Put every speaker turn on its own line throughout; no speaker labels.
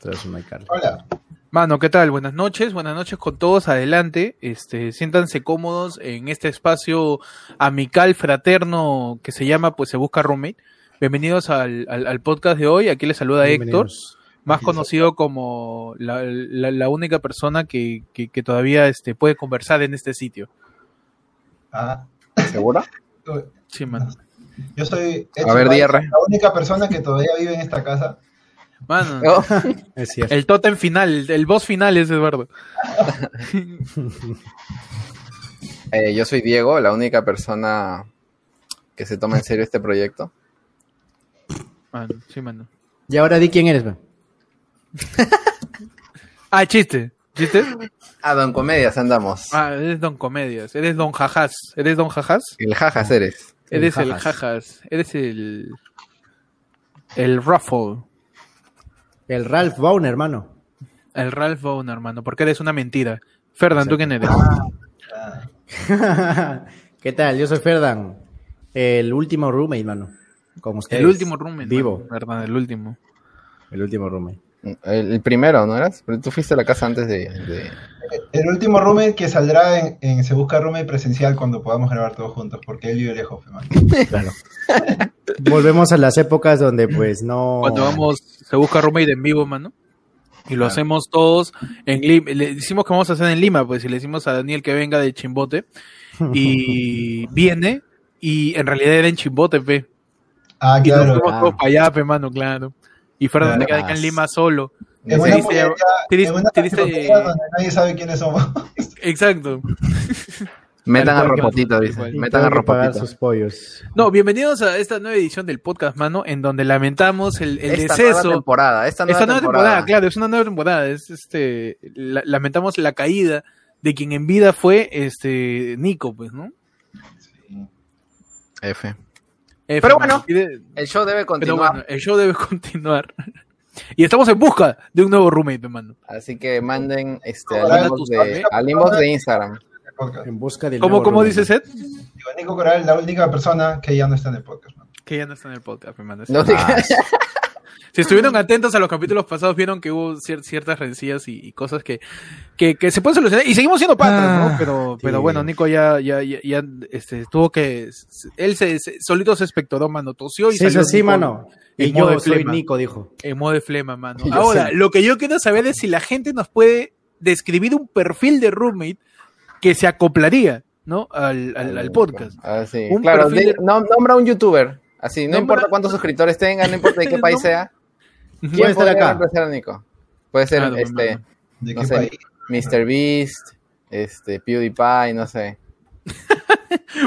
Tras Carly.
Hola.
Mano, ¿qué tal? Buenas noches, buenas noches con todos, adelante. Este, siéntanse cómodos en este espacio amical, fraterno, que se llama Pues se busca roommate. Bienvenidos al, al, al podcast de hoy, aquí les saluda Héctor,
Bienvenidos.
más conocido como la, la- la única persona que, que- que todavía este, puede conversar en este sitio.
Ah,
¿Segura?
tú-
Sí, mano.
yo soy Edson
A ver,
Baez,
DR.
la única persona que todavía vive en esta casa.
Mano,
Es cierto.
el totem final, el boss final es Eduardo.
Eh, yo soy Diego, la única persona que se toma en serio este proyecto.
Mano, sí, mano.
Y ahora di quién eres, man.
Ah, chiste, chiste.
Ah, Don Comedias andamos.
Ah, eres Don Comedias, eres Don Jajás, eres Don Jajás.
El jajas eres.
El
Eres el
jajas.
jajas, eres el el Ruffle,
El Ralph Bowner, hermano.
el Ralph Bone, hermano, porque eres una mentira. Ferdan, ¿tú quién eres?
Ah,
¿Qué tal? Yo soy Ferdan, el último roommate, hermano. Con ustedes.
el último roommate.
Vivo,
mano, Ferdan, el último.
el último roommate.
El, el primero, ¿no eras? Pero tú fuiste a la casa antes de... de-
el último roommate que saldrá en, en Se Busca Roommate presencial cuando podamos grabar todos juntos, porque él vive lejos, fe, man.
Claro. Volvemos a las épocas donde, pues, no.
Cuando vamos, se busca roommate en vivo, mano. Y lo hacemos todos en Lima. Le decimos que vamos a hacer en Lima, pues, y le decimos a Daniel que venga de Chimbote. Y viene, y en realidad era en Chimbote, pe.
Ah,
Y nos
claro.
fuimos
claro.
todos para allá, pe, mano, claro. Y Ferdan se queda acá en Lima solo.
En
Se
una
dice-
pollería-
te dice-
en una
te dice-
pollería donde nadie sabe quiénes somos.
Exacto.
Metan a
cual,
Ropotito,
tal
dice.
cual.
y
Metan
tengo
a
que pagar
Ropotito.
sus pollos.
No, bienvenidos a esta nueva edición del podcast, mano, en donde lamentamos el, el
Esta nueva
deceso.
temporada. Esta nueva,
Esta nueva
temporada.
temporada, claro, es una nueva temporada. Es este, la- lamentamos la caída de quien en vida fue este Nico, pues, ¿no?
F.
Eh,
Pero
Fernando,
bueno,
pide-
El show debe
pero
continuar.
bueno, el show debe continuar. y estamos en busca de un nuevo roommate, mano.
Así que manden este,
Hola,
al, inbox
tus
de,
amigos.
al inbox de Instagram.
El podcast.
En busca del.
¿Cómo,
nuevo
cómo
roommate.
dice Seth?
Digo, Nico Coral es la única persona que ya no está en el podcast. man.
Que ya no está en el podcast, hermano.
No te-
Ah, Si estuvieron atentos a los capítulos pasados, vieron que hubo cier- ciertas rencillas y, y cosas que, que, que se pueden solucionar. Y seguimos siendo patas,
Ah,
¿no? Pero, pero
sí.
bueno, Nico ya, ya, ya, ya, este, tuvo que. Él se, se- solito se espectoró, mano. Tosió y
Sí, es
salió
así,
Nico
mano.
en
Y yo
modo de
soy
flema.
Nico, dijo.
En modo de flema, mano.
Yo
Ahora,
sé.
lo que yo quiero saber es si la gente nos puede describir un perfil de roommate que se acoplaría, ¿no? Al, al, al podcast.
Ah, sí.
Un
Claro,
perfil-
di- nom- nombra un youtuber. Así, no
Nombra-
importa cuántos suscriptores tenga, no importa de qué país
Nom-
sea.
¿Quién?
Ujú.
¿Quién
estar
puede
acá?
reemplazar a Nico? Puede ser
Claro,
este
hermano.
¿De
No
qué
sé.
país?
Mr. Beast, este PewDiePie, no sé.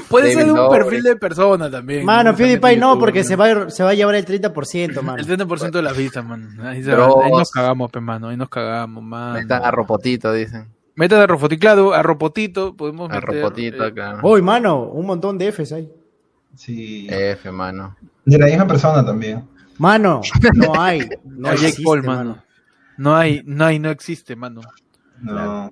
Puede ser
David
un
Dobrik.
perfil de persona también.
Mano,
También
PewDiePie no,
YouTube,
porque
¿no?
se va, a ir- se va a llevar el 30%, mano.
El 30% de las vistas, man. Ahí, se-
Bros.
ahí nos cagamos, pe, mano. Ahí nos cagamos, man.
Metan a Ropotito, dicen.
Metan a Rofotito, claro, a Ropotito. Podemos
A
meter,
Ropotito,
eh,
claro.
Uy, mano, un montón de Fs hay.
Sí.
F, mano.
De la misma persona también.
Mano, no hay. No
a Jake
existe,
Paul, mano. No hay, no hay, no existe, mano.
No.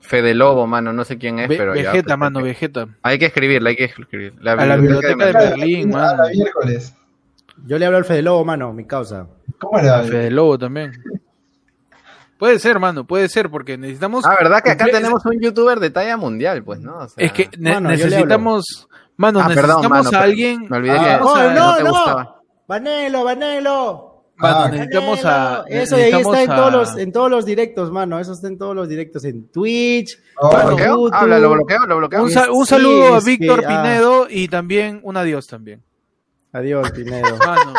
Fede Lobo, mano, no sé quién es,
Ve-
pero ya,
Vegeta,
pues,
mano,
hay que-
Vegeta.
Hay que escribirla, hay que escribir. La
la biblioteca de
Madrid.
Berlín,
Ah,
mano.
la miércoles.
Yo le hablo al Fede Lobo, mano, mi causa.
¿Cómo era?
Fede Lobo también. Puede ser, mano, puede ser, porque necesitamos.
Ah, ¿verdad que acá
Cumple-
tenemos un youtuber de talla mundial? Pues, ¿no? O sea-
Es que ne-
Mano, yo le hablo.
necesitamos. Mano,
Ah, perdón,
necesitamos
mano,
a
pero
alguien.
Me olvidé que...
Ah,
¡Oh,
sea,
no
no,
te
no!
gustaba.
¡Vanelo, Vanelo!
Mano,
Ah,
necesitamos
Vanelo.
a.
Eso de ahí
necesitamos
está en,
a-
todos los, en todos los directos, mano. Eso está en todos los directos. En Twitch.
Oh,
¿Lo
Mano,
bloqueo?
YouTube.
Habla, Ah, lo bloqueo, lo bloqueo.
Un, sa- un
Sí,
saludo a
es que,
Víctor
ah.
Pinedo y también un adiós también.
Adiós, Pinedo.
Mano,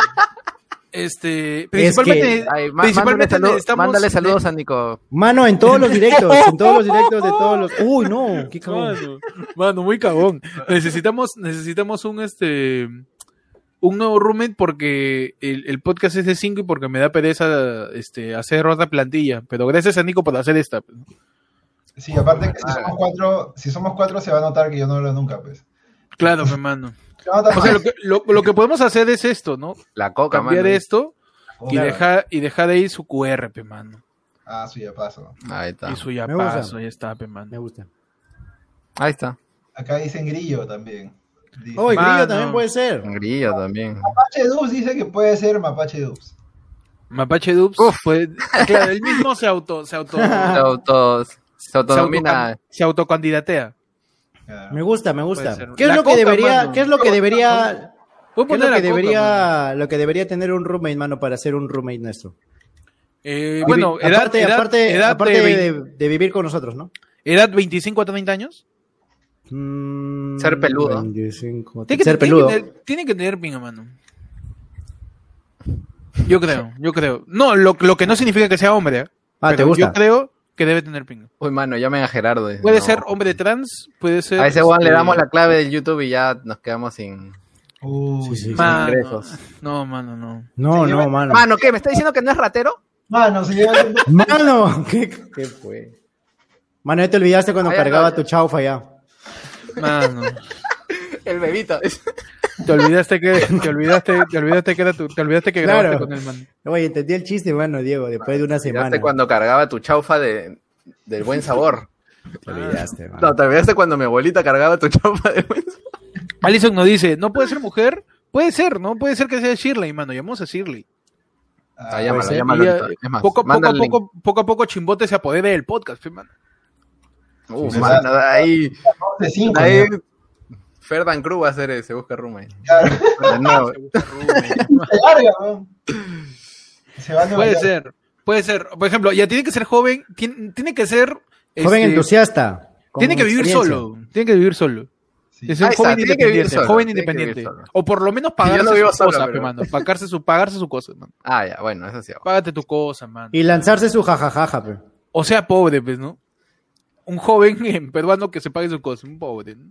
este, principalmente,
que-
Ay, ma- mándale,
principalmente
salu-
necesitamos-
mándale saludos a Nico.
Mano, en todos los directos. En todos los directos de todos los. ¡Uy, no! ¡Qué cabrón!
Mano, mano, muy cabón. Necesitamos, necesitamos un este un nuevo roommate porque el, el podcast es de 5 y porque me da pereza este hacer otra plantilla. Pero gracias a Nico por hacer esta.
Sí, aparte que si
Ah.
somos cuatro, si somos cuatro se va a notar que yo no hablo nunca, pues.
Claro, mi mano.
Se va a notar
O sea, lo
más.
que, lo- lo que podemos hacer es esto, ¿no?
La coca,
Cambiar
mano.
esto y
Claro.
dejar y dejar ahí su QR, pe, mano.
Ah, sí, ya paso.
Ahí está.
Y su
gusta.
yapazo, ahí está, pe, mano.
Me gusta.
Ahí está.
Acá dicen grillo también. Dice-
¡Uy, Grillo
Mano.
también puede ser!
Un Grillo también.
Mapache Dubs dice que puede ser Mapache Dubs.
Mapache Dubs fue. ah, Claro, él mismo se auto. Se auto.
Se auto- se
se
autonomina.
autocan- se autocandidatea.
Claro.
Me gusta, me
Puede ser.
gusta. ¿Qué es
La
lo que
coca,
debería,
mano.
qué es lo que debería,
Voy a
qué es
poner
lo
a
que
Coca, mano.
debería, lo que debería tener un roommate, mano, para ser un roommate nuestro?
Eh, bueno, edad,
aparte,
edad-
aparte,
edad
aparte
de,
de,
vein-
de vivir con nosotros, ¿no?
edad 25 a 30 años.
Mm,
Ser peludo.
25,
Tiene que,
ser
tiene
peludo.
que tener, tiene que tener pinga, mano. Yo creo, yo creo. No, lo, lo que no significa que sea hombre. ¿eh?
Ah, ¿te
Pero
gusta?
Yo creo que debe tener pinga.
Uy, mano, llamen a Gerardo. dice,
Puede
no.
ser hombre trans, puede ser.
A ese Juan le
este,
damos la clave del YouTube y ya nos quedamos sin.
Sí,
Uy,
sí.
mano.
ingresos.
No, mano, no.
No,
Sí,
no,
bueno,
mano.
Mano, ¿qué? ¿Me está diciendo que no es ratero?
Mano, se lleva el-
Mano, ¿qué-
¿Qué fue?
mano, ya te olvidaste cuando
Ay,
cargaba
no,
tu chaufa ya.
Mano.
El bebito.
Te olvidaste que, te olvidaste, te olvidaste que era tu, te olvidaste que
Claro.
grabaste con el man.
Oye, entendí el chiste, mano, Diego, después de una semana.
Olvidaste cuando cargaba tu chaufa de, del buen sabor.
Te olvidaste, mano.
No, te olvidaste cuando mi abuelita cargaba tu chaufa del buen sabor.
Alison nos dice, no puede ser mujer, puede ser, no puede ser que sea Shirley, mano, llamamos a Shirley.
Ah,
Ah,
ya.
llámalo,
ser.
llámalo.
Y, eh,
ahorita. Es más,
poco, a poco,
manda
a
el link.
poco, poco a poco Chimbote se apodera del podcast, fe, mano.
Uf,
Sí, sí,
mano, ahí.
de cinco,
ahí
¿no?
Ferdan Cruz va a hacer ese, busca roommate.
Claro.
De nuevo.
Se larga, weón. Se va a
Puede
Nueva York.
ser, puede ser. Por ejemplo, ya tiene que ser joven, tiene, tiene que ser
Joven
este,
entusiasta. con
Tiene que vivir
experiencia.
solo, tiene que vivir solo.
Sí.
Es un
Ahí está,
joven
tiene que vivir
independiente,
solo,
joven
tiene que vivir
independiente.
solo.
O por lo menos
yo
pagarse
no vivo
su
solo,
cosa,
pero-
pe, mano. Pagarse su, pagarse su cosa, mano.
Ah, ya, bueno, eso sí.
Págate tu cosa, mano.
Y lanzarse su jajajaja, pe.
O sea, pobre, pues, ¿no? Un joven en peruano que se pague su cosa, un pobre. ¿no?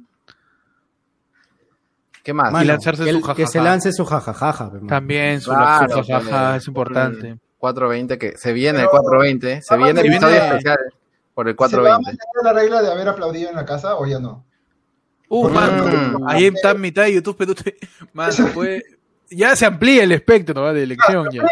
¿Qué más?
Mano,
lanzarse
que,
su
el- que se
jajaja.
lance su jajajaja, pe, mano.
También su
Claro,
su- jajaja,
también.
es importante.
420, que se viene el 420. Se
Pero-
viene el
Se
episodio
viene-
especial por
¿Se va
el
a
420.
mantener la regla de haber aplaudido en la casa o ya no?
Uh, mano,
Mm.
ahí está en mitad de YouTube, pero tú te- Mano, pues, ya se amplía el espectro ¿no? de elección. Ya.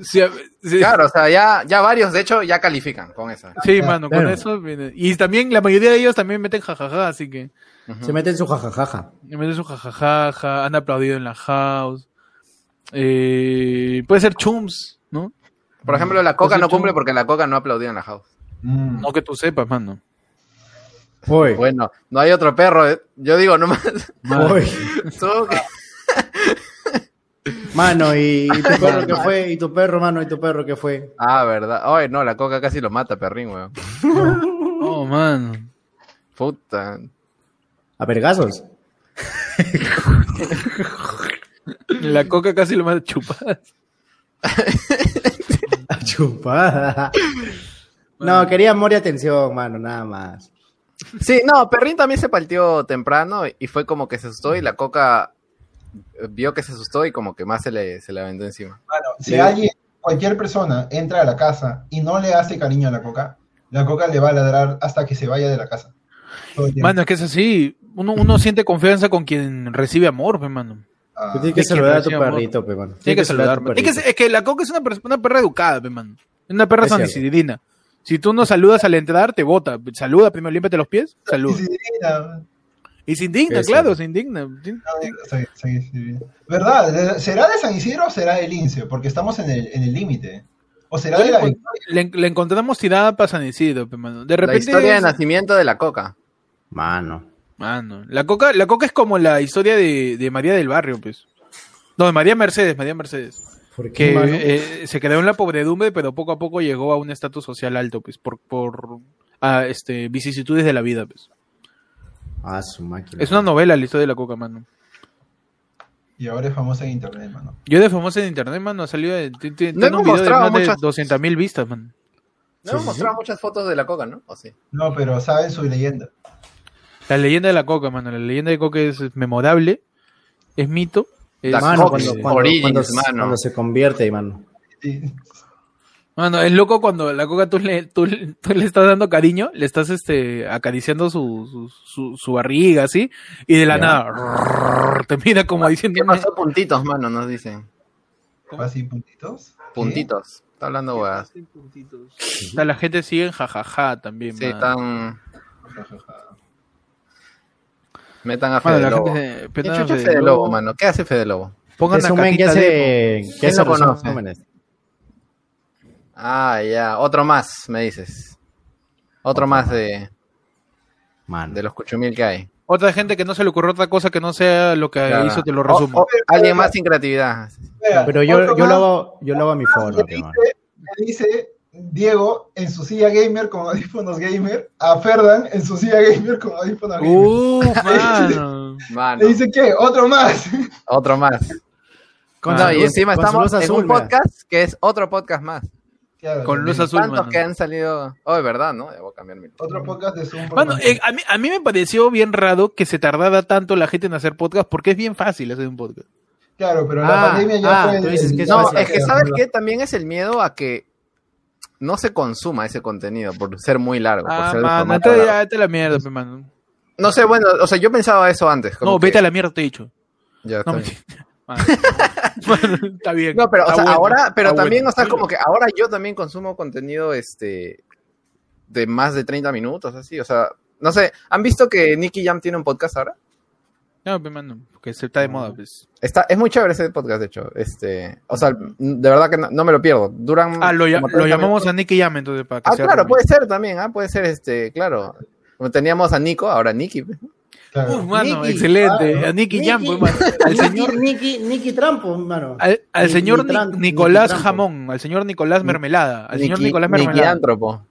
Se- se-
Claro, o sea, ya, ya varios, de hecho, ya califican con esa.
Sí, mano, con
Claro.
eso. viene. Y también la mayoría de ellos también meten jajaja, así que
Ujú.
Se mete en su jajajaja.
meten su jajajaja, han aplaudido en la house. Eh, puede ser chums, ¿no?
Por ejemplo, la
Pues
coca
sí,
no
chum.
cumple porque la coca no aplaudía en la house.
Mm.
No que tú sepas, mano.
Uy,
Pues,
Bueno, no hay otro perro. eh. Yo digo nomás.
uy.
tú que-
Mano, y, y tu perro que fue, y tu perro, mano, y tu perro que fue.
Ah, verdad. Ay, no, la coca casi lo mata, perrín, weón.
Oh, mano.
Puta.
A vergazos.
La coca casi lo más chupada.
A chupada. No, quería amor y atención, mano, nada más.
Sí, no, perrín también se partió temprano y fue como que se asustó y la coca eh, vio que se asustó y como que más se le, se le aventó encima.
Mano, si alguien, cualquier persona, entra a la casa y no le hace cariño a la coca, la coca le va a ladrar hasta que se vaya de la casa. Todo el tiempo.
Mano, es que es así. Uno, uno siente confianza con quien recibe amor, pe, mano.
Ah,
Tú tienes que
Sí, que
saludar a tu
reciba amor.
perrito, pe, mano.
Tiene que
Tienes
saludar.
a tu
Es que,
perrito.
es que la coca es una, pers- una perra educada, pe, mano. Es una perra
Es cierto.
sanicidina. Si tú no saludas al entrar, te bota. Saluda primero, límpiate los pies.
sí,
Saluda.
sí, sí, no,
Y se indigna,
Es
claro,
cierto.
se indigna. Tien- tien-
no, sí, sí, sí. ¿Verdad? ¿De- ¿Será de San Isidro o será del Lince? Porque estamos en el en el límite. ¿O será
Yo
de
le
la
pues.
encon-
Victoria?
Le, le encontramos tirada para San Isidro, pe, mano. De
La
repente.
historia de
es-
nacimiento de la coca.
Mano.
Mano, la coca, la coca es como la historia de, de María del Barrio, pues. No, de María Mercedes, María Mercedes.
¿Por qué,
que
mano?
eh, se quedó en la pobredumbre, pero poco a poco llegó a un estatus social alto, pues, por, por ah, este, vicisitudes de la vida, pues.
Ah, su máquina.
Es una novela la historia de la coca, mano.
Y ahora es famosa en internet, mano.
Yo de famosa en internet, mano, ha salido de, ti- ti-
No
tiene
hemos
un video de
mostrado
más de
muchas-
200 mil vistas, man.
Sí,
No hemos
sí,
mostrado muchas fotos de la coca, ¿no? ¿O sí?
No, pero saben su leyenda.
La leyenda de la coca, mano. La leyenda de coca es memorable, es mito. es-
La
Mano,
Cox,
cuando,
eh,
cuando-
Origins,
cuando se-
mano.
cuando se convierte, mano.
Sí.
Mano, es loco cuando la coca tú le, tú, le- tú le estás dando cariño, le estás este acariciando su, su, su, su barriga, así, y de la
Ya.
nada rrrr, te mira como diciendo
¿Qué pasó? Puntitos, mano, nos dicen.
Así, puntitos. ¿Qué?
Puntitos. Está hablando huevadas.
O sea, la gente sigue en jajaja también,
Sí,
mano.
están.
Ja, ja, ja.
Metan a
Mano,
Fede
la
Lobo.
gente se-
¿Qué
petan a
chucha
Fede
Fede
Lobo.
Lobo, mano? ¿Qué hace Fede Lobo?
Pongan
Es
a
un men que
Catita
hace,
Deco.
que
¿Quién
hace
lo conoce?
resúmenes.
Ah, ya. Otro más, me dices. Otro, más de,
Mano.
de los cuchumil que hay.
Otra gente que no se le ocurrió otra cosa que no sea lo que
Claro.
hizo, te lo resumo.
O- o alguien más sin creatividad.
Espera,
Pero yo,
otro
yo lo
más
hago, yo lo hago a mi forma,
me
pe, mano.
dice, me dice Diego en su silla gamer con audífonos gamer, a Ferdan en su silla gamer con
oh.
audífonos gamer.
Uh, Uf, mano.
Mano,
Le dice que otro más.
otro más.
Con
no,
su
y
luz-
encima
con su
estamos
luz
en
azul,
un
mira.
podcast que es otro podcast más.
Claro,
Con luz azul,
Tantos
mano.
que han salido. Oh, es verdad, ¿no? Debo cambiar mi.
Otro podcast de Zoom. por
Mano,
favor.
eh, a, mí, a mí me pareció bien raro que se tardara tanto la gente en hacer podcast porque es bien fácil hacer un podcast.
claro, pero
ah,
la pandemia ya
ah,
fue.
tú dices que es
No,
fácil.
es que
ya,
sabes
¿verdad?
que también es el miedo a que no se consuma ese contenido por ser muy largo. por
Ah,
ser de
mano,
formato
vete,
largo.
ya, vete a la mierda, pe, mano.
No sé, bueno, o sea, yo pensaba eso antes. como
No,
que-
vete a la mierda, te he dicho.
ya, está
No,
bien.
mentira. Mano, mano, está bien.
No, pero, o
está
sea,
Ah, bueno,
ahora, pero
está
también,
bueno.
o sea, como que ahora yo también consumo contenido, este, de más de 30 minutos, así, o sea, no sé, ¿han visto que Nicky Jam tiene un podcast ahora?
No, pe, mano, porque se está de moda, pues.
Está, es muy chévere ese podcast, de hecho, este, o sea, de verdad que no, no me lo pierdo, duran...
Ah, lo, ya-
como
lo
30
llamamos
minutos.
a Nicky Jam, entonces, para que
Ah,
sea
claro,
remix.
puede ser también, ah, puede ser, este, claro, como teníamos a Nico, ahora Nicky, pues.
Claro.
Uf, mano,
Nicky.
excelente.
Claro.
a Nicky Jam,
Nicky-
pues, mano. Al señor,
Nicky, Nicky Trampo, mano.
al, al
Nicky
señor Ni-
Tran-
Nicolás
Nicky Trampo.
Jamón, al señor Nicolás Mermelada, al señor
Nicky-
Nicolás
Nicky
Mermelada,
Antropo.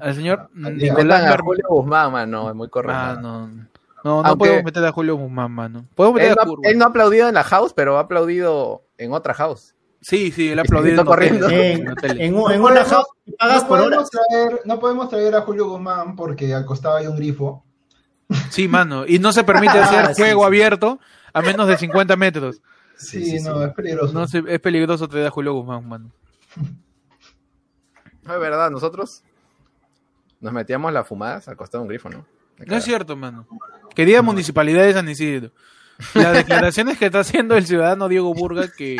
al señor
Ah,
Nicolás
Metan a
Mermelada.
Julio Guzmán, mano, es muy correcto.
Ah, no. No, no
Aunque-
podemos meter a Julio Guzmán, mano. Podemos meter
Él
a
no,
Curva.
él no ha aplaudido en la house, pero ha aplaudido en otra house.
Sí, sí, él aplaudió
Está corriendo.
En, Eh, en un- en
No
una
podemos-
house que pagas
no,
por hora.
podemos traer, no podemos traer a Julio Guzmán porque al costado hay un grifo.
Sí, mano. Y no se permite
Ah,
hacer
sí,
juego
sí.
abierto a menos de 50 metros.
Sí,
sí,
no,
sí.
es peligroso.
No se- es peligroso traer a Julio Guzmán, mano.
No, es verdad, nosotros nos metíamos las fumadas al costado de un grifo, ¿no?
No
De
es
cara.
cierto, mano. Querida municipalidad de San Isidro. Las declaraciones que está haciendo el ciudadano Diego Burga, que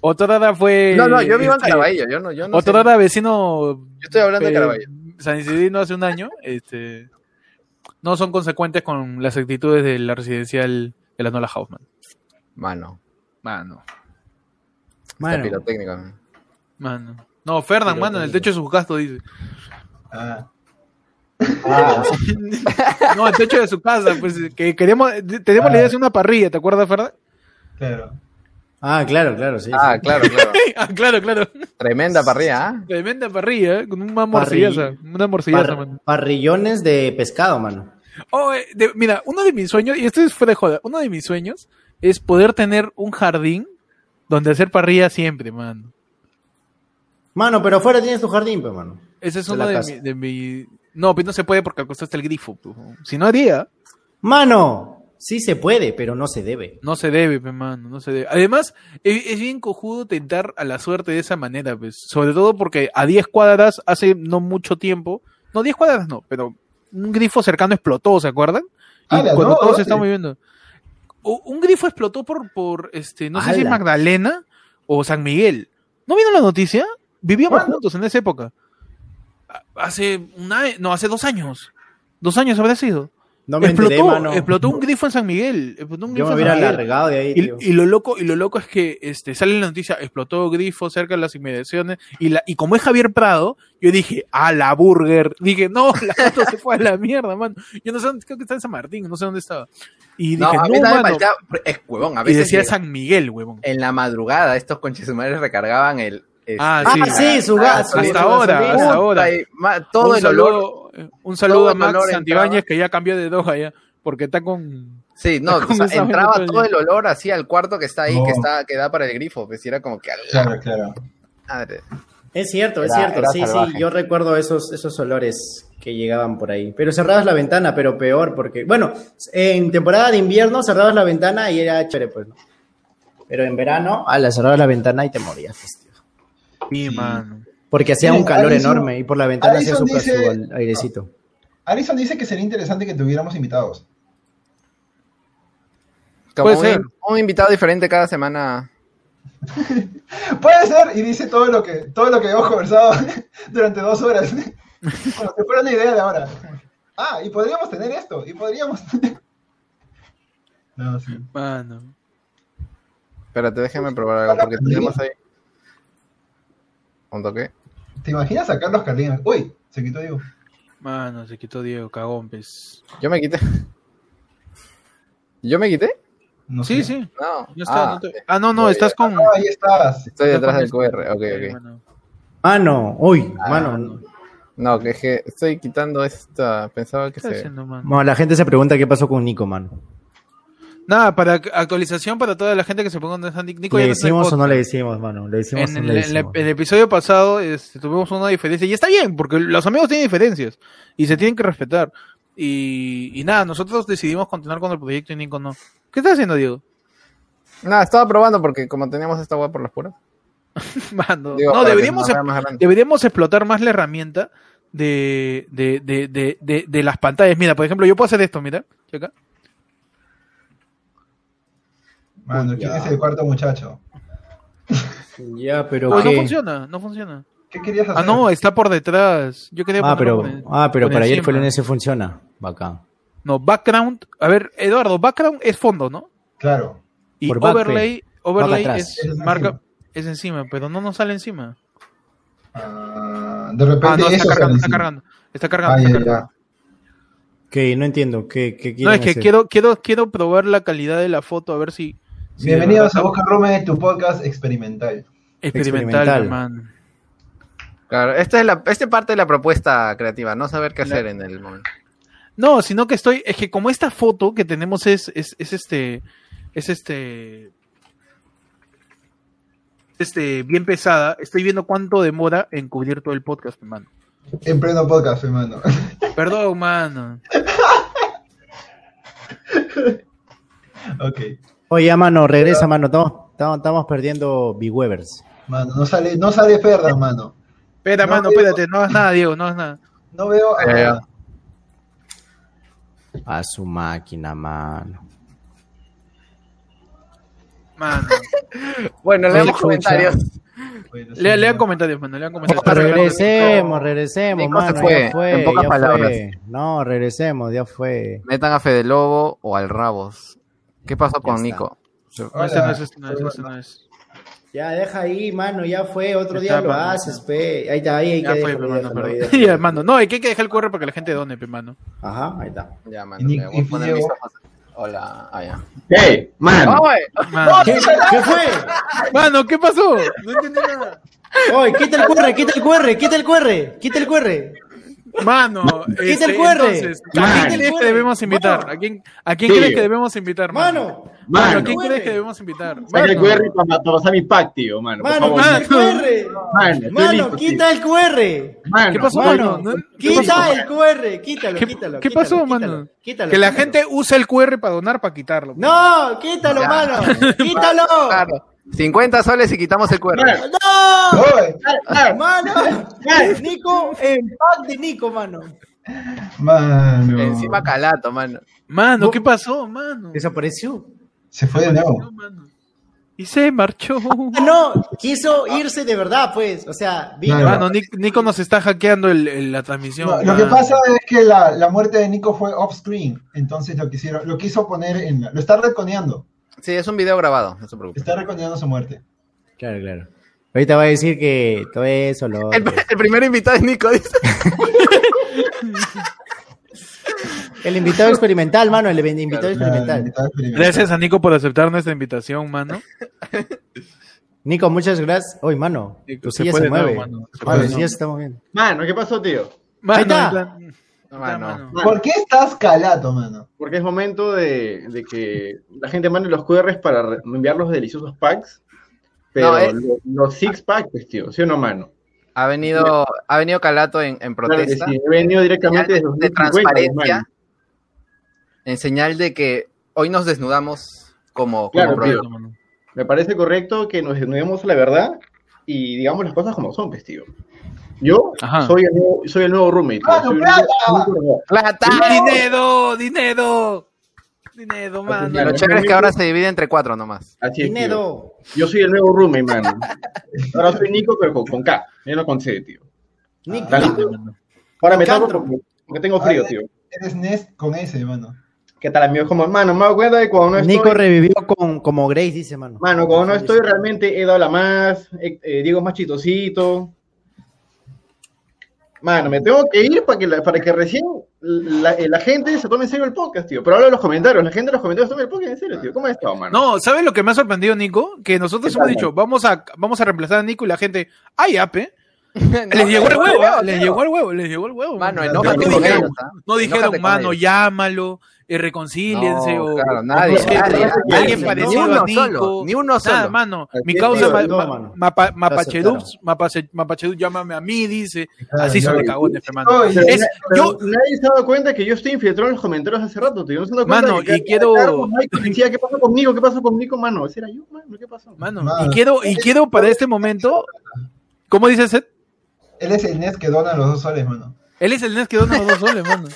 otrora fue.
No, no, yo vivo en
este,
Caraballo, yo no, yo no sé.
Otrora vecino.
Yo estoy hablando de
eh,
Caraballo.
San Isidrino hace un año. Este, no son consecuentes con las actitudes de la residencial de la Nola House, mano.
Mano,
Mano.
bueno.
Mano,
pirotécnico. ¿no?
Mano. No, Fernan,
Sí, lo
mano, en el
tengo.
techo de sus casas, dice.
Ah,
No, el techo de su casa, pues que queremos, tenemos la idea de hacer una parrilla, ¿te acuerdas, Fernan?
claro.
Ah, claro, claro, sí.
Ah, claro, claro.
Ah, claro, claro.
Tremenda parrilla, ¿ah?
Tremenda parrilla, ¿eh? con una
Parrilla.
morcillaza. Una
sí.
morcillaza,
Par-
mano.
parrillones de pescado, mano.
Oh, eh, de- mira, uno de mis sueños, y esto es fuera de joda, uno de mis sueños es poder tener un jardín donde hacer parrilla siempre, mano.
Mano, pero afuera tienes tu jardín, pues, mano.
Ese es
De
uno
la
de,
casa.
mi- de mi- No, pues no se puede porque al costado está el grifo. pues. Si no haría,
Mano, sí se puede, pero no se debe.
no se debe, pe, mano, no se debe. Además, e, es, es bien cojudo tentar a la suerte de esa manera, pues. Sobre todo porque a 10 cuadras hace no mucho tiempo, no 10 cuadras no, pero un grifo cercano explotó, ¿se acuerdan? Y
Ah,
¡Hala,
cuando
no!
todos
¿Dónde?
estamos viviendo. O- un grifo explotó por, por este, no sé si
¡Hala!
Magdalena o San Miguel. ¿No vieron la noticia? Vivíamos
¿Cuándo?
juntos en esa época. A- Hace una, no, hace dos años. Dos años habrá sido.
No me
explotó,
enteré, mano.
explotó un grifo en San Miguel. Explotó un
Yo
grifo
me
en
hubiera
San Miguel.
alargado de ahí, tío.
Y, y lo loco, y lo loco es que este, sale la noticia, explotó grifo cerca de las inmediaciones, y, la, y como es Javier Prado, yo dije, a la burger, dije, no, la foto se fue a la mierda, mano. Yo no sé dónde, creo que está en San Martín, no sé dónde estaba. Y
No,
dije,
a
no,
mí también
mano.
faltaba. Es huevón, a
Y
veces. Eh,
decía
llega-
San Miguel, huevón.
En la madrugada, estos conchesumares recargaban el. este, el-
Ah,
Ah,
sí.
sí, su gas. su-
hasta
su
ahora,
gasolina.
hasta ahora.
Puta, y ma- todo
un
el olor.
saludo, eh, un saludo
todo
a
el olor
Max
entraba.
Santibáñez, que ya cambió de doja ya, porque está con...
Sí, no,
¿Cómo
o sea,
sabe
entraba
otro
todo
día?
el olor así al cuarto que está ahí,
No.
que está, que da para el grifo, pues y era como que a la
Claro, claro.
madre.
Es cierto, es
Era-
cierto.
era
sí,
salvaje.
sí, yo recuerdo esos, esos olores que llegaban por ahí. Pero cerrabas la ventana, pero peor, porque, bueno, en temporada de invierno cerrabas la ventana y era chévere, pues, ¿no? Pero en verano, a la cerrabas la ventana y te morías, pues, tío.
Sí, mano.
Porque hacía
Mira,
un calor
Alison-
enorme y por la ventana hacía
Alison
sopla su
dice-
al- airecito.
Alison dice que sería interesante que tuviéramos invitados.
Como
Puede
un,
ser.
un invitado diferente cada semana.
Puede ser, y dice todo lo que, todo lo que hemos conversado durante dos horas. Como si fuera una idea de ahora. Ah, y podríamos tener esto, y podríamos. No, sí.
Mano.
Espérate, déjame probar algo, porque tenemos ahí. un toque.
¿Te imaginas a Carlos Carlina? Uy, se quitó Diego.
Mano, se quitó Diego, cagón, pues.
Yo me quité. ¿Yo me quité?
No
sí,
sé.
sí.
No.
Ya está,
ah,
no te- ah, no, no,
Oye,
estás con.
Ah, ahí estás.
estoy
estás
detrás
con
del
el-
QR. Ok, ok.
Bueno.
Mano, ah, uy, mano.
no.
No.
No, que es que estoy quitando esta. Pensaba que
¿Qué está
se.
haciendo, mano?
Mano, la gente se pregunta qué pasó con Nico, mano.
Nada, para ac- actualización para toda la gente que se ponga donde está Nick- Nico. ya
¿Le
no está en
decimos o no
podcast.
le decimos, mano? ¿Le decimos
En
o
el,
no le
en la-
decimos?
el episodio pasado este, tuvimos una diferencia y está bien, porque los amigos tienen diferencias y se tienen que respetar. Y, y nada, nosotros decidimos continuar con el proyecto y Nico no. ¿Qué estás haciendo, Diego?
Nada, estaba probando porque como teníamos esta web por las puras.
Mano,
digo, para
no,
que
deberíamos,
nos haga más grande.
deberíamos explotar más la herramienta de, de, de, de, de- de las pantallas. Mira, por ejemplo, yo puedo hacer esto, mira. Checa.
Mano, ¿quién es el cuarto muchacho?
Ya, pero
Uy, Ah, no
qué.
funciona, no funciona.
¿Qué querías hacer?
Ah, no, está por detrás. Yo quería
Ah, pero,
ponerlo por el-
ah, pero
por
para ayer
encima.
fue el lunes se funciona. Bacán.
No, background. A ver, Eduardo, background es fondo, ¿no?
Claro.
Y
Por back,
overlay, overlay
atrás.
es,
Es
marca
encima.
es encima, pero no nos sale encima.
Ah, de
Ah,
repente
no, está
eso
cargando, está
sale
cargando, está cargando.
así.
está
Ah, ya,
cargando.
ya.
Que no entiendo. ¿Qué, qué
No,
quieren
es que
hacer?
quiero, quiero, quiero probar la calidad de la foto, a ver si. si de
Bienvenidos a
verdad-
Busca Rome, tu podcast experimental.
experimental,
Experimental.
man.
Claro, esta es la esta es parte de la propuesta creativa, no saber qué hacer en el momento.
No, sino que estoy. Es que como esta foto que tenemos es, es, es este. Es este. Este, bien pesada. Estoy viendo cuánto demora en cubrir todo el podcast, hermano.
En pleno podcast, hermano.
Perdón, mano.
ok.
Oye, mano, regresa, mano. Estamos, estamos, estamos perdiendo Bewebers.
Mano, no sale, no sale perra, mano.
Espera,
No,
mano,
Diego.
espérate. No hagas nada, Diego, no hagas nada.
No veo eh, a
Ya, ya.
A su máquina, mano.
Mano.
Bueno,
Oye,
leemos
chucha.
comentarios.
Bueno, sí,
Lea, lean
mano.
comentarios, mano, lean comentarios.
Está regalando
regresemos,
Nico.
regresemos,
Nico se
mano.
fue,
ya fue,
en pocas
ya
palabras.
fue. No, regresemos, ya fue.
Metan a Fede Lobo o al Rabos. ¿Qué pasó con
está.
Nico?
No,
Hola.
este no es, este no es, este no es.
Ya, deja ahí, mano, ya fue. Otro
Está,
día lo
mano,
haces, pe. Ahí está, ahí hay que
Ya fue,
dejarlo,
hermano,
déjalo,
perdón.
ahí
Ya,
déjalo.
hermano. No, hay que hay que dejar el QR para que la gente done, pe, mano.
Ajá, ahí está.
Ya, mano,
Y Nick-
le voy a
y
poner
Diego.
mis ojos. Hola, ah, ya.
¡Hey, man!
¡Ah, güey!
Mano,
¿Qué, qué fue?
Mano, ¿qué pasó? No entendí nada.
Oye, quita el QR, quita el QR, quita el QR, quita el QR.
Mano,
Quita el
este,
QR.
entonces, ¿a quién
Mano.
crees que debemos invitar?
Mano.
¿A quién, a quién
Sí.
crees que debemos invitar, mano?
Mano,
Mano, ¿a
¡Mano!
quién
Mano.
crees que debemos invitar?
Saca el
Mano.
QR para pasar mi pack, tío, mano. por
mano,
favor.
quita
mano.
el QR.
Mano, estoy
Mano,
listo,
quita el QR.
tío. Mano,
¿Qué pasó,
Mano,
mano? ¿No? ¿Qué
quita
pasó?
el QR, quítalo,
¿Qué-
quítalo.
qué
quítalo,
pasó,
quítalo,
mano?
Quítalo.
Que la
quítalo.
gente use el QR para donar, para quitarlo.
No, quítalo,
Ya.
mano. Quítalo.
Claro. 50 soles y quitamos el cuerno.
Mano.
No,
Oye,
mano. Nico, el pack de Nico, mano.
Mano.
Encima calato, mano.
Mano, ¿qué pasó, mano?
Desapareció.
Se fue de
No,
nuevo.
mano. Y se marchó.
Ah, no, quiso irse de verdad, pues. O sea, vino.
Claro.
Mano, Nic- Nico nos está hackeando el- el- la transmisión.
No, lo que
mano.
pasa es que la, la muerte de Nico fue off screen, entonces lo quisieron, lo quiso poner en la- lo está reconeando,
Sí, es un video grabado, no se preocupe.
está reconeando su muerte.
Claro, claro. Ahorita va a decir que todo eso lo.
El, el primer invitado es Nico, dice.
El invitado experimental, mano, el invitado
Ah,
experimental.
invitado experimental.
Gracias a Nico por aceptar nuestra invitación, mano.
Nico, muchas gracias. Hoy, mano,
Nico,
tu
se
silla
fue
se,
de nuevo,
mueve.
mano, se
Mano,
fue de
tu silla
nuevo.
se está moviendo.
Mano, ¿qué pasó, tío?
Mano,
Ahí está.
ahí está,
Mano.
mano.
¿Por qué estás calato, mano?
Porque es momento de, de que la gente mande los QRs para re- enviar los deliciosos packs. Pero
No, eh.
lo- los six packs, pues, tío, ¿sí o no, mano?
Ha venido, ha venido calato en, en
Claro que
protesta.
sí, he venido directamente
Ya,
desde
de
2050,
transparencia.
pues, mano.
En señal de que hoy nos desnudamos como, como
Claro,
brother.
tío. Me parece correcto que nos desnudemos a la verdad y digamos las cosas como son, pues, tío. Yo
Ajá.
soy el, nuevo, soy el nuevo roommate. tío.
Mano,
Soy el
plata.
nuevo- nuevo-
¡Plata!
Dinero, dinero. Dinero, mano.
Lo chévere es que ahora se divide entre cuatro nomás.
Así es, tío.
Pinedo.
Yo soy el nuevo roommate, mano. Ahora soy Nico, pero con, con K. Yo no con C, tío.
Nico.
Dale. Ahora me
Cantro.
tapo porque, porque tengo frío, tío.
Eres Nest con ese, mano.
¿Qué tal, amigos? Como, mano, me doy cuenta de cuando no estoy...
Nico revivió con, como Grace, dice, mano.
Mano, cuando no estoy, realmente he dado la más. eh, eh, Diego es más chitosito. Mano, me tengo que ir para que, la- para que recién la, eh, la gente se tome en serio el podcast, tío. Pero hablo de los comentarios. La gente de los comentarios tome el podcast en serio, tío. ¿Cómo has estado, mano?
No, ¿sabes lo que me ha sorprendido, Nico? Que nosotros
¿eh? ¿Qué
hemos
tal,
dicho, vamos a, vamos a reemplazar a Nico y la gente, ¡ay, ape! Les
No,
llegó el
no,
huevo,
no,
¿ah? les
no.
llegó el huevo, les llegó el huevo.
Mano,
No
enójate
dijeron-
con ellos,
¿ah?
No dijeron,
Enójate con
mano,
ellos.
llámalo, eh, reconciliense
No,
o...
claro,
no
nadie,
sé,
nadie, nadie.
pues, alguien
Ni
parecido
uno
a Nico.
solo, ni uno
Nada,
solo.
mano,
Así
mi
es,
causa
tío,
ma-
no,
ma-
mano.
mapa-
aceptaron.
Mapachedups, Mapache- Mapachedups, llámame a mí, dice. Así son los
no,
cagones,
y-
hermano.
no, y-
Pero
este Es-
na- pero
yo,
nadie se ha dado cuenta que yo estoy infiltrado en los comentarios hace rato, tío. No se han dado cuenta
Mano,
que cada-
y quiero-
cada vez Mike decía, ¿qué pasó conmigo? ¿Qué pasó conmigo, mano? ¿Ese era yo, mano? ¿Qué pasó?
mano,
Mano.
y quiero, y quiero para este momento... ¿Cómo dice Seth?
Él es el Nets que dona los dos soles, mano.
Él es el NES que dona los dos soles, mano.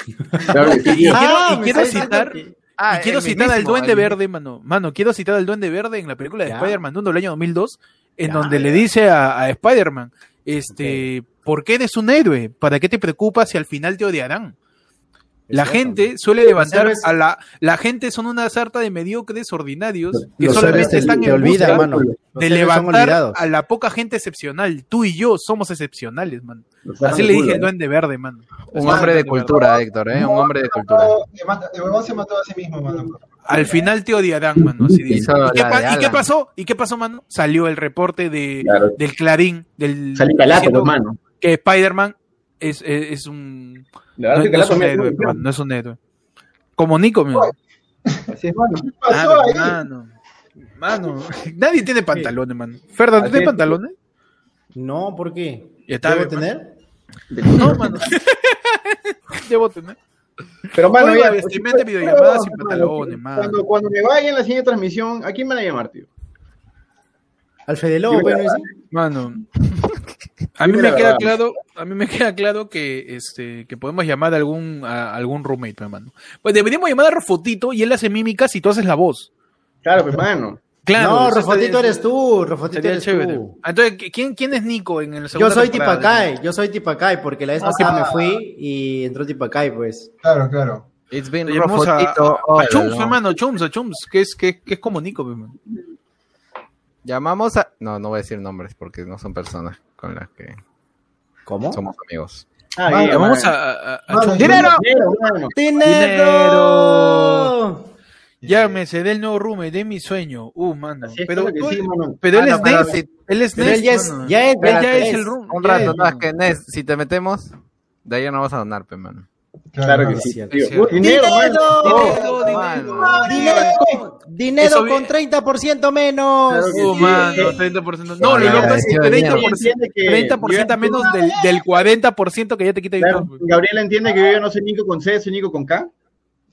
Claro que sí,
Y
tío.
Ah,
quiero, y
me
quiero
está
citar...
diciendo que-
Ah,
y quiero
el
citar al
mismísimo,
Duende
el-
Verde, mano. Mano, quiero citar al Duende Verde en la película de
Ya.
Spider-Man 1 del año 2002, en donde le dice a, a Spider-Man, este, ¿por qué eres un héroe? ¿Para qué te preocupas si al final te odiarán? La
Exacto.
gente suele
Pues,
levantar
héroes-
a la... La gente son una sarta de mediocres ordinarios que
Los héroes
solamente
te,
están
te
en
olvidan,
busca
mano. Los
de
héroes son
levantar
olvidados.
a la poca gente excepcional. Tú y yo somos excepcionales, mano.
Claro,
Así le
culo,
dije
¿eh?
al
¿no?
Duende Verde, mano.
Un hombre de cultura, Héctor, ¿eh? Un hombre de cultura.
No, le mata- el huevón se mató a sí mismo, mano.
Al final te odiarán, mano. Así dice.
Hizo
¿Y, qué
la
pa-
de
y qué
Alan.
pasó? ¿Y qué pasó, mano? Salió el reporte de,
Claro.
del Clarín, del
Salí calato,
diciendo
pues, mano.
que Spider-Man es, es, es un no,
La
no
verdad es que
es
calato
un
me hace
héroe,
muy
mano, no es un héroe. Como Nico, mano.
bien. Así es, mano.
¿Qué pasó
Claro,
ahí?
mano. Mano, nadie tiene pantalones, mano. Ferdan, ¿tú
Así
tienes
es.
pantalones?
No, ¿por qué?
Ya está,
¿Debo
ve,
tener?
No, mano. Debo tener.
Pero, mano,
Vuelve
ya.
a vestimenta videollamada sin pantalones,
Cuando,
mano.
cuando me vaya en la siguiente transmisión, ¿a quién me van a llamar, tío?
Al Fede Lobo,
Dime
bueno,
la
dice.
Mano, a mí
Dime
me
la
queda
verdad.
claro, a mí me queda claro que este que podemos llamar a algún a algún roommate, pues, mano. Pues deberíamos llamar a Rofotito y él hace mímicas y tú haces la voz.
Claro, pues, mano.
Claro.
no,
eso
Rofotito
estaría-
eres tú, Rofotito
Sería
eres
chévere.
tú.
Ah, Entonces, ¿quién, ¿quién es Nico en el segundo?
Yo soy Tipacay, yo soy Tipacay, porque
Ah,
la vez pasada me fui y entró Tipacay, pues.
Claro, claro.
It's been
Llamamos a,
Rofotito
a- a
all
Ah, Chums,
along.
hermano, Chums, a Chums, que es, que, que es como Nico, pues, mano.
Llamamos a... No, no voy a decir nombres porque no son personas con las que
¿Cómo?
somos amigos.
Ah,
Mano,
ya,
Llamamos
mano.
a, a- a
Mano,
Chums.
yo-
¡Dinero! ¡Dinero, mano!
¡Dinero!
Llámese del nuevo roommate de mi sueño. Uh, mano.
Así es,
Pero,
claro que Ah,
tú-
sí, mano.
pero él
Mano,
es
pero
Ness,
si-
él es
Pero él
Ness,
ya es,
mano.
ya es,
Él ya
espérate,
es
es.
el room.
Un
ya
rato,
es,
no, es
mano.
que Nes, si te metemos, de ahí ya no vas a donar, pe, mano.
Claro que
mano.
sí,
es
tío.
cierto.
Uy, ¡Dinero, mano!
Dinero,
Oh,
dinero.
mano.
Dinero, con- dinero
Eso vi-
con 30% menos.
Claro que
Uh,
sí.
mano, 30%. No,
Ay,
lo loco es
agradecido de mierda.
30%, 30% menos del, del 40% que ya te quita pues.
Claro,
YouTube.
Gabriela entiende que yo ya no soy Nico con C, soy Nico con K.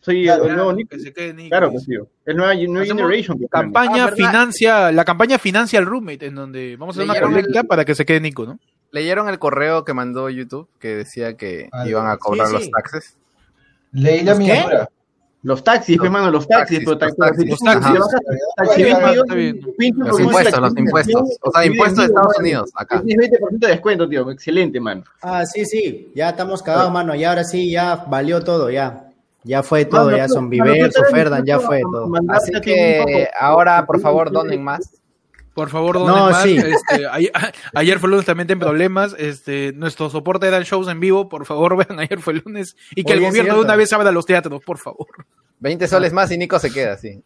Soy
Claro,
el nuevo
Ah. Claro,
Nico.
que se quede Nico.
Claro, pues, tío. El nueva, nueva
Hacemos
Generation. pues, mano.
Campaña
Ah, ¿verdad?
financia, la campaña financia al roommate, en donde vamos a hacer una
Leyeron el-
colecta para que se quede Nico, ¿no?
¿Leyeron el correo que mandó YouTube que decía que
Ah,
iban a cobrar
sí.
los taxes?
Leí la
¿Qué?
miniatura.
Los taxis, pues, mano, los
taxis,
taxis. pero
los
taxis-
taxis. Los taxis.
Taxi
Oye,
veinte,
está
veinte,
bien.
veinte,
Los
veinte,
impuestos,
veinte,
los impuestos. O sea,
veinte,
impuestos de
veinte,
Estados
veinte,
Unidos, acá.
20% de descuento, tío. Excelente, mano.
Ah, sí, sí, ya estamos cagados, mano. Ya ahora sí, ya valió todo, ya. Ya fue todo,
Mano,
ya
tú-
son
mano,
Viver,
tú sabes,
Ferdan, ya
incluso
fue
a-
todo.
mandarte
Así
a ti un
que
poco.
ahora, por favor, donen más.
Por favor, donen
No,
más.
sí.
Este, ayer, ayer fue lunes también en problemas. Este, nuestro soporte eran shows en vivo. Por favor, vean, ayer fue lunes. Y que el
Oye, es
gobierno de
cierto.
una vez abra los teatros, por favor.
20 soles más y Nico se queda así.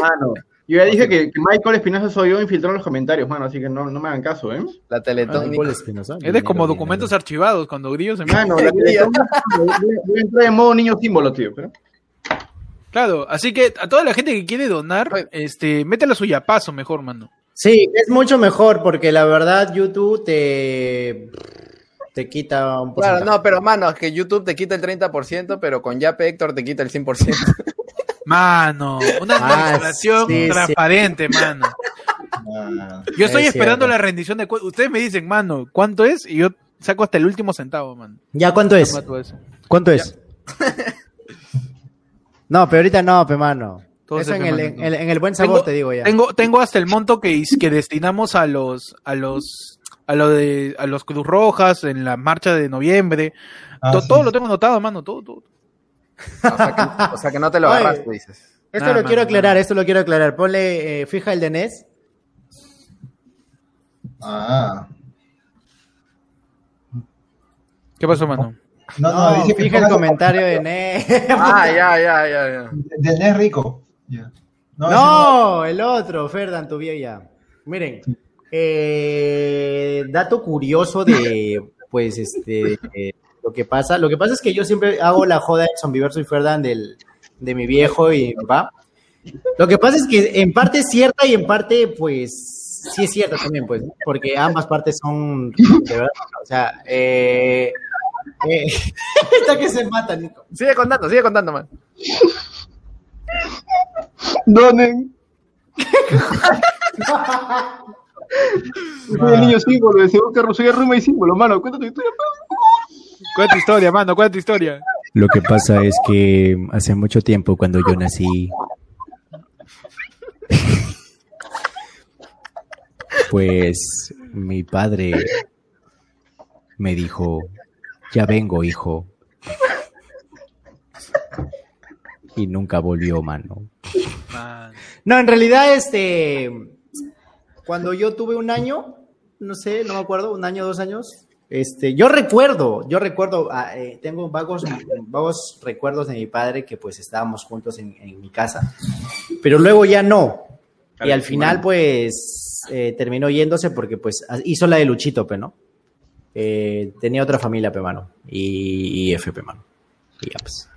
Mano, yo ya dije que que Michael Espinosa soy yo infiltrado en los comentarios, mano, así que no, no me hagan caso, ¿eh?
La
Ah,
Teletón. Nico.
Es de como documentos archivados cuando Grillo se
Ah.
Mano, la Teletón- voy a- voy a entrar en modo niño símbolo, tío. pero-
Claro, así que a toda la gente que quiere donar, este, métela su yapazo mejor, mano.
Sí, es mucho mejor porque la verdad YouTube te, te quita un porcentaje.
Claro, no, pero mano, es que YouTube te quita el 30%, pero con Yape Héctor te quita el 100%.
Mano, una
Ah,
administración
sí, sí.
transparente, mano.
Ah,
Yo estoy
Es
esperando
cierto.
la rendición de cuentas. Ustedes me dicen, mano, ¿cuánto es? Y yo saco hasta el último centavo, mano.
¿Ya cuánto es?
Toma todo eso.
¿Cuánto es? no, pero ahorita no, pe mano.
Todo
Eso
se
en
pe,
el,
mano,
en,
todo.
el- en el buen sabor te digo ya.
Tengo, tengo hasta el monto que, is- que destinamos a los, a los, a lo de, a los Cruz Rojas en la marcha de noviembre.
ah,
To-
sí.
Todo lo tengo anotado, mano, todo, todo.
O sea que, o sea que no te lo
Oye.
agarraste, dices.
Esto
Nada,
lo quiero
mano,
aclarar,
nada.
esto lo quiero aclarar. Ponle, eh, fija el de NES.
Ah.
¿Qué pasó, mano?
No, no,
No,
dice que
fija el
pongas
comentario de E Ne-
Ah, ya, ya, ya, ya.
Del NES rico. Ya. No,
No, el otro, Ferdan, tu ya. Miren, eh, dato curioso de, pues, este, eh, lo que pasa. Lo que pasa es que yo siempre hago la joda de Zombiverso y Ferdan del, de mi viejo y mi papá. Lo que pasa es que en parte es cierta y en parte, pues, sí es cierta también, pues, ¿no? porque ambas partes son, de verdad, o sea, eh, eh, está que se mata, Nico.
Sigue contando, sigue contando, man.
Donen. Soy el niño símbolo, de Según Carlos, soy Ruma y símbolo, mano. Cuenta tu historia,
Cuenta tu historia, mano, cuenta tu historia.
Lo que pasa es que hace mucho tiempo cuando yo nací, pues mi padre me dijo, ya vengo, hijo. Y nunca volvió, mano.
Man.
No, en realidad, este, cuando yo tuve un año, no sé, no me acuerdo, un año, dos años, este, yo recuerdo, yo recuerdo, ah, eh, tengo vagos, vagos recuerdos de mi padre que pues estábamos juntos en, en mi casa, pero luego ya no. Y al final, pues, eh, terminó yéndose porque pues hizo la de Luchito, pe, ¿no? Eh, tenía otra familia, pe, mano, y, y FP, mano. Y ya, pues.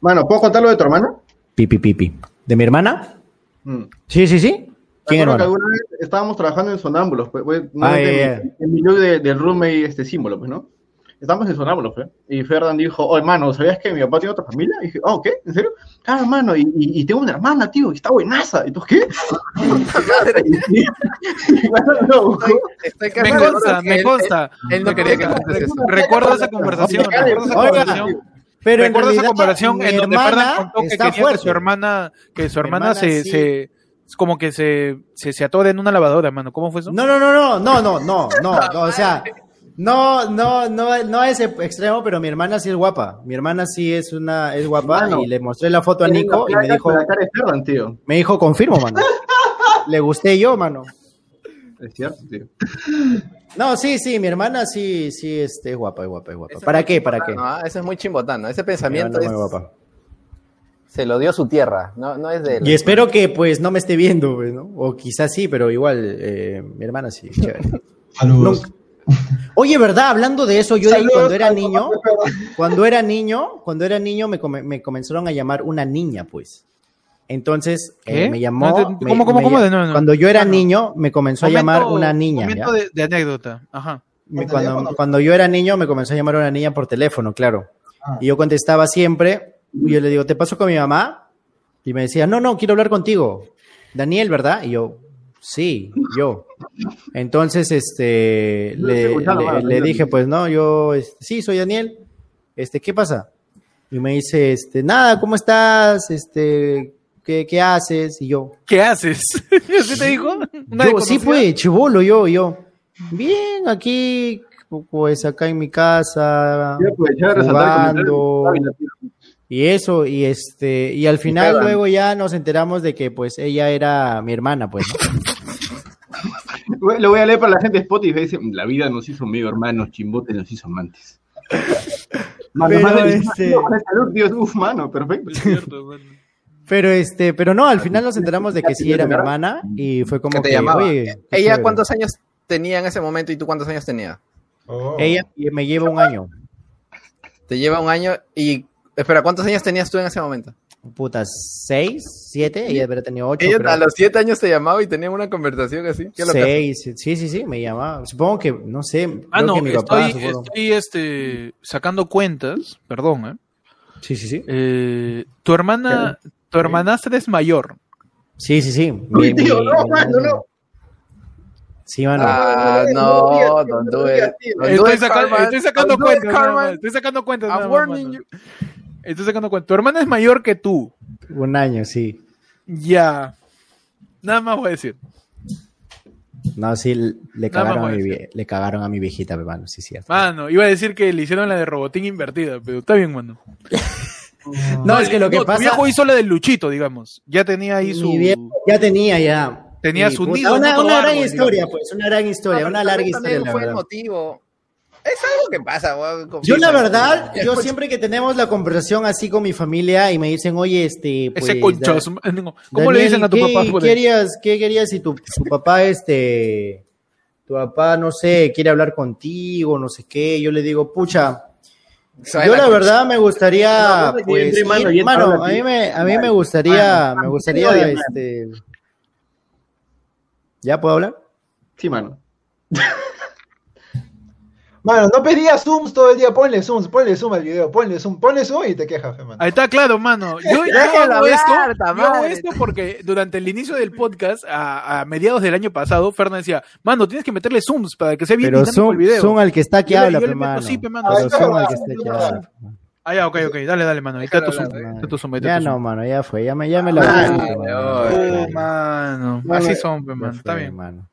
Mano, ¿puedo contar lo de tu hermana?
Pipi, pipi. ¿De mi hermana?
Mm.
Sí, sí, sí. ¿Quién
Recuerdo que
hermana?
alguna vez estábamos trabajando en Sonámbulos, pues, pues,
Ah,
nuevamente
ya, ya.
en, en mi look de, del roommate este símbolo, pues, ¿no? Estábamos en Sonámbulos, pues, y Ferdan dijo, oh, hermano, ¿sabías que mi papá tiene otra familia? Y dije, oh, ¿qué? ¿En serio? Claro, hermano, y, y- y tengo una hermana, tío, y está buenaza. ¿Y tú qué? Y- y bueno, lo buscó.
Estoy
Me
cagado,
consta,
porque
me
él-
consta.
Él, él no quería que contes eso.
Recuerdo esa conversación,
Oiga,
recuerdo esa
oiga.
conversación.
Pero en
Recuerdo esa
realidad,
comparación
mi
en donde
hermana
Fernan contó que
está
quería que
fuerte.
su hermana, que su
Mi
hermana,
hermana
se,
sí.
se- como que se, se, se ató en una lavadora, mano. ¿Cómo fue eso?
No, no, no, no, no, no, no, no, no, o sea, no, no, no, no a ese extremo, pero mi hermana sí es guapa. Mi hermana sí es una, es guapa
Mano.
y le mostré la foto a Nico y
Tiene
me
la placa
dijo,
con la cara de Ferdan, tío.
me dijo, confirmo, mano. Le gusté yo, mano.
Es cierto, tío.
No, sí, sí, mi hermana sí, sí, este, es guapa, es guapa, es guapa. ¿Para qué? ¿Para qué?
No, ah, eso es muy chimbotano.
Mi
Ese
hermana
pensamiento
es
es,
muy guapa.
se lo dio su tierra, no, no es de él.
Y espero que, pues, no me esté viendo, pues, ¿no? O quizás sí, pero igual, eh, mi hermana sí, chévere.
Pues.
Saludos.
Nunca- Oye, ¿verdad? Hablando de eso, yo de ahí
Saludos
cuando era
al
niño,
papá de Ferdan.
cuando era niño, cuando era niño me, come- me comenzaron a llamar una niña, pues. Entonces, eh,
¿Qué?
me llamó.
No entendí.
me-
¿Cómo, cómo,
me
cómo?
ll-
De nuevo, de nuevo.
Cuando yo era
Ah, no.
niño, me comenzó a llamar una niña.
Momento
¿ya?
de, de anécdota. Ajá.
Me-
¿Por
Cuando,
teléfono?
cuando yo era niño, me comenzó a llamar una niña por teléfono, claro.
Ah.
Y yo contestaba siempre. Y yo le digo, ¿te paso con mi mamá? Y me decía, no, no, quiero hablar contigo. Daniel, ¿verdad? Y yo, sí, yo. Entonces, este,
No
le,
te escuchaba,
le-
mano,
le
yo-
dije, pues no, yo, este, sí, soy Daniel. Este, ¿qué pasa? Y me dice, este, nada, ¿cómo estás? Este, ¿qué, qué haces? Y yo,
¿Qué haces? ¿Sí te dijo? Una
yo, sí,
desconocida.
pues, chivolo, yo, yo. Bien, aquí, pues, acá en mi casa.
Quiero aprovechar de resaltar pues, el comentario
Jugando.
de Fabio, tío.
Y eso, y este, y al final
Esteban.
luego ya nos enteramos de que, pues, ella era mi hermana, pues. ¿no?
Güey, Lo voy a leer para la gente de Spotify. Dice: La vida nos hizo medio hermanos, chimbote nos hizo amantes. Mano,
Pero
madre,
este-
tío, con esa luz, Dios, uf, mano, perfecto.
Es cierto, mano.
Pero este, pero no, al final nos enteramos de que sí era mi hermana y fue como
Que
que,
te llamaba.
oye, qué
¿Ella
chévere.
cuántos años tenía en ese momento y tú cuántos años tenías?
Oh.
Ella me lleva un año.
Te lleva un año y... Espera, ¿cuántos años tenías tú en ese momento?
Puta, seis, siete, ella habrá tenido ocho.
Ella
creo.
a los siete años te llamaba y tenían una conversación así. ¿Qué lo que
Seis, sí, sí, sí, me llamaba. Supongo que, no sé,
Ah,
creo
no,
que mi papá,
estoy,
supongo.
estoy este, sacando cuentas, perdón, ¿eh?
Sí, sí, sí.
Eh, tu hermana, tu hermanastra es mayor.
Sí, sí, sí. Mi-
Uy, tío,
mi-
no,
mi-
mano, no.
Sí, mano.
Ah, no, don Due.
Estoy, saca- estoy sacando cuentas. nada más,
Carmen.
Estoy sacando cuentas.
I'm
nada más,
warning
mano. Estoy sacando cuentas. Tu hermana es mayor que tú.
Un año, sí.
Ya. Nada más voy a decir.
No, sí, le
Nada más Ah,
cagaron, a
voy a
mi, vie- le cagaron a mi viejita, hermano, sí, es cierto.
Mano, iba a decir que le hicieron la de robotín invertida, pero está bien, mano.
No, es que lo que
No, tu
pasa.
viejo hizo la del Luchito, digamos. Ya tenía ahí su.
mi viejo ya tenía ya.
Tenía
Y
su
puta,
nido en
Una,
otro
una gran
árbol,
historia,
digamos.
pues, una gran historia, una larga historia, la
fue el
verdad.
motivo. Es algo que pasa, weón. con-
Yo la verdad, yo siempre que tenemos la conversación así con mi familia y me dicen, oye, este, pues,
Ese concha.
Da-
su- no, ¿Cómo le
Daniel,
dicen a tu
¿qué
papá? joder?
Querías, ¿Qué querías si tu, tu papá, este, tu papá, no sé, quiere hablar contigo, no sé qué? Yo le digo, pucha,
Se va
yo
a
la
concha.
verdad me gustaría,
No, no,
pues,
entre mano
ir-
y entre
mano,
habla,
a mí
tío.
me, a mí me
Mano,
gustaría,
mano,
me gustaría,
oye, mano.
este, ¿ya puedo hablar?
Sí, mano.
Mano, no pedía zooms todo el día, ponle zooms, ponle zoom al video, ponle zoom, ponle zoom y te quejas, fe, mano.
Ahí está claro, mano. Yo, yo
Déjalo
hago,
hablar,
esto,
ta
yo hago
madre.
esto porque durante el inicio del podcast, a, a mediados del año pasado, Fernán decía, mano, tienes que meterle zooms para que sea bien
Pero
dinámico el
son,
video.
son al que está que
Yo le-
habla,
yo le
pe,
meto
mano.
sí, pe, mano.
Pero
Ah,
son al
es
que
verdad,
está
es
que
verdad.
habla, pe, mano.
Ah, ya, ok, ok. Dale, dale, mano. Ahí está tu zoom.
Déjalo
Ahí está tu zoom. ahí está
Ya
tu
no,
zoom.
mano, ya fue, ya me, ya me la
Ah,
pusiste,
no,
mano.
Oh, mano. Así son, pe,
Ya
mano. Está
fue,
bien.
mano.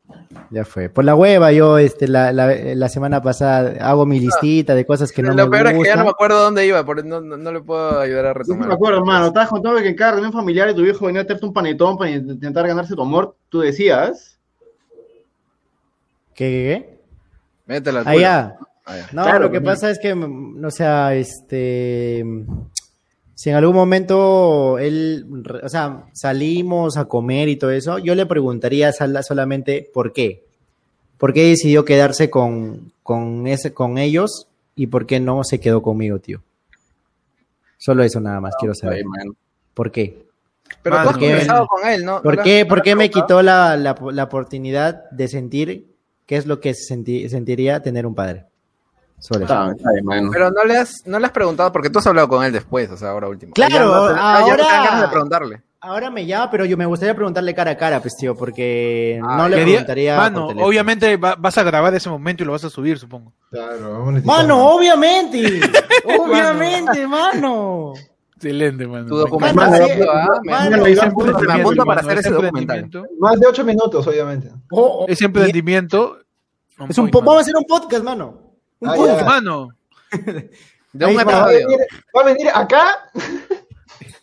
Ya fue. Por la hueva, yo este, la, la, la semana pasada hago mi listita de cosas que no
Ah. lo
me
peor es que ya no
gustan.
me acuerdo dónde iba, por no, no, no le puedo ayudar a
Yo sí
retomar.
me acuerdo, mano. Estabas contando que en cada reunión familiar y tu viejo venía a hacerte un panetón para intentar ganarse tu amor. Tú decías.
¿Qué, qué,
Métela
qué?
al culo.
Allá.
Ah, ya.
No,
Claro,
lo que
pues,
pasa es que, mm, o sea, este. Si en algún momento él, re- o sea, salimos a comer y todo eso, yo le preguntaría sal- solamente por qué. ¿Por qué decidió quedarse con, con, ese, con ellos y por qué no se quedó conmigo, tío? Solo eso nada más, quiero
Ay,
saber.
mano.
¿Por qué?
Pero tú has
Mano,
conversado con él, ¿no?
¿Por
¿No
qué,
le-
por
no
qué
le
me
has
quitó la, la- la oportunidad de sentir qué es lo que se senti- sentiría tener un padre? Solo eso.
Ah.
Está, está bien,
preguntado?
mano.
Pero no le, has, no le has preguntado, porque tú has hablado con él después, o sea, ahora último.
Claro,
Ya no te- ya no te dan
ahora-
ganas de preguntarle.
Ahora me llama, pero yo me gustaría preguntarle cara a cara, pues tío, porque
Ah,
no le
Quería-
preguntaría. por
Mano,
teléfono.
obviamente va- vas a grabar ese momento y lo vas a subir, supongo.
Claro, vamos a necesitar-
Mano, obviamente. obviamente, mano.
Excelente, mano.
Tu
Me
documental.
encanta.
Mano,
Mano,
sí,
ah, me-
mano,
me-
Ese
apunto- me
emprendimiento,
apunto para
hermano,
hacer ese documental.
emprendimiento-
Más de 8 minutos, obviamente.
Oh, oh,
Ese emprendimiento.
es un po- vamos a hacer un podcast, mano. Un
Ah, ya.
podcast.
Mano,
De un
Ahí
Va a,
episodio.
venir, va a venir acá.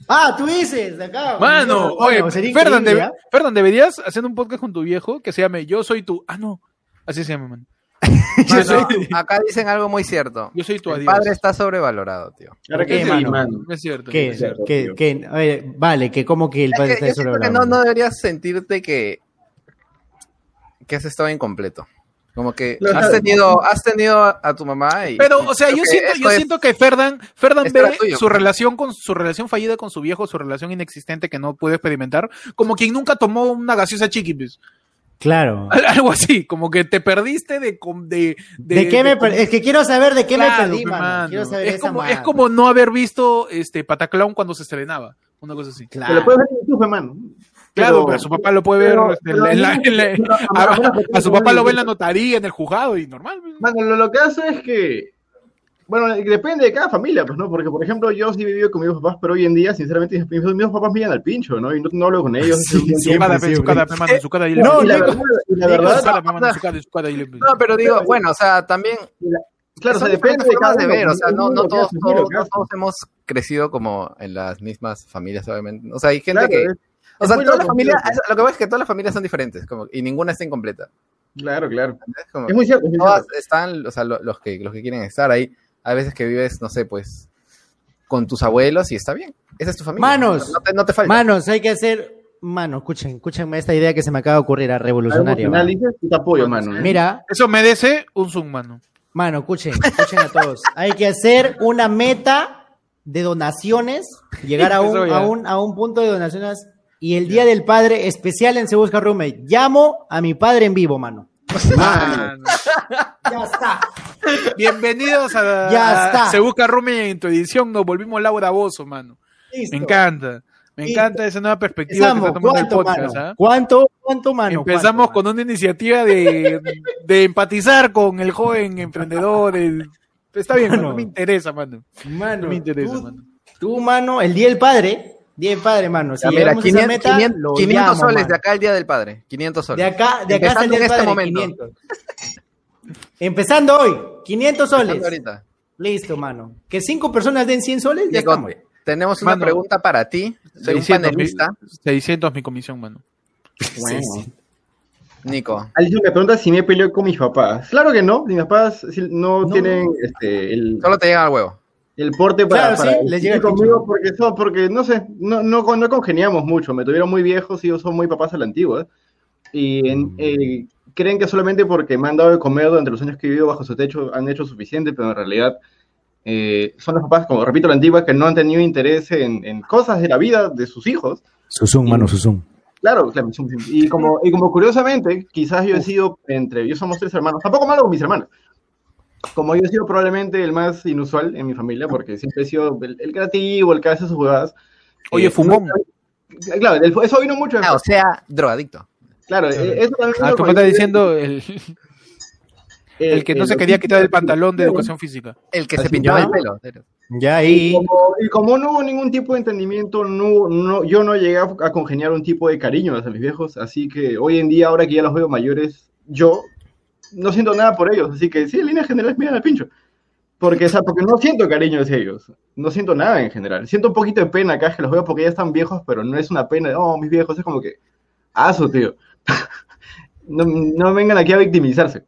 Ah, tú dices, de acá.
mano, oye,
sería
Fernan,
increíble,
debe-
¿ah?
Fernan, deberías hacer un podcast con tu viejo que se llame Yo soy tu. Ah, no. Así se llama, man.
Mano,
Yo soy,
acá dicen algo muy cierto.
yo soy tu
El
adiós.
padre está sobrevalorado, tío.
Claro
¿Qué,
que sí,
mano?
mano.
No es cierto.
Que-
no es cierto.
que-
tío.
que- oye, vale, que como que el
Es
padre
que
está
yo siento que no,
sobrevalorado.
no deberías sentirte que, que has estado incompleto. Como que
No,
has
no.
tenido, has tenido a, a tu mamá y.
Pero, o sea,
creo
yo
que
siento,
esto
yo
es-
siento que Ferdan, Ferdan
esto era
ve
tuyo.
su relación con su relación fallida con su viejo, su relación inexistente que no pudo experimentar, como quien nunca tomó una gaseosa chiqui, pues.
Claro.
Al- Algo así, como que te perdiste de com- de,
¿De, qué me per- Es que quiero saber de qué me
Claro,
perdí,
pe,
mano.
mano.
Quiero saber
es,
esa
como,
madre.
es como no haber visto este Pataclown cuando se estrenaba, una cosa así.
Te lo
Claro.
puedes ver en YouTube, mano.
Claro, pero, su papá lo puede
Ah. pero-
ver este,
pero-
en la- en la-
pero-
a,
pero-
a su papá lo ve en la notaría, en el juzgado y normal. pues.
Mano, lo, lo que hace es que. Bueno, depende de cada familia, pues, ¿no? Porque, por ejemplo, yo sí he vivido con mis papás, pero hoy en día, sinceramente, mis, mis mismos papás me llegan al pincho, ¿no? Y no, no hablo con ellos.
Sí,
hace un
Su
siempre,
cara, pe,
tiempo.
su
siempre.
cara, pe, mano, su cara, dile,
no,
Y la
Nico,
verdad, y la
Nico,
verdad,
su cara, pe, mano, su cara, su cara, dile,
No, pero digo, bueno, o sea, también.
claro, o sea,
son
depende
diferentes
de cada
formas de
uno,
ver, o sea, no, no
uno lo que
todos,
hace, uno
todos,
lo que
no
hace.
todos hemos crecido como en las mismas familias, obviamente. O sea, hay gente
Claro,
que.
es-
O sea,
muy
todas
loco,
las familias,
muy loco.
lo que pasa es que todas las familias son diferentes como, y ninguna está incompleta.
Claro, claro.
¿entendés? Como-
Es muy cierto. es muy
ah,
todas
cierto.
están, o sea, lo- los, que, los que quieren estar ahí. Hay veces que vives, no sé, pues, con tus abuelos y está bien. Esa es tu familia.
Manos.
No te, no te falta.
Manos, hay que hacer. Mano, escuchen, escúchenme esta idea que se me acaba de ocurrir a revolucionario.
Algo
mano.
final dices, y te apoyo, mano. ¿eh?
Mira,
Eso merece un zoom, mano.
mano, escuchen, escuchen a todos. Hay que hacer una meta de donaciones, llegar a
Eso
un,
ya.
a un, a un punto de donaciones. Y el día del padre, especial en Se Busca Roommate. Llamo a mi padre en vivo, mano.
Mano.
Ya está.
Bienvenidos a,
Ya está.
a Se Busca Rumi en tu edición, nos volvimos Laura Bozo, mano.
Listo.
Me encanta. Me
Listo.
encanta esa nueva perspectiva
Empezamos.
que está tomando el
¿Cuánto,
podcast.
mano?
¿ah?
¿Cuánto, cuánto, mano?
Empezamos
¿Cuánto,
con una iniciativa de, de empatizar con el joven emprendedor. el- Está bien, mano,
Mano.
me interesa, mano.
mano?
No me interesa,
tú,
mano.
tú, mano, el día del padre, día del padre, mano. Si
Ya, mira,
llegamos a esa
500,
meta,
500,
lo
500
llamo,
soles
mano.
de acá al Día del Padre. 500 soles.
De acá, de acá hasta el día
Empezando en
del
este
padre,
momento.
500. Empezando hoy, 500 soles.
Empezando ahorita.
Listo, mano. Que cinco personas den 100 soles, ya
Diego,
estamos.
tenemos una
Mano.
pregunta para ti. Soy un
600 mi,
panelista.
600 mi comisión, mano.
Bueno.
Nico.
Alison me pregunta si me peleó con mis papás. Claro que no, mis papás sí, no,
No.
tienen este, el,
Solo te llegan al huevo.
el porte para,
Claro, sí,
para
les
discutir
llega el
conmigo porque, son- porque no sé, no, no, con- no congeniamos mucho. Me tuvieron muy viejos y yo soy muy papás a la antigua. Y
Mm.
en- eh, creen que solamente porque me han dado de comer durante los años que he vivido bajo su techo han hecho suficiente, pero en realidad eh, son los papás, como repito, a la antigua, que no han tenido interés en- en cosas de la vida de sus hijos.
Susum, mano, Susum.
Claro, claro, sí, sí. y como, y como curiosamente, quizás yo he sido entre, yo somos tres hermanos, tampoco malo con mis hermanos. Como yo he sido probablemente el más inusual en mi familia, porque siempre he sido el, el creativo, el que hace sus jugadas.
Oye,
Eh,
fumón.
nunca- claro, el- eso vino mucho. de-
Ah, o sea, drogadicto.
claro, eh, eso también
Ah,
lo
tú me estás
coincide-
diciendo el, el que
Eh,
no se quería quitar el pantalón de educación física.
El que se
Así
pintaba
ya.
el pelo.
Ya
Y
ahí.
como, y como no hubo ningún tipo de entendimiento, no, no, yo no llegué a, a congeniar un tipo de cariño hacia mis viejos, así que hoy en día, ahora que ya los veo mayores, yo no siento nada por ellos, así que sí, en líneas generales me dan al pincho. Porque, o sea, porque no siento cariño hacia ellos, no siento nada en general. Siento un poquito de pena acá que los veo porque ya están viejos, pero no es una pena, de, oh, mis viejos, es como que, aso, tío. no, no vengan aquí a victimizarse.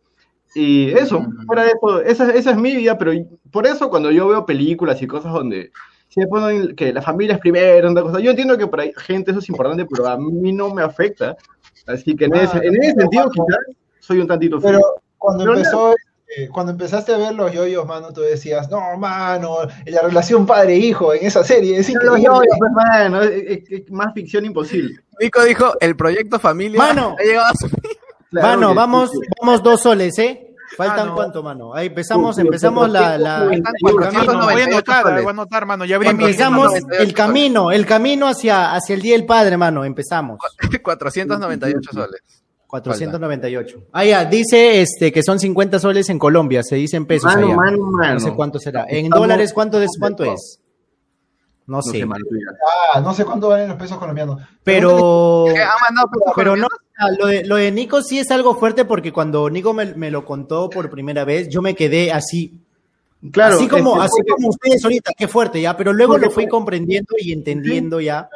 Y eso, fuera de eso, esa, esa es mi vida, pero por eso cuando yo veo películas y cosas donde se ponen que la familia es primero, tanta cosa, yo entiendo que para gente eso es importante, pero a mí no me afecta. Así que en, ese, en ese sentido quizás soy un tantito
Pero cuando
Pero no.
empezó, eh, cuando empezaste a ver los yoyos, mano, tú decías, no, mano, la relación padre-hijo en esa serie es
Pero los
increíble".
yoyos, pues, mano, es- es- es más ficción imposible.
Nico dijo, el proyecto familia
Mano.
ha llegado a su
Claro
mano,
que-
vamos, vamos dos soles, ¿eh? Faltan
Ah, no.
cuánto, mano. Ahí empezamos,
Sí, sí,
empezamos
sí,
la.
sí,
la-
sí,
el
sí,
camino.
No, voy a
98
anotar,
soles.
voy a anotar, mano. Ya abrí mi
Empezamos
agenda.
el camino, el camino hacia, hacia el Día del Padre, mano. Empezamos.
498 soles.
498. Ah, ya, dice este, que son 50 soles en Colombia, se dice en pesos.
Mano,
allá.
mano, mano.
No sé cuánto será. En
Estamos-
dólares, ¿cuánto es? ¿Cuánto es? No
No
sé.
sé, mano, tú dirás.
Ah, no sé cuánto valen los pesos colombianos.
Pero.
¿Qué? ¿Ha mandado pesos
Pero no,
colombianos?
o sea, lo de, lo de Nico sí es algo fuerte porque cuando Nico me, me lo contó por primera vez, yo me quedé así.
Claro,
así como,
este,
así
porque-
como ustedes ahorita, qué fuerte ya, pero luego
Porque-
lo fui comprendiendo y entendiendo ya.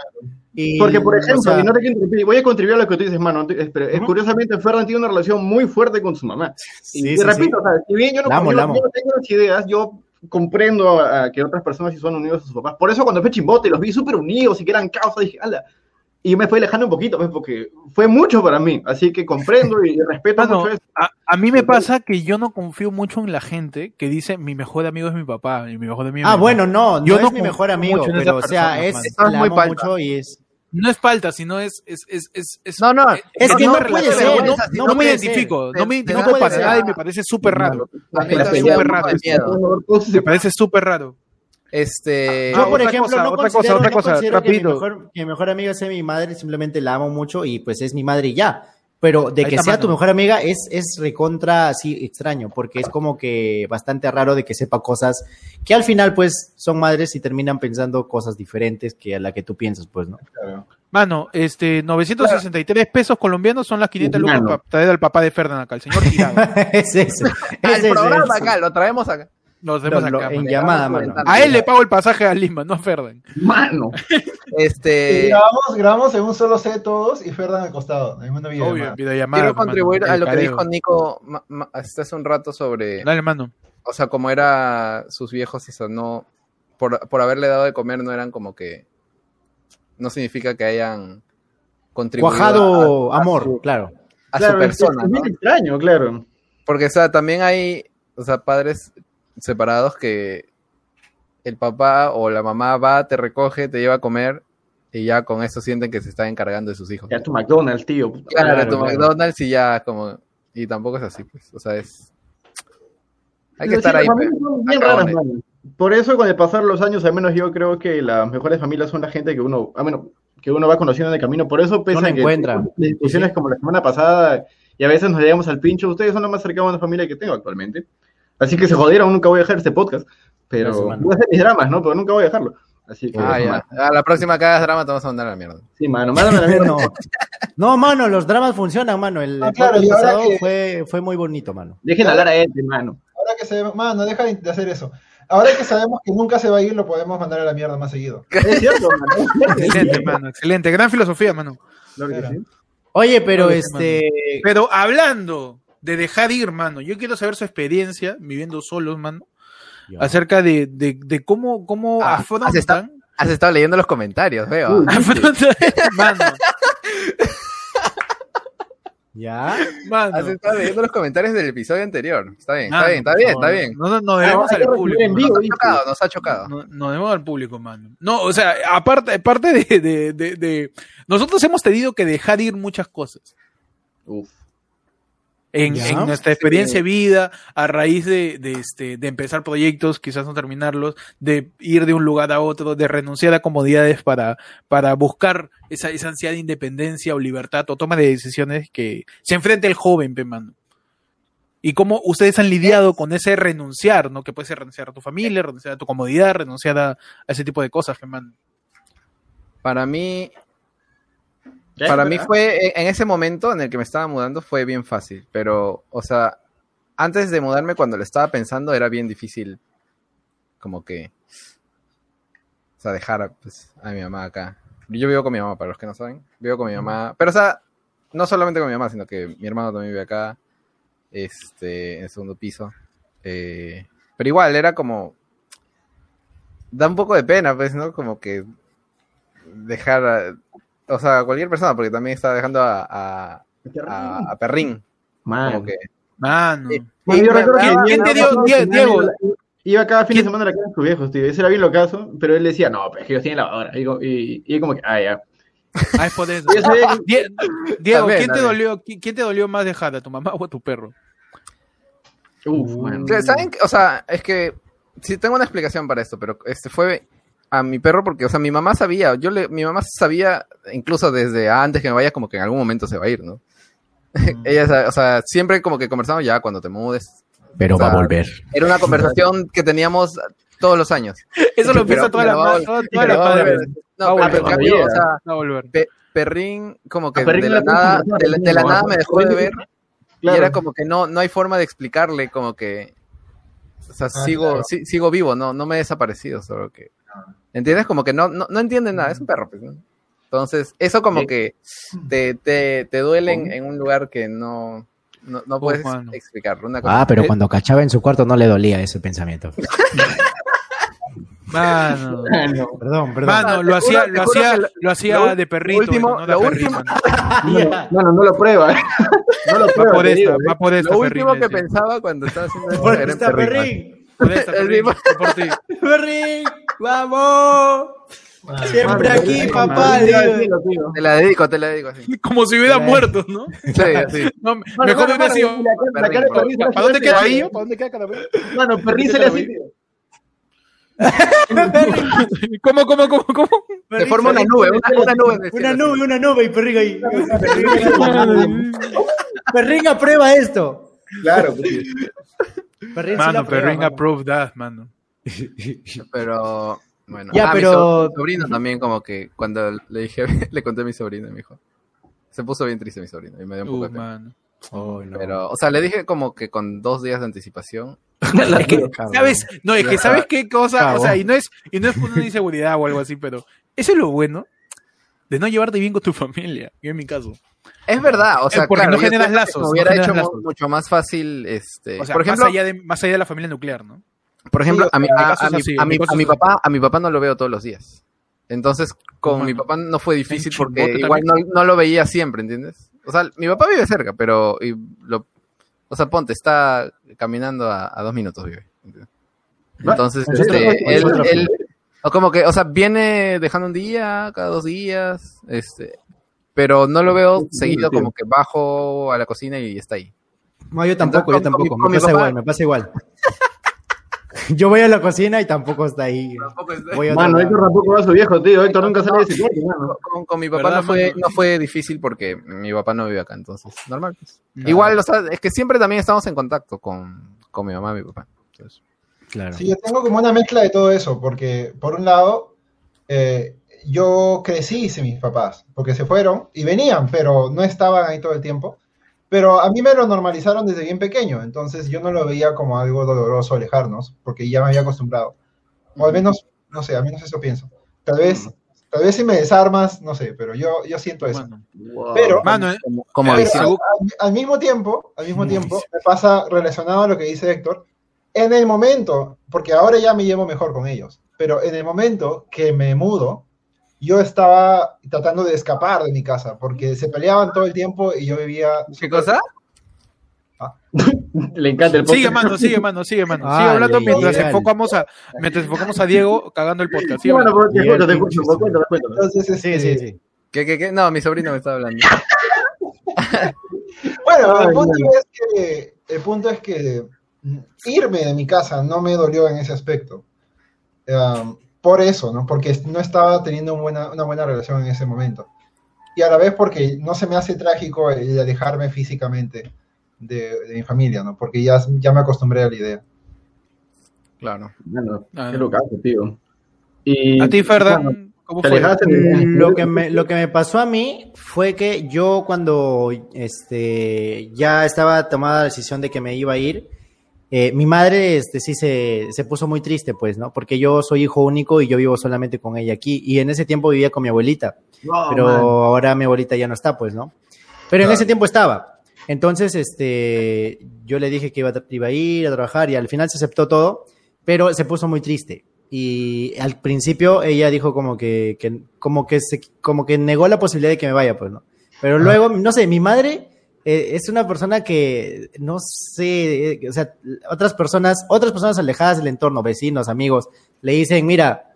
Y,
Porque, por
o
ejemplo,
sea,
y no te quiero interrumpir, voy a contribuir a lo que tú dices, mano. antes- pero, eh, Curiosamente, Ferran tiene una relación muy fuerte con su mamá.
sí,
y
sí,
y
sí.
repito, o sea, si bien yo no,
La amo,
yo
la
no-
amo.
yo no tengo las ideas, yo comprendo a, a que otras personas sí son unidos a sus papás. Por eso, cuando fue Chimbote, los vi súper unidos y que eran causa, dije, ala. Y yo me fui alejando un poquito, pues, porque fue mucho para mí. Así que comprendo y, y respeto
Mano,
mucho eso.
a, a mí me pasa que yo no confío mucho en la gente que dice mi mejor amigo es mi papá y mi mejor amigo es
Ah,
mi
bueno, no,
Yo
no,
no
es mi mejor
confío
amigo,
mucho en
pero o
esas
sea,
personas,
es,
man.
Estás
la
muy
amo
palta.
mucho y es...
mamá. No es falta, sino es... es, es, es, es-
No, no.
Es que no
me
puede
relaciono,
ser,
No,
no
no me
puede
identifico,
ser.
no me
No
identifico
puede
para
ser.
nada y me parece súper raro.
Mano,
me
la
da
pelea-
súper raro
la-
esto.
cosas se
Me parece súper raro.
Este.
Yo,
Ah,
por
otra
ejemplo,
cosa,
no
otra cosa,
considero,
otra
no
cosa,
considero que
rapidito.
mi mejor, que mi mejor amiga sea mi madre, simplemente la amo mucho y pues es mi madre y ya. Pero de
Ahí
que
está,
sea tu
mano.
mejor amiga es, es recontra así extraño, porque es como que bastante raro de que sepa cosas que al final pues son madres y terminan pensando cosas diferentes que a la que tú piensas, pues, ¿no?
Mano, este, 963 pesos colombianos son las 500 lucas
Mano.
para traer al papá de Fernán acá, el señor Tirado.
es eso.
Al
es eso,
programa
es eso.
acá, lo traemos acá.
Nos vemos
Lo- lo-
acá. Ah,
en
mano.
llamada, mano.
A él le pago el pasaje a Lima, no a Fernán.
Mano.
Y
Este.
Eh, grabamos, grabamos en un solo set todos y Ferdan al costado. En una
Obvio, en
videollamada.
videollamada.
Quiero
mano,
contribuir a
el
lo que
careo.
dijo Nico ma- ma- hasta hace un rato sobre.
Dale, mano.
O sea, como era sus viejos, o sea, no. Por, por haberle dado de comer, no eran como que. No significa que hayan contribuido
Cuajado
a, a
amor,
su,
claro.
a su
Claro, es-
persona.
es
¿no?
bien extraño, claro.
Porque, o sea, también hay, o sea, padres separados que el papá o la mamá va, te recoge, te lleva a comer y ya con eso sienten que se están encargando de sus hijos.
Ya tu McDonald's, tío. puta
Claro,
madre,
tu
claro.
McDonald's y ya como... Y tampoco es así, pues. O sea, es... Hay que
Sí,
estar
las
ahí.
familias
pues.
son bien
Acá
raras,
donde-
mano. Por eso con el pasar los años, al menos yo creo que las mejores familias son la gente que uno, a menos que uno va conociendo en el camino. Por eso pese
No la
a que
encuentra.
tenemos discusiones como la semana pasada y a veces nos llegamos al pincho, ustedes son los más cercanos a la familia que tengo actualmente. Así que se jodieron, nunca voy a dejar este podcast. Pero
Gracias, mano.
voy a hacer mis dramas, ¿no? Pero nunca voy a dejarlo. Así que
Ah,
eso,
ya.
mano.
A la próxima que hagas drama te vas a mandar a la mierda.
sí, mano, mándame la mierda.
No. No, mano, los dramas funcionan, mano. El,
Ah,
el
claro,
podcast
y ahora
pasado
que-
fue, fue muy bonito, mano.
Dejen hablar a este, mano.
Ahora que se mano, deja de hacer eso. Ahora que sabemos que nunca se va a ir, lo podemos mandar a la mierda más seguido.
Es cierto, mano.
Excelente, mano, excelente. Gran filosofía, mano.
Claro que sí.
Oye, pero
Oye,
este.
Pero hablando de dejar ir, mano, yo quiero saber su experiencia viviendo solos, mano, acerca de, de, de cómo, cómo
Ah,
afrontan.
has estado- Has estado leyendo los comentarios, veo.
Uy.
afrontan- mano,
¿Ya?
Has
mano.
estado leyendo los comentarios del episodio anterior. Está bien,
Mano,
está bien,
Ah, no,
está bien, está bien.
No, no, no debemos
Ah,
al
hay que
público.
recibir en
mano.
Nos
vivo.
ha chocado, nos ha chocado.
No, no debemos al público, mano. No, o sea, aparte, aparte de, de, de, de- Nosotros hemos tenido que dejar ir muchas cosas.
Uf.
En,
Ya.
en nuestra experiencia de vida, a raíz de, de, este, de empezar proyectos, quizás no terminarlos, de ir de un lugar a otro, de renunciar a comodidades para, para buscar esa, esa ansiedad de independencia o libertad o toma de decisiones que se enfrenta el joven, pe, mano. Y cómo ustedes han lidiado con ese renunciar, ¿no? Que puede ser renunciar a tu familia, renunciar a tu comodidad, renunciar a, a ese tipo de cosas, pe, mano.
Para mí,
Ya,
para
¿Eh? ¿verdad?
mí fue, en- en ese momento en el que me estaba mudando fue bien fácil, pero, o sea, antes de mudarme cuando lo estaba pensando era bien difícil, como que, o sea, dejar a, pues, a mi mamá acá. Yo vivo con mi mamá, para los que no saben, vivo con mi mamá, pero, o sea, no solamente con mi mamá, sino que mi hermano también vive acá, este, en el segundo piso. Eh, pero igual, era como, da un poco de pena, pues, ¿no? Como que dejar a, o sea, cualquier persona, porque también está dejando a, a, a- a Perrín.
Man.
Como que.
Mano.
Sí.
Bueno, yo
Y me
recuerdo que
hablaba-
¿Quién te dio- Die- Diego?
Iba cada fin de
¿Quién-
semana a la casa de sus viejos, tío. Ese era bien locazo, pero él decía, no, pues que ellos tienen lavadora. Y, digo- y, y como que, ah, ya.
Ah, es por eso.
Yo sabía que-
Die- Diego, ¿quién,
También,
te
también.
dolió, qui- ¿quién te dolió más dejar a tu mamá o a tu perro?
Uf, man.
Claro, ¿Saben? qué? O sea, es que. Sí, tengo una explicación para esto, pero este fue a mi perro porque, o sea, mi mamá sabía. yo le, Mi mamá sabía, incluso desde antes que me vaya, como que en algún momento se va a ir, ¿no?
Mm.
Ella, sa- o sea, siempre como que conversamos ya cuando te mudes.
Pero
O sea,
Ah,
va a volver.
Era una conversación que teníamos todos los años.
Eso lo
Pero-
piensa toda la
pero va a
madre.
vol-
Toda,
Pero
la
va a
madre.
volver.
Va a
No, pero en
volver.
cambio, o
Cuando
sea,
Va a volver.
Perrín, como que
A Perrín
de
no
la
le puedes
nada,
conversar,
de la, de la
¿no?
nada me dejó de ver.
Claro.
Y era como que no, no hay forma de explicarle, como que. O sea,
Ah,
sigo,
claro.
si- sigo vivo, no, no me he desaparecido, solo que. ¿Entiendes? Como que no, no, no entiende nada, es un perro, pues, ¿no? Entonces, eso como
Sí.
que te, te, te duele en, en un lugar que no, no, no
Uf,
puedes
mano.
explicarlo. Una cosa.
Ah, pero
Eh.
cuando cachaba en su cuarto no le dolía ese pensamiento.
Mano.
Ah, no.
Perdón, perdón.
Mano, lo
Te juro-
hacía,
te
lo
juro
hacía,
que lo-
lo hacía
lo
de perrito, no
último-
de
lo
perrito,
último-
mano.
Ah,
Eh,
No, no, no lo prueba. No lo
Va
prueba.
por
te
esta,
digo,
va por esta,
Lo último
perrina,
que
decía.
pensaba cuando estaba haciendo eso
Porque
era en
está
Perrín, ¿no?
Perrín.
Por esta,
El
perrina,
mismo-
va por ti.
Perrín, vamos. Siempre
Mano,
aquí,
mano,
papá.
mano,
digo.
tranquilo, tío.
Te la dedico, te la dedico así.
Como si hubiera muerto, ¿no?
Sí, así.
No,
Mano,
mejor
mano,
hubiera
mano,
sido.
la cara- la cara de
Perrín,
Perrín se le
¿Para dónde
hace
queda
así,
Guillo?
¿Para dónde queda Calabillo? Mano, Perrín se le hace. tío.
¿Cómo, cómo, cómo, cómo?
Se forma una nube, una, una nube. en
Una
el cielo, así.
nube, una nube y Perrín ahí. Perrín aprueba esto.
Claro, pues, tío.
Perrín sí lo
Mano,
aprueba,
perrín
mano.
approved that, mano.
Pero bueno,
Ya,
Ah, mi
pero-
so- mi sobrino también como que cuando le dije, le conté a mi sobrino, me dijo, se puso bien triste mi sobrino y me dio un poco
Uh,
de pena.
mano.
Oh, no.
Pero, o sea, le dije como que con dos días de anticipación.
Es que, ¿sabes? No, es que sabes qué cosa, o
Cabrón.
sea, y no es, y no es por una inseguridad o algo así, pero eso es lo bueno de no llevarte bien con tu familia, yo en mi caso.
Es verdad, o sea,
Eh, porque
claro,
no
yo
generas
creo que
lazos,
me
no
hubiera
generas
hecho mu-
lazos.
mucho más fácil, este,
O sea,
por ejemplo,
más, allá de, más allá de la familia nuclear, ¿no?
por ejemplo,
Sí, o
a mi,
sea, mi
a-
caso
a
es
mi-
así,
a
mi
mi-
caso
a mi
es así.
papá, a mi papá no lo veo todos los días. Entonces, con
Humano.
mi papá no fue difícil
En
porque
Chimbote
igual no, no lo veía siempre, ¿entiendes? O sea, mi papá vive cerca, pero y lo, o sea, ponte, está caminando a, a dos minutos vive. ¿entiendes? Entonces,
Nosotros-
este, él,
nosotros-
él- o como que, o sea, viene dejando un día, cada dos días, este, pero no lo veo
Sí, sí,
seguido,
sí.
como que bajo a la cocina y está ahí.
No, yo tampoco, yo
Entonces, con-
tampoco.
con
Me
mi
pasa
papá-
igual, me pasa igual. Yo voy a la cocina y tampoco está ahí. Voy a otro
Mano,
lado.
Héctor tampoco va a su viejo, tío. Héctor nunca sale de ese cuarto, mano.
Con, con mi papá
¿Verdad,
no fue,
mano?
no fue difícil porque mi papá no vive acá, entonces, normal. pues.
No.
Igual, o sea, es que siempre también estamos en contacto con, con mi mamá y mi papá. Entonces,
Claro.
Sí, yo tengo como una mezcla de todo eso, porque por un lado, eh, yo crecí sin mis papás, porque se fueron y venían, pero no estaban ahí todo el tiempo. Pero a mí me lo normalizaron desde bien pequeño, entonces yo no lo veía como algo doloroso alejarnos, porque ya me había acostumbrado. O al menos, no sé, al menos eso pienso. Tal vez Tal vez si me desarmas, no sé, pero yo, yo siento eso.
Mano,
Wow.
Pero-
Mano, eh,
Como, como
Pero-
visión.
Al, al- al mismo tiempo, al mismo tiempo, me pasa relacionado a lo que dice Héctor, en el momento, porque ahora ya me llevo mejor con ellos, pero en el momento que me mudo, yo estaba tratando de escapar de mi casa, porque se peleaban todo el tiempo y yo vivía...
¿Qué cosa?
Le encanta el podcast.
Sigue, mano, sigue, mano, sigue, mano.
Ah,
sigue hablando
legal.
mientras enfocamos a, mientras enfocamos a Diego cagando el podcast.
Sí,
Sigue
bueno,
hablando.
Miguel,
pues, te cuento, te
sí,
cuento,
sí, sí.
cuéntame, cuéntame.
Entonces,
Sí,
este,
sí, sí.
¿Qué, qué, qué? No, mi sobrino me está hablando.
Bueno, el,
Ay,
punto es que, el punto es que mm, irme de mi casa no me dolió en ese aspecto. Um, por eso, ¿no? Porque no estaba teniendo un buena- una buena relación en ese momento. Y a la vez porque no se me hace trágico el alejarme físicamente de, de mi familia, ¿no? Porque ya, ya me acostumbré a la idea.
Claro.
Mano,
Ah,
qué
no.
locazo, tío. Y,
A ti,
mano,
Ferdan, ¿cómo
te
fue?
alejaste de-
Lo que, me, lo que me pasó a mí fue que yo cuando este, ya estaba tomada la decisión de que me iba a ir, eh, mi madre este, sí se, se puso muy triste, pues, ¿no? Porque yo soy hijo único y yo vivo solamente con ella aquí. Y en ese tiempo vivía con mi abuelita,
No,
pero
Oh, man.
ahora mi abuelita ya no está, pues, ¿no? Pero en ese tiempo estaba. Entonces, este, yo le dije que iba a, tra- iba a ir a trabajar y al final se aceptó todo, pero se puso muy triste. Y al principio ella dijo como que, que- como que se, como que negó la posibilidad de que me vaya, pues, ¿no? Pero luego, no sé, mi madre eh, es una persona que, no sé, eh, o sea, otras personas, otras personas alejadas del entorno, vecinos, amigos, le dicen, mira,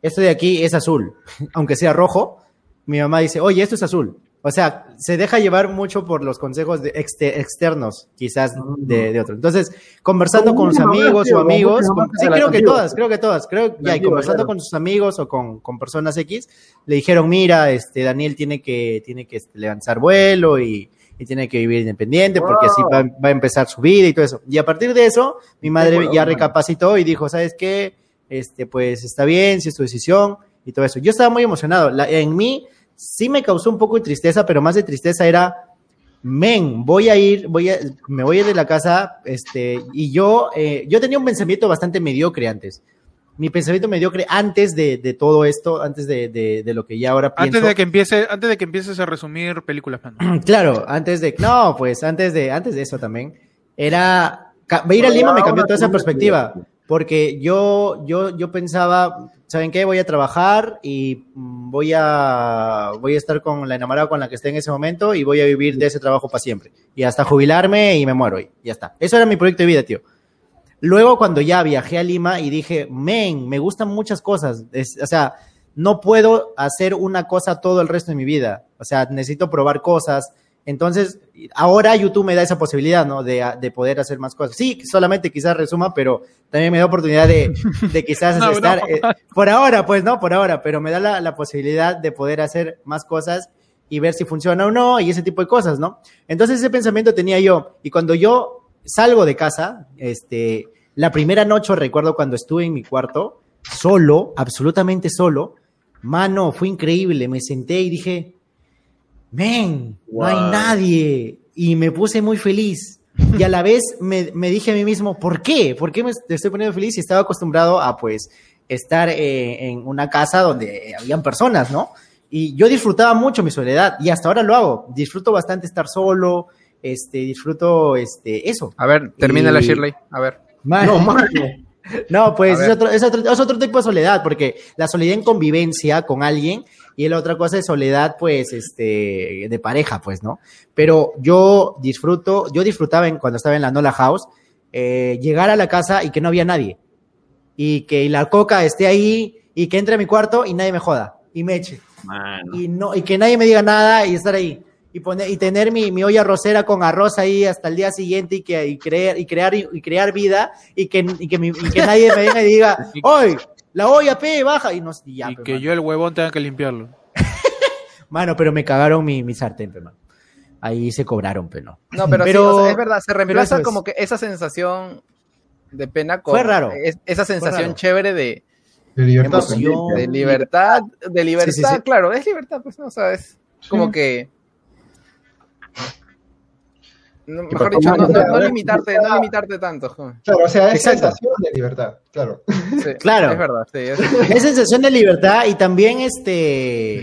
esto de aquí es azul, aunque sea rojo, mi mamá dice, oye, esto es azul. O sea, se deja llevar mucho por los consejos de exte- externos, quizás de, de otros. Entonces, conversando con
Como
sus
muchas mamás,
amigos
tío,
o
como muchas
amigos,
mamás
con-
que
sí,
se la
creo que
contigo.
todas, creo que todas, creo que ya, y
Contigo,
conversando
claro.
con sus amigos o con, con personas X, le dijeron, mira, este, Daniel tiene que, tiene que este, lanzar vuelo y, y tiene que vivir independiente porque así va, va a empezar su vida y todo eso. Y a partir de eso, mi madre
bueno,
ya
bueno.
recapacitó y dijo, ¿sabes qué? Este, pues está bien, si es tu decisión y todo eso. Yo estaba muy emocionado. La- en mí sí me causó un poco de tristeza, pero más de tristeza era, men, voy a ir, voy a, me voy a ir de la casa, este, y yo, eh, yo tenía un pensamiento bastante mediocre antes. Mi pensamiento mediocre antes de, de todo esto, antes de, de- de lo que ya ahora pienso.
Antes de que empiece, antes de que empieces a resumir películas, mano.
Claro, antes de. No, pues antes de, antes de eso también. Era. ca- Ir a Lima me cambió toda esa perspectiva. Porque yo, yo, yo pensaba, ¿saben qué? Voy a trabajar y mm, voy a, voy a estar con la enamorada con la que esté en ese momento y voy a vivir de ese trabajo para siempre. Y hasta jubilarme y me muero y ya está. Eso era mi proyecto de vida, tío. Luego cuando ya viajé a Lima y dije, men, me gustan muchas cosas. Es- o sea, no puedo hacer una cosa todo el resto de mi vida. O sea, necesito probar cosas. Entonces, ahora YouTube me da esa posibilidad, ¿no? De, de poder hacer más cosas. Sí, solamente quizás resuma, pero también me da oportunidad de, de quizás
No,
estar...
no.
eh, por ahora, pues no, por ahora, pero me da la, la posibilidad de poder hacer más cosas y ver si funciona o no y ese tipo de cosas, ¿no? Entonces ese pensamiento tenía yo. Y cuando yo salgo de casa, este, la primera noche recuerdo cuando estuve en mi cuarto, solo, absolutamente solo, mano, fue increíble. Me senté y dije, men, no hay
Wow.
nadie. Y me puse muy feliz. Y a la vez me, me dije a mí mismo, ¿por qué? ¿Por qué me est- estoy poniendo feliz si estaba acostumbrado a, pues, estar eh, en una casa donde eh, habían personas, ¿no? Y yo disfrutaba mucho mi soledad y hasta ahora lo hago. Disfruto bastante estar solo, este, disfruto este, eso.
A ver, termina la
Y-
Shirley. A ver.
No,
Man.
mano.
No, pues
A
es
ver.
otro, es, otro, es otro tipo de soledad, porque la soledad en convivencia con alguien y la otra cosa es soledad, pues, este, de pareja, pues, ¿no? Pero yo disfruto, yo disfrutaba en, cuando estaba en la Nola House, eh, llegar a la casa y que no había nadie. Y que la coca esté ahí y que entre a mi cuarto y nadie me joda y me eche
Mano.
y no y que nadie me diga nada y estar ahí y poner y tener mi, mi olla rosera con arroz ahí hasta el día siguiente y que y creer y crear y, crear vida y que y que, mi- y que nadie me venga y diga hoy la olla pe baja y no y ya,
y
pe,
que
mano.
yo el huevón tenga que limpiarlo.
Mano, pero me cagaron mi, mi sartén pe, mano. ahí se cobraron pero no
No, pero, sí,
Pero-
o sea, es verdad, se
pero eso
reemplaza
es.
como que esa sensación de pena con
Fue raro.
es- esa sensación
raro.
chévere de,
De libertad.
Emoción.
también.
de libertad, de libertad,
Sí, sí, sí.
claro, es libertad, pues no, o sea, es como que No, mejor dicho, no, no- no limitarte, no limitarte tanto. jo.
Claro, o sea, es
Exacto.
sensación de libertad, claro.
Sí,
Claro.
Es verdad, sí. es-
Es sensación de libertad y también este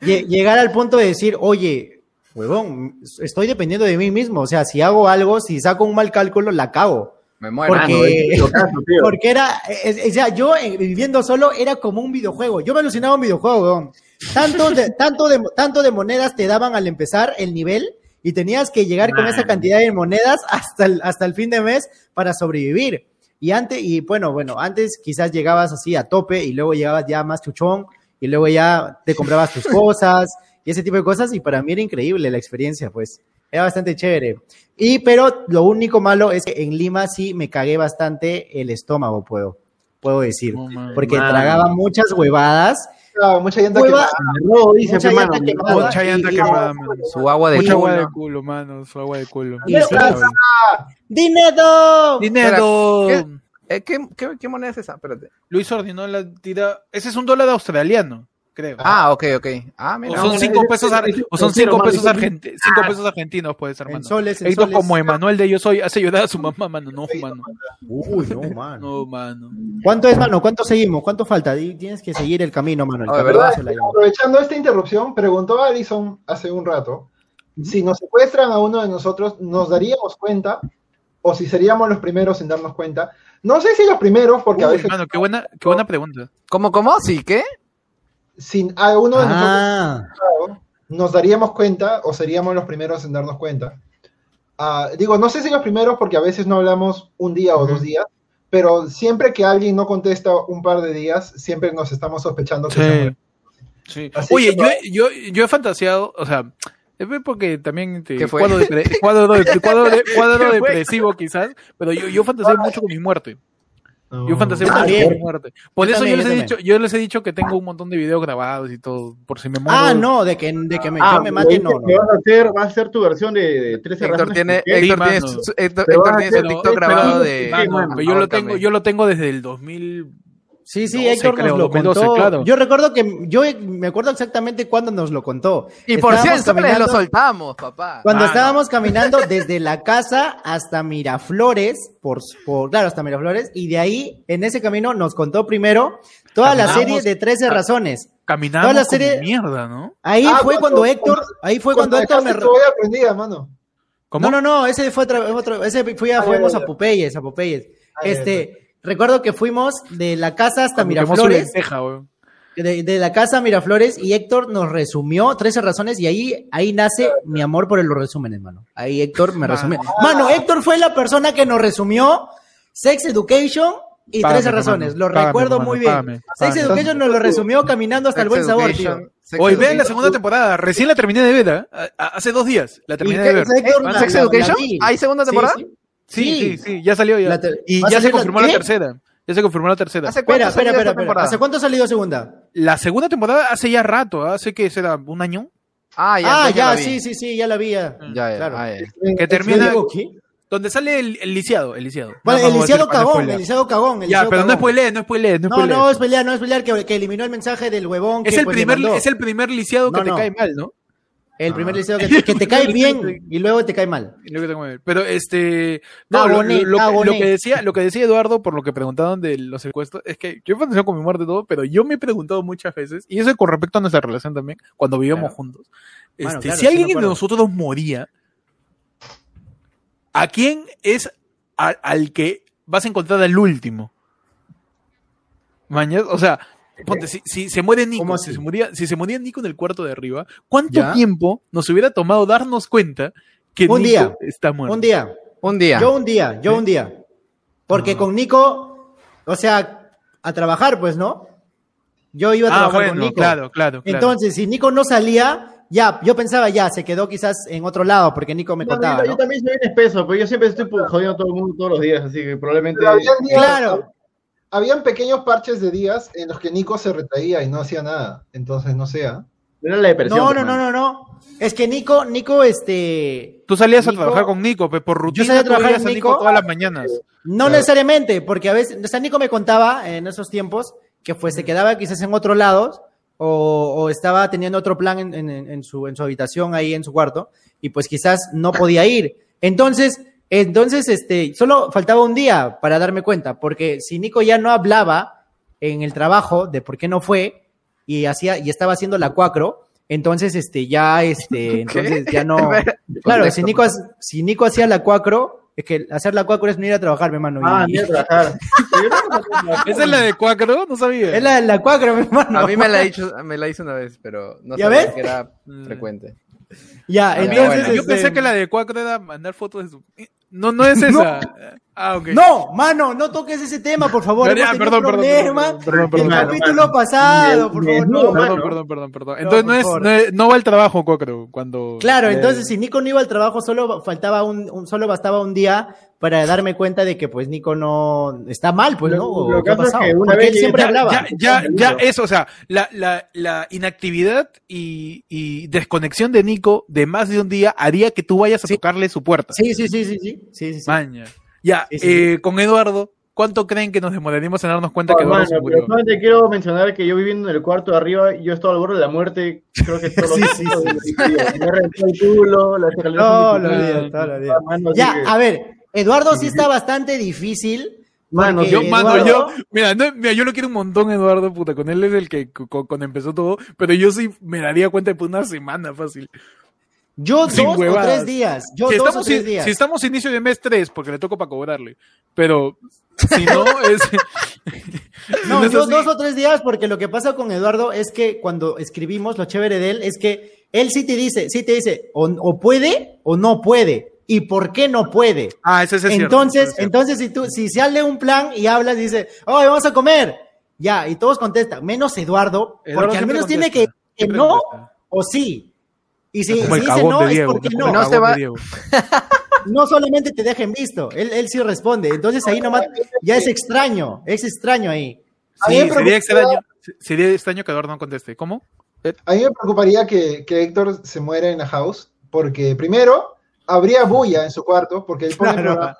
lle- llegar al punto de decir, oye, huevón, estoy dependiendo de mí mismo. O sea, si hago algo, si saco un mal cálculo, la cago.
Me muero. Ah,
Porque-
Mano, es lo caso, tío.
Porque era, es- es- o sea, yo eh, viviendo solo era como un videojuego. Yo me alucinaba un videojuego, weón. Tanto de, tanto de, tanto de monedas te daban al empezar el nivel y tenías que llegar con esa cantidad de monedas hasta el, hasta el fin de mes para sobrevivir. Y antes, y bueno, bueno, antes quizás llegabas así a tope y luego llegabas ya más chuchón y luego ya te comprabas tus cosas y ese tipo de cosas. Y para mí era increíble la experiencia, pues. Era bastante chévere. Y pero lo único malo es que en Lima sí me cagué bastante el estómago, puedo, puedo decir.
No, man.
Porque
man.
tragaba muchas huevadas.
Claro, mucha gente
Hueva-
que...
No, dice,
mucha
pe, mano,
llanta quemada.
no,
Mucha llanta
y- y-
quemada, mano.
Su agua de
Mucha agua de
culo.
culo, mano. Su agua de culo.
Y sí, ¡Dinero!
Dinero.
¿Qué? Eh, ¿qué, qué, qué moneda es esa? Espérate.
Luis ordenó la tira. Ese es un dólar australiano, creo.
Ah, ok, ok. Ah,
o
mira.
son
no,
cinco
no,
pesos,
no,
ar-
no,
o son
no, no,
cinco
no,
pesos,
no,
argenti- cinco
Ah.
pesos argentinos, puedes,
En
hermano.
soles, en
Esto
soles.
como Emanuel de Yo Soy hace llorar a su mamá, mano. No, mano.
Uy, no, mano.
No, mano.
¿Cuánto es, mano? ¿Cuánto seguimos? ¿Cuánto falta? Di- Tienes que seguir el camino, mano. El
Ah, de
camino
verdad.
se la lleva.
Aprovechando esta interrupción, preguntó Alison hace un rato si nos secuestran a uno de nosotros, ¿nos daríamos cuenta? O si seríamos los primeros en darnos cuenta. No sé si los primeros, porque a
Uy,
veces
mano, qué buena, qué buena pregunta.
¿Cómo, cómo? ¿Sí? ¿Qué?
sin a uno de nosotros
Ah,
secuestrado, nos daríamos cuenta o seríamos los primeros en darnos cuenta. Ah, digo, no sé si los primeros, porque a veces no hablamos un día o dos días, pero siempre que alguien no contesta un par de días, siempre nos estamos sospechando que se
Sí.
murió.
Sí.
Así
Oye,
que
yo, he- yo, yo he fantaseado, o sea, es ver porque también te
¿Qué fue?
cuadro, depre- cuadro de- cuadro de- cuadro
¿Qué fue? Ah.
depresivo quizás, pero yo, yo fantaseo mucho con mi muerte. Yo fantaseo
Ah,
mucho
bien.
con mi muerte. Por
Yo
eso
también,
yo les
yo
he
también.
dicho, yo les he dicho que tengo un montón de videos grabados y todo, por si me muero.
ah no, de que, de que me,
Ah,
yo me mate,
lo
no,
que
no.
vas a hacer, va a ser tu versión de, de 13
Héctor
razones
tiene,
por qué.
Héctor
Sí,
tiene
mano.
su, Héctor,
Pero
Héctor
vas a
tiene su
hacer-
TikTok
pero-
grabado
pero-
de.
Ah,
Sí,
Mano,
bueno,
que Eh, yo lo tengo,
ahórcame.
yo lo tengo desde el 2000.
Sí, sí,
No sé,
Héctor
creo,
nos lo
2012,
contó.
claro.
Yo recuerdo que, yo me acuerdo exactamente cuándo nos lo contó.
Y por
Estábamos
100 soles lo
caminando-
soltamos, papá.
Cuando
Ah,
estábamos caminando desde la casa hasta Miraflores, por, por- claro, hasta Miraflores, y de ahí, en ese camino, nos contó primero toda la serie
Caminamos.
de 13 razones.
Caminaba
Toda la
como
serie-
mierda, ¿no?
Ahí
Ah,
fue
cuando-
cuando Héctor, ahí fue cuando Héctor me...
dejaste tu vida aprendida, mano.
¿Cómo?
No, no, no, ese fue otra, otro- ese fui a,
Ah,
fuimos
ya, ya.
a Popeyes, a Popeyes.
Ah, ya,
Este, recuerdo que fuimos de la casa hasta
Cuando quemó su
Miraflores.
lenteja, weón.
De, de la casa Miraflores y Héctor nos resumió 13 razones y ahí, ahí nace mi amor por los resúmenes, mano. Ahí Héctor me
Mano.
resumió. Mano, Héctor fue la persona que nos resumió Sex Education y
Págame,
13 razones.
mano.
Lo
Págame,
recuerdo
mano,
muy bien.
págame,
Sex
págame.
Education nos lo resumió caminando hasta el buen sabor, tío.
Hoy vean la segunda temporada, recién la terminé de ver, ¿ah? A- a- hace dos días la terminé de ver.
Héctor la-
¿Sex
la- la
Education?
vi.
¿Hay segunda
Sí,
temporada?
sí.
Sí, sí,
sí.
sí, ya salió ya.
La ter-
Y
¿Va a
ya se
salir la-
confirmó la,
qué?
tercera. Ya se confirmó la tercera.
¿Hace cuánto
Espera, espera,
salió
espera,
esta
espera.
temporada?
¿Hace cuánto ha salido segunda?
La segunda temporada hace ya rato, ¿ah? hace que será un año.
Ah, ya,
ah,
entonces
ya,
la vi.
sí, sí, sí, ya la vi. Ya,
Ya, ya,
Claro.
ah, ya.
Que
Yo
termina.
digo, ¿qué?
Donde sale el, el lisiado, el lisiado.
Vale,
No, no,
el
voy a
lisiado
decir para
cagón,
spoilear.
el lisiado cagón. el
Ya,
lisiado
pero no
cagón.
spoilees, no spoilees, no
No,
spoilees.
no, es pelear, no es pelear, que, que eliminó el mensaje del huevón.
es,
que,
el
pues,
primer,
demandó.
es el primer lisiado
No,
que
no.
te cae mal, ¿no?
El primer liceo que te, que te cae bien y luego te cae mal.
Lo que tengo que ver. Pero este. No, lo,
Taboné,
lo- lo-
taboné.
lo que decía, lo que decía Eduardo, por lo que preguntaron de los secuestros, es que yo he fantaseado con mi muerte y todo, pero yo me he preguntado muchas veces, y eso es con respecto a nuestra relación también, cuando vivíamos
Claro.
juntos.
Mano,
Este,
claro,
si
sí me
alguien de
acuerdo.
nosotros moría, ¿a quién es a- al que vas a encontrar al último? Mañas, o sea, ponte, si, si se muere Nico,
¿Cómo
si
así?
se, moría, si se moría Nico en el cuarto de arriba, ¿cuánto
¿Ya?
tiempo nos hubiera tomado darnos cuenta que
Un
Nico
día.
está muerto?
Un día,
Un día.
yo un día, yo un día. Porque con Nico, o sea, a trabajar, pues, ¿no? Yo iba a
Ah,
trabajar
bueno,
con Nico.
claro, claro, claro.
Entonces, si Nico no salía, ya, yo pensaba ya, se quedó quizás en otro lado, porque Nico me
No,
contaba,
yo, yo
¿no?
también soy bien espeso, pero yo siempre estoy pu- jodiendo a todo el mundo todos los días, así que probablemente.
Pero habían días-
Este, Claro.
Habían pequeños parches de días en los que Nico se retraía y no hacía nada. Entonces, no sea.
Era la depresión.
No, no, no,
hermano.
no, no. Es que Nico, Nico, este,
Tú salías
Nico-
a trabajar con Nico, pe, por rutina.
salía a
tú
trabajar
veías
con
a Nico,
Nico.
todas las mañanas.
No necesariamente, porque a veces, o sea, Nico me contaba en esos tiempos que pues se quedaba quizás en otro lado o, o estaba teniendo otro plan en, en- en su, en su habitación ahí en su cuarto y pues quizás no podía ir. Entonces, entonces, este, solo faltaba un día para darme cuenta, porque si Nico ya no hablaba en el trabajo de por qué no fue y hacía y estaba haciendo la cuacro, entonces, este, ya, este, entonces ya no. Claro, si Nico, ha- si Nico hacía la cuacro, es que hacer la cuacro es no ir a trabajar, mi hermano.
Ah,
y-
ni a trabajar.
¿Esa es la de Cuacro? No sabía.
es la, la cuacro, mi hermano.
A mí me la, hizo, me la hizo una vez, pero no
¿Ya
sabía
ves?
que era
Mm.
frecuente.
Ya,
Ah,
entonces.
bueno.
Yo
este,
pensé que la de Cuacro era mandar fotos de su... No, no es esa. Ah, ok.
No, mano, no toques ese tema, por favor.
Ya, ya,
Hemos tenido
perdón, perdón,
problema.
perdón, perdón,
El
perdón,
mano,
capítulo
mano.
pasado,
Ni-
por
ni
favor.
desnudo,
no.
mano.
Perdón, perdón, perdón, perdón. Entonces
por
no, es,
favor.
no es- no va el trabajo, Cuacro, cuando...
Claro,
Eh.
entonces si Nico no iba al trabajo, solo faltaba un, un- solo bastaba un día para darme cuenta de que pues Nico no está mal, pues, ¿no?
Lo-
¿O
lo
¿Qué ha
que pasa es
pasado?
que una
Porque
vez
él siempre
llegué-
hablaba.
Ya, ya, ya es, o sea, la, la, la inactividad y, y desconexión de Nico de más de un día haría que tú vayas a tocarle su puerta.
Sí, sí, sí, sí, sí. sí, sí, sí.
Maña. Ya,
Sí, sí, sí.
eh, con Eduardo, ¿cuánto creen que nos demoraríamos en darnos cuenta
No,
que Eduardo
hermano,
se
pero
pues,
murió?
solamente quiero mencionar que yo viviendo en el cuarto de arriba, yo estaba al borde de la muerte, creo que todos los días. Me reventó el culo, las escaleras
Todos
son
los
difíciles.
días, todos los días.
Mano, así
Ya,
que-
a ver, Eduardo sí está bastante difícil.
Mano,
porque
Yo, mano, yo,
eh, Eduardo-
mira, no, mira, yo lo quiero un montón, Eduardo, puta, con él es el que cu- cu- cuando empezó todo, pero yo sí me daría cuenta por una semana fácil.
Yo
Sin
dos o
huevadas.
tres días. Yo
si,
dos
estamos,
o tres
in-
días.
si estamos inicio de mes 3, porque le toco para cobrarle, pero si no es... si
No,
es
yo
así-
dos o tres días, porque lo que pasa con Eduardo es que cuando escribimos, lo chévere de él es que él sí te dice, sí te dice, o, o puede o no puede. ¿Y por qué no puede?
Ah, ese, ese es cierto,
entonces,
ese es cierto.
entonces si tú, si sale un plan y hablas y dice, hoy vamos a comer, ya, y todos contestan, menos Eduardo,
Eduardo
porque al
siempre
menos tiene que,
contesta,
que
siempre
no
contesta.
o sí. Y si,
Es como
si
el
dice
cagón
no,
de
es
Diego,
porque
es como
no.
el
No
No,
se
cagón de
va-
Diego.
solamente te dejen visto, él, él sí responde. Entonces ahí nomás ya es extraño, es extraño ahí.
A mí
Sí,
me
sería
preocupa-
extraño, se- sería extraño que Eduardo no conteste. ¿Cómo?
A mí me preocuparía que, que Héctor se muera en la house, porque primero habría bulla en su cuarto, porque él pone
Claro.
programa-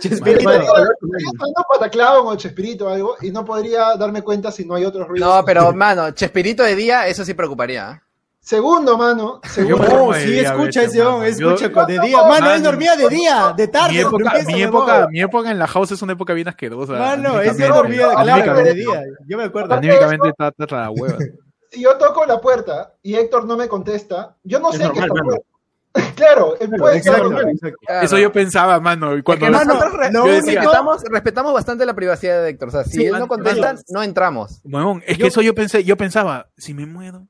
Chespirito.
Bueno,
Estaría jugando Pataclown o Chespirito o algo, y no podría darme cuenta si no hay otros ruidos.
No, pero, mano, Chespirito de día, eso sí preocuparía. ¿eh?
Segundo, mano,
Yo me
segundo.
enfermo
No,
de
sí,
diabetes,
escucha ese
mano.
on,
Yo-
escucha con de día. Mano, él
Mano.
dormía de día, de tarde.
mi época,
porque eso,
mi,
huevón.
época, mi época en la house es una época bien asquerosa.
Mano,
anímicamente,
ese dormía de, claro, de
anímicamente.
día. Yo me acuerdo.
Anímicamente está está tras la hueva.
Si yo toco la puerta y Héctor no me contesta, yo no
Es
sé qué está
normal, mano.
muerto. Claro, él puede estar
Exacto,
normal.
exacto.
Claro.
Eso yo pensaba, mano. Y cuando
Que
Mano,
nosotros re-
lo
que
único-
respetamos, respetamos bastante la privacidad de Héctor. O sea, si
Sí,
él
mano,
no contesta,
mano.
no entramos.
Huevón, es
Yo-
que eso yo pensé, yo pensaba, si me muero,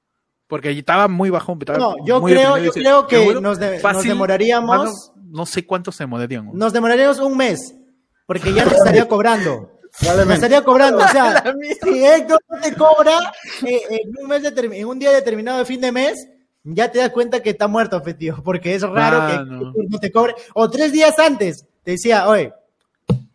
porque estaba muy bajón. estaba
No, yo
muy
creo,
deprimido,
yo
dice,
creo
"Me
que
muero".
nos, de- nos
Fácil, mano,
demoraríamos,
no sé cuántos se demorarían.
nos demoraríamos un mes, porque ya te estaría cobrando. Me estaría cobrando, o sea, si Héctor no te cobra eh, en, un mes determin- en un día determinado de fin de mes, ya te das cuenta que está muerto, pues, tío, porque es raro que
Mano.
Héctor no te cobre. O tres días antes, te decía, oye,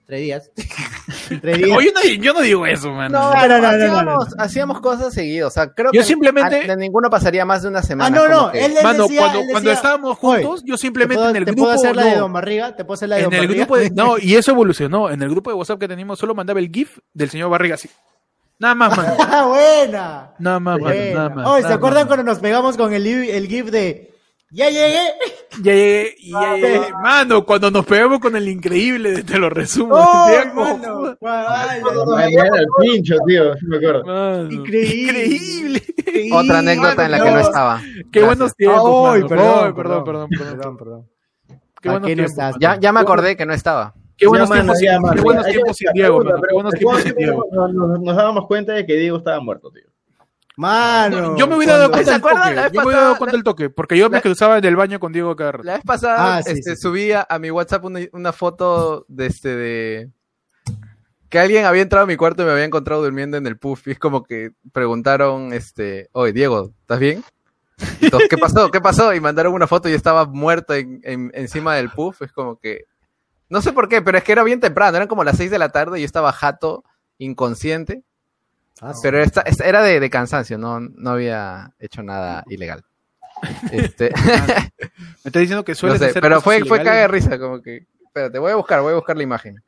tres días. tres días.
Oye, no- yo no digo eso, mano.
No,
No,
pero
no, no,
hacíamos,
no, no, no.
hacíamos cosas seguidas. O sea, creo
Yo
que
simplemente-
a- de ninguno pasaría más de una semana.
ah, no,
como
no,
que-
él, él
Mano,
decía,
cuando,
él decía,
cuando estábamos
"Oye,
juntos, yo
¿te
simplemente
puedo,
en el
te
grupo.
puedo hacer la de
no.
Don Barriga? ¿Te puedo hacer la de
en
Don
el
Barriga?
grupo de, no y eso evolucionó en el grupo de WhatsApp que teníamos solo mandaba el gif del señor Barriga así nada más mano
¡Ah, buena!
nada más mano,
Buena.
Ah, nada más
Oye, ¿se
nada
acuerdan
más.
cuando nos pegamos con el, li- el GIF de Ya llegué?
ya llegué y ya
Ah,
llegué.
sí.
mano cuando nos pegamos con el increíble de- te lo resumo
¡Oh,
Te digo,
hermano! Ay,
Cuando nos
Mañana
veíamos,
el pincho, tío, sí me acuerdo.
mano,
Increíble.
increíble
sí,
Otra anécdota en la que no
Dios.
estaba.
qué
Gracias.
buenos tiempos
Ay,
mano. Ay,
perdón,
perdón perdón perdón,
perdón, perdón.
qué
¿A
buenos
qué no
tiempos
estás?
Ya, ya me acordé que no estaba.
qué buenos
Ya, mano,
tiempos
ya,
sin-
mano,
qué
ya.
buenos
Ahí
tiempos sin
está,
Diego
puta,
mano, qué
pero
buenos tiempos
después
sin Diego
nos- nos- Nos dábamos cuenta de que Diego estaba muerto, tío.
Mano.
yo me hubiera dado
Cuando-
cuenta
¿Se
del
acuerdan la
toque.
vez
Yo me hubiera dado
pasada?
cuenta del toque, porque yo me
La-
cruzaba en el baño con Diego cada rato.
La vez pasada
Ah, sí,
este,
sí.
subí a, a mi WhatsApp una, una foto de este de que alguien había entrado a mi cuarto y me había encontrado durmiendo en el puff. Y es como que preguntaron, este, oye, Diego, ¿estás bien? Y todos, ¿Qué pasó? ¿Qué pasó? Y mandaron una foto y yo estaba muerto en- en- encima del puff. Es como que. No sé por qué, pero es que era bien temprano, eran como las 6 de la tarde y yo estaba jato, inconsciente.
Ah,
Pero esta, esta- era de, de cansancio, no, no había hecho nada ilegal. Este.
Me está diciendo que
No
suele
sé,
hacer
pero
cosas
fue, fue
ilegales.
caga de risa, como que. Espérate, voy a buscar, voy a buscar la imagen.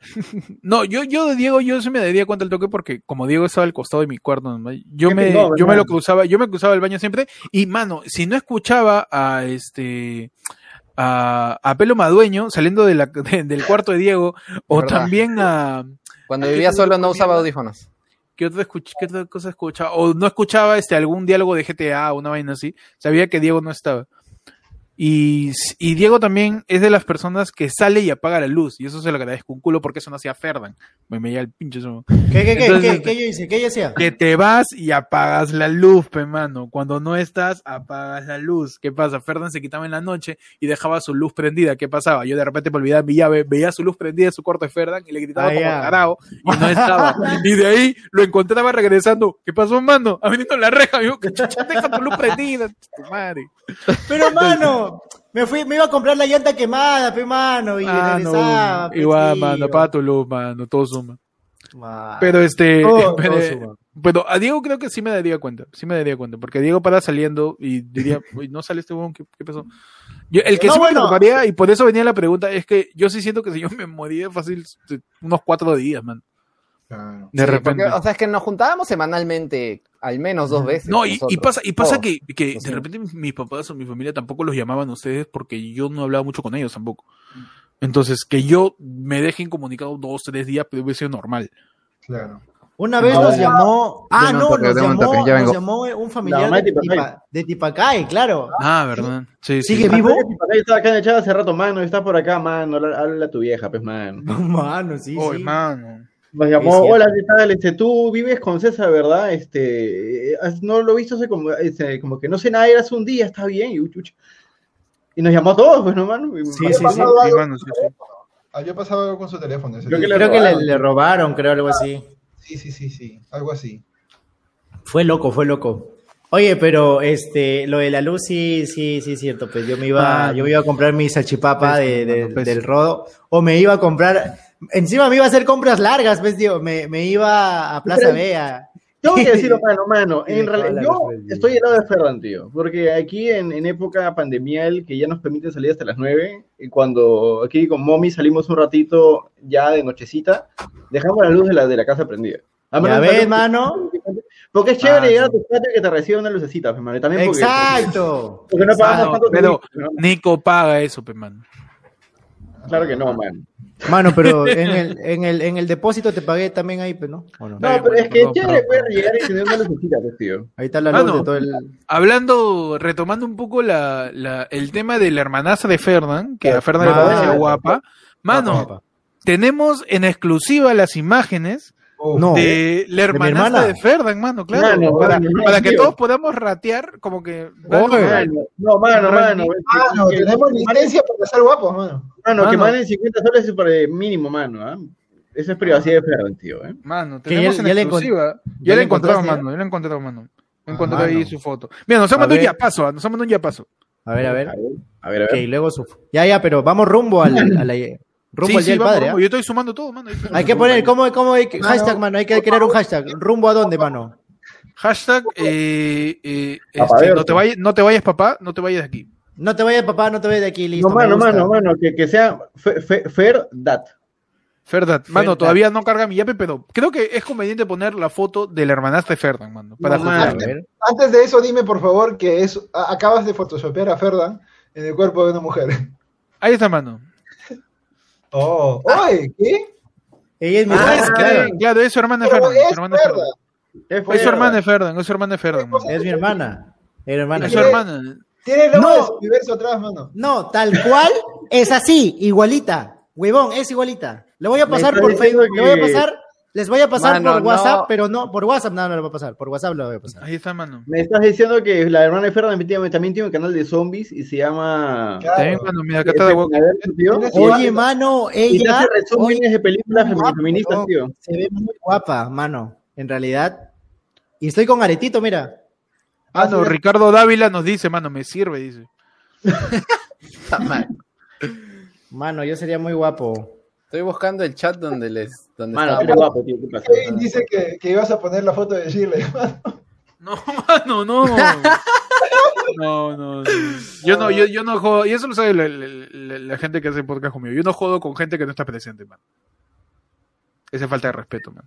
No, yo, yo de Diego, yo sí me daría cuenta el toque porque como Diego estaba al costado de mi cuarto, nomás, yo
Qué
me,
pingón,
yo me lo
hermano.
cruzaba, yo me cruzaba el baño siempre y mano, si no escuchaba a este a, a Pelo Madueño saliendo de la- de- del cuarto de Diego, o
¿Verdad?
también a...
Cuando
Aquí
vivía
tengo
solo no
comida.
usaba audífonos.
¿Qué otra, escuch- qué otra cosa escuchaba? O no escuchaba este, algún diálogo de GTA o una vaina así. Sabía que Diego no estaba. Y, s- y Diego también es de las personas que sale y apaga la luz. Y eso se lo agradezco un culo porque eso no hacía Ferdan. Me me llega el pinche su-
¿Qué, qué, qué,
Entonces-
qué, qué yo hice? ¿Qué yo hacía?
Que te vas y apagas la luz, pe mano. Cuando no estás, apagas la luz. ¿Qué pasa? Ferdan se quitaba en la noche y dejaba su luz prendida. ¿Qué pasaba? Yo de repente me olvidaba mi llave, veía su luz prendida en su cuarto de Ferdan y le gritaba
Ah,
como
ya.
tarao y no estaba. y de ahí lo encontraba regresando. ¿Qué pasó, mano? Ha venido en la reja, amigo. Que chucha, deja tu luz prendida. Tu madre.
Pero, mano, me fui, me iba a comprar la llanta quemada, pe, mano, y
Ah, no.
regresaba. pues, pe,
Igual,
tío.
mano, apaga tu luz, mano. Todo suma.
Mano.
Pero este.
Todo-
pero-
todo suma.
Bueno, a Diego creo que sí me daría cuenta, sí me daría cuenta, porque Diego para saliendo y diría, "Uy, no sale este huevón, ¿qué, qué pasó? Yo- el que
No,
sí
bueno.
me preocuparía, y por eso venía la pregunta, es que yo sí siento que si yo me moría fácil este, unos cuatro días, man,
Claro.
de
Sí,
repente.
porque, o sea, es que nos juntábamos semanalmente al menos dos veces.
no, y, y
nosotros, Oh,
pasa, y pasa
todos.
que, que de
Nosotros.
repente mis papás o mi familia tampoco los llamaban a ustedes porque yo no hablaba mucho con ellos tampoco.
Mm.
Entonces, que yo me dejen comunicado dos, tres días, pero hubiese sido normal.
Claro.
Una vez
No.
nos llamó. Ah,
De
no,
Monterrey,
nos
de
llamó,
Monterrey, ya vengo.
nos llamó un familiar
mamá
de,
de Tipacay.
Tipa- de Tipacay, claro.
Ah, ¿verdad? Sí, sí.
¿Sigue
sí.
vivo?
Acá estaba acá en el chat hace rato, mano, está por acá, mano, habla- habla a tu vieja, pues, mano.
Mano, sí,
Oh,
sí.
hermano.
Me
Es
llamó,
cierto.
hola, ¿qué tal? Este, tú vives con César, ¿verdad? Este, eh, has- no lo he visto hace como, este, como que no sé nada, era hace un día, está bien, y uy, chucha. Y nos llamó a todos, pues, ¿no, mano? Y-
Sí, sí, sí.
Sí, mano, sí, sí.
Había pasado algo con su teléfono. ese
Creo
día.
le
Creo que le,
robaron.
le robaron, creo, algo así.
Sí, sí, sí, sí. Algo así.
Fue loco, fue loco. Oye, pero este, lo de la luz sí, sí, sí es cierto. Pues yo me iba,
Ah,
yo me iba a comprar mi salchipapa
pésimo,
de- de-
mano, pésimo.
del rodo, o me iba a comprar, encima me iba a hacer compras largas, pues tío, me, me iba a Plaza
Pero-
Vea.
Tengo que decirlo, mano, mano.
Y le
En realidad,
cala
yo
los reyes.
estoy al lado de Ferran, tío. Porque aquí en, en época pandemial, que ya nos permite salir hasta las 9, y cuando aquí con mommy salimos un ratito ya de nochecita, dejamos la luz de la, de la casa prendida. A
Ya
menos que-
ves, mano.
Porque es chévere
Ah,
llegar
sí.
a tu casa y que te reciba una lucecita, hermano. Y también porque,
Exacto.
porque no pagamos
Mano,
tanto
pero-
servicio,
Nico paga eso, pe, mano.
¿no? Claro que no, man.
Mano, pero en el, en el, en el depósito te pagué también ahí, pues, ¿no? ¿O no?
No,
Ay,
pero es que es
perdón,
chévere
perdón.
pues, llegar y tener una lucecita, pues, tío.
Ahí está la luz
Mano.
de todo el.
Hablando, retomando un poco la, la- el tema de la hermanaza de Fernan, que a Fernan le
Mano.
parecía guapa. Mano,
Guapa, guapa.
tenemos en exclusiva las imágenes
Uf,
No.
de la
mi
hermanaza
hermana.
de, Ferdan, mano, claro.
Mano,
para
mano,
para que
tío.
todos podamos ratear, como que.
Oye.
Dale,
Mano, No, mano, mano. pues,
Mano,
Que-
Ah, tenemos licencia para ser guapos, mano.
Mano,
Mano.
que manden 50 soles es para- mínimo, mano. ¿ah? Eso es privacidad de Ferran, tío. ¿eh?
Mano,
Que
tenemos
ya-
en
ya le encon-
exclusiva. Yo
ya
la
le
he encontrado,
encontraste,
mano. Yo la he encontrado, mano. He
Ah,
encontrado ahí
mano.
su foto. Mira, nos ha
A
mandado un
ver.
yapazo, ah, nos ha mandado un yapazo.
A ver, a ver.
A ver, a
Ok,
ver.
y luego su. Ya, ya, pero vamos rumbo al, a la- rumbo
Sí,
al
sí,
día del
vamos,
padre.
vamos.
¿ah?
Yo estoy sumando todo, mano. Yo estoy
Hay que
sumando
poner,
todo.
¿cómo, cómo
Ah,
hay que-
Mano.
hashtag, mano? Hay que crear un hashtag. ¿Rumbo a dónde, mano?
Hashtag, eh, eh,
Papá
este, no,
Berto.
te vayas, no te vayas, papá, no te vayas de aquí.
No te vayas, papá, no te vayas de aquí, listo.
no,
me
mano,
gusta.
mano, mano, que, que sea fe- fe- Ferdat.
Ferdan, mano,
Ferdan.
todavía no carga mi yape, pero creo que es conveniente poner la foto de la hermanastra de Ferdan, mano. Para
No,
juzgar.
A ver.
Antes de eso, dime por favor que es, a- acabas de photoshopear a Ferdan en el cuerpo de una mujer.
Ahí está, mano.
Oh, oye, ¿qué?
Ella es mi
Ah,
hermana,
es que-
claro.
claro. es su hermana de
Pero
Ferdan.
es
su hermana de
Ferdan.
Ferdan.
Es
Es su hermana de
Ferdat.
Ferdan, es su hermana de Ferdan, mano.
Es mi hermana. Era hermana.
Es su hermana.
Tiene el logo
No.
de su universo atrás, mano.
No, tal cual es así, igualita. Huevón, es igualita. Le voy a
Me
pasar
está
por
diciendo
Facebook, le voy a
que-
pasar, les voy a pasar
Mano,
por WhatsApp,
no.
pero no, por WhatsApp no, no lo voy a pasar, por WhatsApp lo voy a pasar.
Ahí está, mano.
Me estás diciendo que la hermana de Ferdan efectivamente, también tiene un canal de zombies y se llama. eh,
Claro.
También, mano, mira, acá está de boca.
Ferdan, tío.
Tienes-
Y-
Oye, mano,
Y te
ella
hace resúmenes de películas
muy guapa,
feministas,
huevón.
tío.
se ve muy guapa, mano, en realidad. Y estoy con aretito, mira.
Ah, no, Ricardo Dávila nos dice, mano, me sirve, dice.
Mano, yo sería muy guapo.
Estoy buscando el chat donde les. Donde
Mano,
estaba-
qué guapo, tío. ¿Qué pasa?
Kevin dice que, que ibas a poner la foto de Shirley. mano.
No, mano, no. No, no, no. Yo no, yo, yo no jodo, y eso lo sabe la, la- la- la gente que hace podcast conmigo. Yo no jodo con gente que no está presente, man. Esa es falta de respeto, man.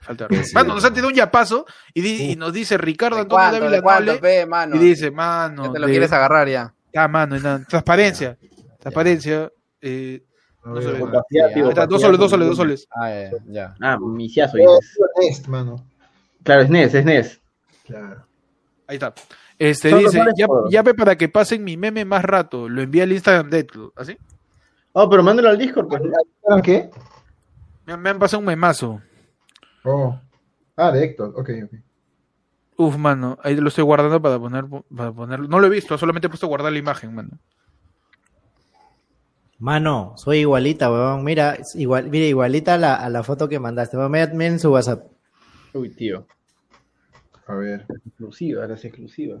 Falta de respeto. Mano, nos han tirado un yapazo y, di- y nos dice Ricardo
¿De
Antonio
cuánto,
Dávila
de cuánto,
Noble,
ve, mano?
y dice, mano,
Ya te lo
de-
quieres agarrar ya.
Ah, mano, no, transparencia. Transparencia. eh, no se ve.
Por cantidad,
Ya.
tío,
Ahí está, dos
cantidad,
soles, dos soles,
tío.
dos soles.
Ah, ya, ya.
Ah, misiazo.
Todo
dices.
es honest, mano.
Claro, es NES, es NES.
Claro.
Ahí está. Este
Son
dice,
los soles
ya,
por-
llame para que pasen mi meme más rato. Lo envía al Instagram de Deadpool. ¿Así?
Oh, pero mándalo al Discord, pues. ¿no?
¿Saben qué?
Me, han- me han pasado un memazo.
Oh. Ah, de Héctor, ok, ok.
Uf, mano, ahí lo estoy guardando para poner, para ponerlo. No lo he visto, solamente he puesto guardar la imagen, mano.
Mano, soy igualita, weón. Mira, es igual, mira, igualita a la, a la foto que mandaste. Weón, Mira, mira en su WhatsApp.
Uy, tío.
A ver.
Exclusivas, las exclusivas.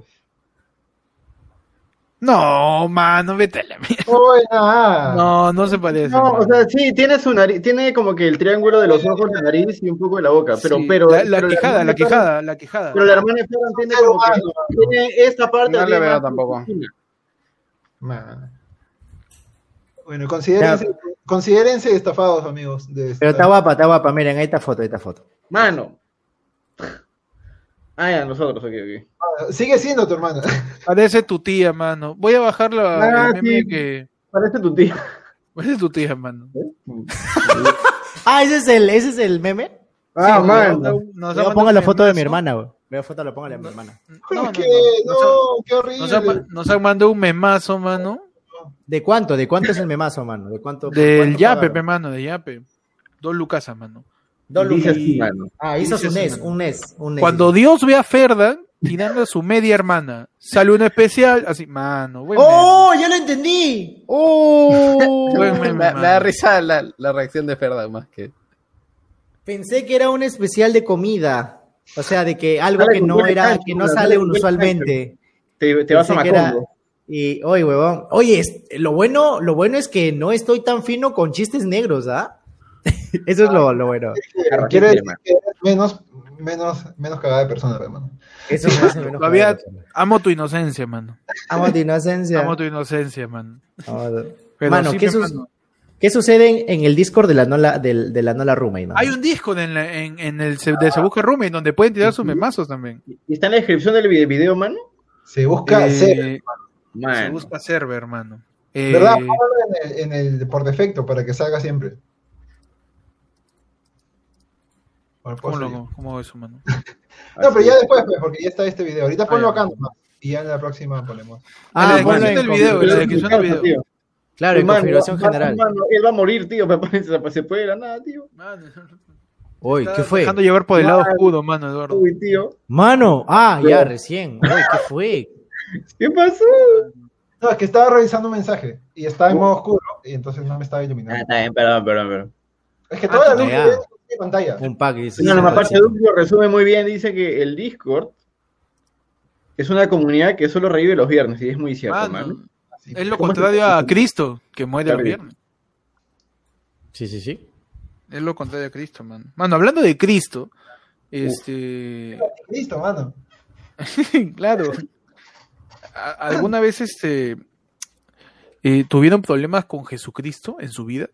No, mano, vete a la mierda.
Buena.
No, no se parece.
Ah. No, o
mano.
sea, sí, tiene su nariz, tiene como que el triángulo de los ojos, la nariz y un poco de la boca, pero,
Sí,
pero.
la, la
pero
quijada,
hermana
la
de Ferran-
quijada, la quijada.
Pero la hermana de Ferran tiene como que- tiene esta parte.
No
así
le veo
más
tampoco.
masculina.
Man. Bueno, considérense, considérense estafados, amigos. de esta-
Pero está guapa, está guapa. Miren, ahí está foto, ahí está foto.
Mano. Ah, ya, nosotros, ok, ok.
Ah, Sigue siendo tu hermana.
Parece tu tía, mano. Voy a bajar la
Ah,
el meme
sí.
que.
Parece tu tía.
Parece tu tía, mano.
Ah, ese es el, ese es el meme.
Ah,
Sí,
mano.
nos ha- nos ha
Yo
mandado
pongo
un
la foto de mi
memazo.
hermana, weón. Veo foto, la pongo de mi hermana.
No, no,
¿Qué?
no. Nos ha-
No, qué
Nos ha,
horrible.
nos ha mandado un memazo, mano.
¿De cuánto? ¿De cuánto es el memazo, mano? ¿De cuánto?
Del
cuánto
yape,
pagaron?
pe, mano, de yape. Dos lucasas, mano.
Dos
Dice
lucas.
así, mano.
Ah, hizo
Dice
su
así,
NES,
mano.
un NES, un NES.
Cuando Dios ve a Ferdan tirando a su media hermana, sale un especial, así, mano. buen
¡Oh, ya lo entendí! ¡Oh!
Buen
Me,
meme,
me
mano.
da risa la, la reacción de Ferda más que.
Pensé que era un especial de comida. O sea, de que algo
Sale
que
con
no
Willy
era,
Sancho,
que no
sale
sale
con Willy
usualmente.
Te, te vas a
Pensé que era-
Macondo.
Y, oye, huevón. Oye, es- lo bueno, lo bueno es que no estoy tan fino con chistes negros, ¿ah? Eso es lo, lo bueno.
Arranquete,
Quiero decir
hermano.
que eres menos, menos, menos cagada de persona, hermano.
Eso es más o menos.
Todavía-
como-
Amo tu inocencia, mano.
Amo tu inocencia.
Amo tu inocencia, mano.
Amo tu-
Pero
Mano,
sí,
¿qué,
pe,
sus-
mano.
¿qué sucede en, en el Discord de la Nola, del- de la Nola Roommate, mano?
Hay un disco en, la- en- en el se- de Se Busca Roommate donde pueden tirar sus memazos también.
¿Y está en la descripción del vi- video, mano?
Se busca
Eh,
ser.
se
Mano.
busca server, hermano. Eh,
¿Verdad? Póngalo en el, en el por defecto para que salga siempre.
Pues
Por
¿cómo,
posible.
lo, ¿Cómo hago eso, mano?
pues No, pero ya después, pues, porque ya está este video. Ahorita ponlo
ya.
acá nomás. Y ya en la próxima ponemos.
En la
Ah, ponlo
descripción
en
del video, en la
configuración-
descripción del video.
Tío.
Claro, en
Mano,
configuración
va-
general.
mano, él va a morir, tío. papá, Se se puede ir a nada, tío.
Mano,
Uy,
está
¿qué fue?
Dejando llevar por el lado
Mano.
oscuro, mano, Eduardo.
Uy, tío.
Mano, ah, ya,
Pero-
recién. Uy, ¿qué fue?
¿Qué pasó?
No, es que estaba revisando un mensaje y estaba en modo oscuro y entonces no me estaba iluminando.
Ah, está bien, perdón, perdón, perdón.
Es que toda la
Ah,
luz
ya.
que ves es de pantalla.
Un pack, dice.
No, no,
Sí,
me aparte
sí.
Dublio resume muy bien, dice que el Discord es una comunidad que solo revive los viernes, y es muy cierto,
Mano,
mano.
Así.
es lo contrario a Cristo, que muere el
Claro.
viernes.
Sí, sí, sí.
Es lo contrario a Cristo, mano. Mano, hablando de Cristo, este.
Listo, mano.
claro. A- ¿Alguna vez este eh, tuvieron problemas con Jesucristo en su vida?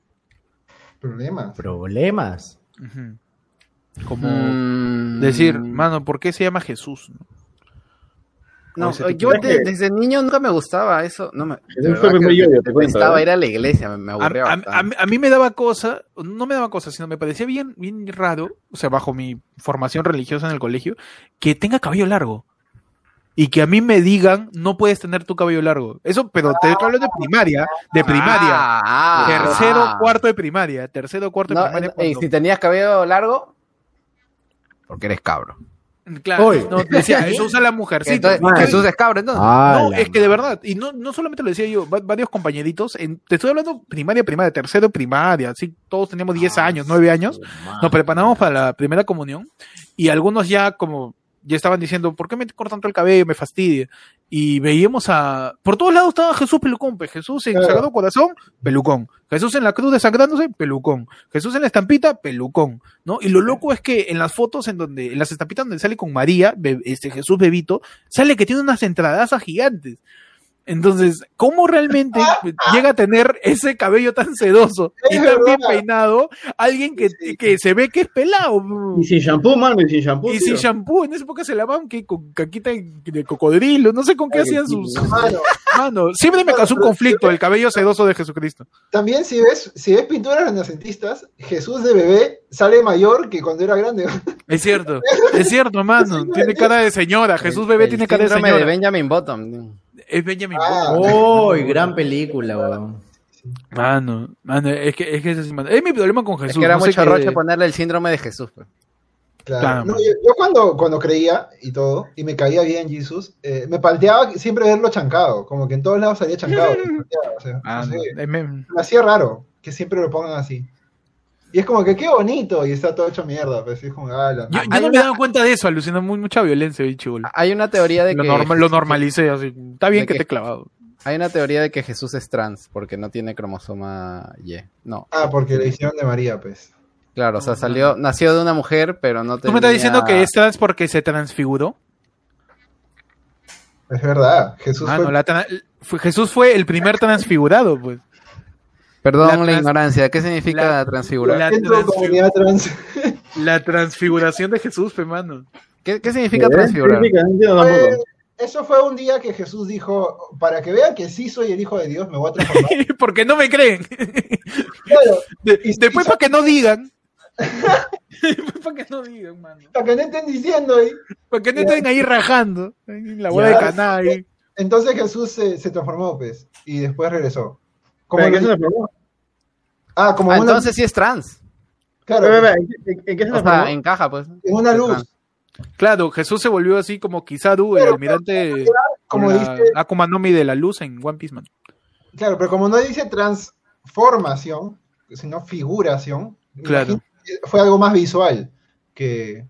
Problema.
Problemas.
Ujú. Mm. Como decir, mano, ¿por qué se llama Jesús? no?
No,
Ese tipo
yo
de-
de- desde niño nunca me gustaba eso. No me, de
Jesús fue
verdad que
muy yo, te cuento.
Estaba
¿eh?
ir a la iglesia, me, me
A,
aburría.
a-
bastante.
a mí- a mí me daba cosa, no me daba cosa, sino me parecía bien, bien raro, o sea, bajo mi formación religiosa en el colegio, que tenga cabello largo. Y que a mí me digan, no puedes tener tu cabello largo. Eso, pero te estoy hablando de primaria, de primaria.
Ah, ah,
tercero,
ah.
cuarto de primaria, tercero, cuarto de
No, eh,
primaria.
y
cuando-
si tenías cabello largo, porque eres cabro.
Claro,
Oye.
Ah, no, te decía, Jesús a la mujercita.
Entonces, Jesús es cabro, entonces.
Ah,
No,
la
es que de verdad, y no, no solamente lo decía yo, va- varios compañeritos, en- te estoy hablando primaria, primaria, tercero, primaria, así, todos teníamos 10 años, 9 años, nos preparamos para la primera comunión, y algunos ya como, ya estaban diciendo, ¿por qué me cortan todo el cabello? Me fastidia. Y veíamos a, por todos lados estaba Jesús pelucón, pues, Jesús en
Claro.
Sagrado Corazón, pelucón, Jesús en la cruz desangrándose, pelucón, Jesús en la estampita, pelucón, ¿no? Y lo loco es que en las fotos en donde, en las estampitas donde sale con María, be- este Jesús bebito, sale que tiene unas entradazas gigantes. Entonces, ¿cómo realmente llega a tener ese cabello tan sedoso y
Es
tan bien
verdad.
peinado alguien que,
Sí.
que se ve que es pelado?
Y sin shampoo, mano, y sin shampoo.
Y sin
tío.
shampoo, en esa época se lavaban que con caquita de cocodrilo, no sé con qué
Ay,
hacían
sí,
sus...
no.
Mano,
Mano, siempre me causó un conflicto el cabello sedoso de Jesucristo.
también si ves, si ves pinturas renacentistas, Jesús de bebé sale mayor que cuando era grande.
Es cierto, es cierto, mano. Tiene cara de señora. Ah, Jesús bebé
El
tiene cara de
síndrome
señora.
de Benjamin Bottom.
Es Benjamin
Ah.
Button.
¡Oh! Gran película, weón.
Mano, mano, es que, es que ese es, mano, es mi problema con Jesús.
es que era
no sé
mucho
qué-
roche ponerle el síndrome de Jesús. pues.
Claro.
Claro,
No,
mano.
yo yo cuando, cuando creía y todo, y me caía bien Jesús, eh, me palteaba siempre verlo chancado, como que en todos lados salía chancado. me palteaba, o sea, no
Mano,
sé,
Ah, es mem-
me hacía raro que siempre lo pongan así. Y es como que qué bonito, y está todo hecho mierda, pues y es como, ala.
Yo, yo no
Hay
me
una-
he dado cuenta de eso, alucina muy- mucha violencia, bicho. boludo.
Hay una teoría de
Lo,
que.
norma- lo normalicé, así. Está bien
de
que
que-
te he clavado.
Hay una teoría de que Jesús es trans porque no tiene cromosoma Y. No,
Ah, porque le hicieron de María, pues.
claro, o sea, salió, nació de una mujer, pero no tenía.
¿Tú me estás diciendo que es trans porque se transfiguró?
Es verdad, Jesús
Mano,
fue-
Ah, la tra- fue- Jesús fue el primer transfigurado, pues.
Perdón
la
la,
trans-
ignorancia, ¿qué significa
la-
transfigurar?
la-
dentro de
transfigu-
comunidad trans.
La transfiguración de Jesús, pues, mano.
¿Qué, qué significa
¿Eh?
transfigurar?
Sí, sí, no entiendo
Fue-
tampoco.
eso fue un día que Jesús dijo, para que vean que sí soy el hijo de Dios, me voy a transformar.
porque no me creen.
claro,
De-
Y-
después
y-
para que no digan. después para que no digan, mano.
lo que no estén diciendo ahí.
Para que no estén ahí rajando. ahí en la hueá de
Ya.
canal. ahí.
Entonces Jesús se, se transformó, pues, y después regresó. Como
Pero, ¿en qué
lo-
se transformó?
ah, como
Ah,
una,
entonces sí es trans.
claro,
Pero, pero, pero, ¿en qué- ¿En qué se
O
transformó?
sea, encaja, pues.
en una
es
luz,
trans.
Claro, Jesús se volvió así como Kizaru, el
Pero-
almirante
como
con la
dice,
Akuma no Mi de la luz en One Piece Man.
claro, pero como no dice transformación, sino figuración,
Claro.
imagino que fue algo más visual que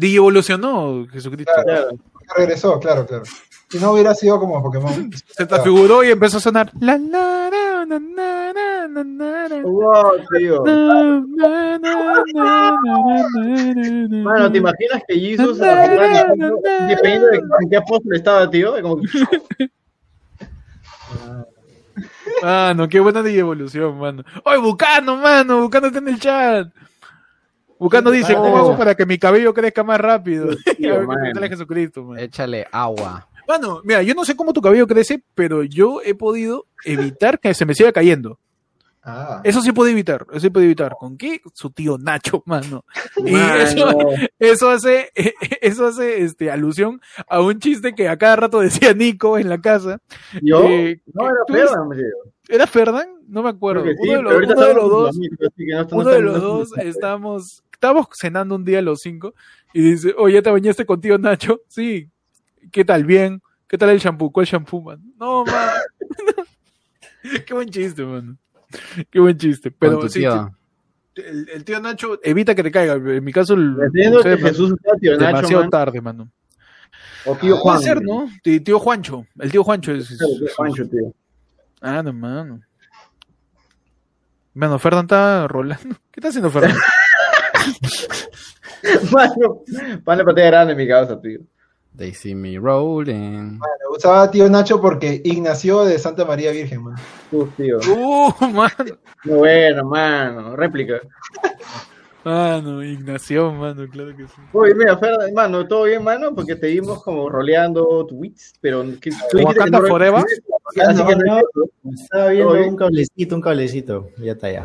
Y evolucionó Jesucristo.
Claro. que regresó, claro, claro. Si no hubiera sido como Pokémon.
Se transfiguró y empezó a sonar. La, la, ra, na, na, ra, na, na, ra.
Wow, tío.
Na, na, na, na, na, na, na, na.
Mano, ¿te imaginas que Jesus se transformó en apóstol? Dependiendo de en qué apóstol estaba, tío. Como que-
Mano, qué buena de evolución, mano. ¡Oye, Bucano, mano! Bucano está en el chat. Bucano dice,
Bucano.
¿cómo hago para que mi cabello crezca más rápido? Y a ver,
mano.
pregúntale a Jesucristo,
Eh.
mano.
Échale agua.
Mano, mira, yo no sé cómo tu cabello crece, pero yo he podido evitar que se me siga cayendo.
Ah,
Eh.
Eso sí puedo evitar, eso sí puedo evitar. ¿Con qué? Su tío Nacho, mano. Y eso,
Mano.
eso hace, eso hace este, alusión a un chiste que a cada rato decía Nico en la casa.
Yo.
Eh,
No, era
¿tú eres-
Ferdan, tío.
¿Era Ferdán? No me acuerdo.
Creo que sí,
uno de los,
pero ahorita
uno de
estamos
los
con
dos,
sus amigos, así que no- no
uno de
están-
los
no
dos eh,
están-
estábamos, estábamos cenando un día los cinco y dice, oye, ¿ya te bañaste con tío Nacho? Sí. ¿Qué tal? Bien. ¿Qué tal el shampoo? ¿Cuál shampoo, man? No, man. Qué buen chiste, man. Qué buen chiste. Pero
Pero tu
sí,
tío.
sí, el, el tío Nacho evita que te caiga. En mi caso, el,
Dependiendo de
sucede
que Jesús sea tío
demasiado
Nacho, man,
tarde, mano.
o tío Juan.
Puede ser, ¿no? Ti- Tío Juancho. El tío Juancho es...
Claro, tío Juancho, tío.
Ah, no, mano. Mano, Fernán está rolando. ¿Qué está haciendo Fernán?
Mano, pan de pantalla grande en mi cabeza, tío.
They see me rolling.
bueno, usaba a tío Nacho porque Ignacio de Santa María Virgen, man.
Uf, tío.
Uh, mano.
Muy bueno, mano. Réplica.
Mano, Ignación, mano, claro que sí.
Oye, mira, Fer, mano, todo bien, mano, porque te vimos como roleando tweets, pero que- tú dijiste
Wakanda
que no-
Forever.
Así que no,
Estaba viendo
Oye.
un cablecito, un cablecito. Ya está ya.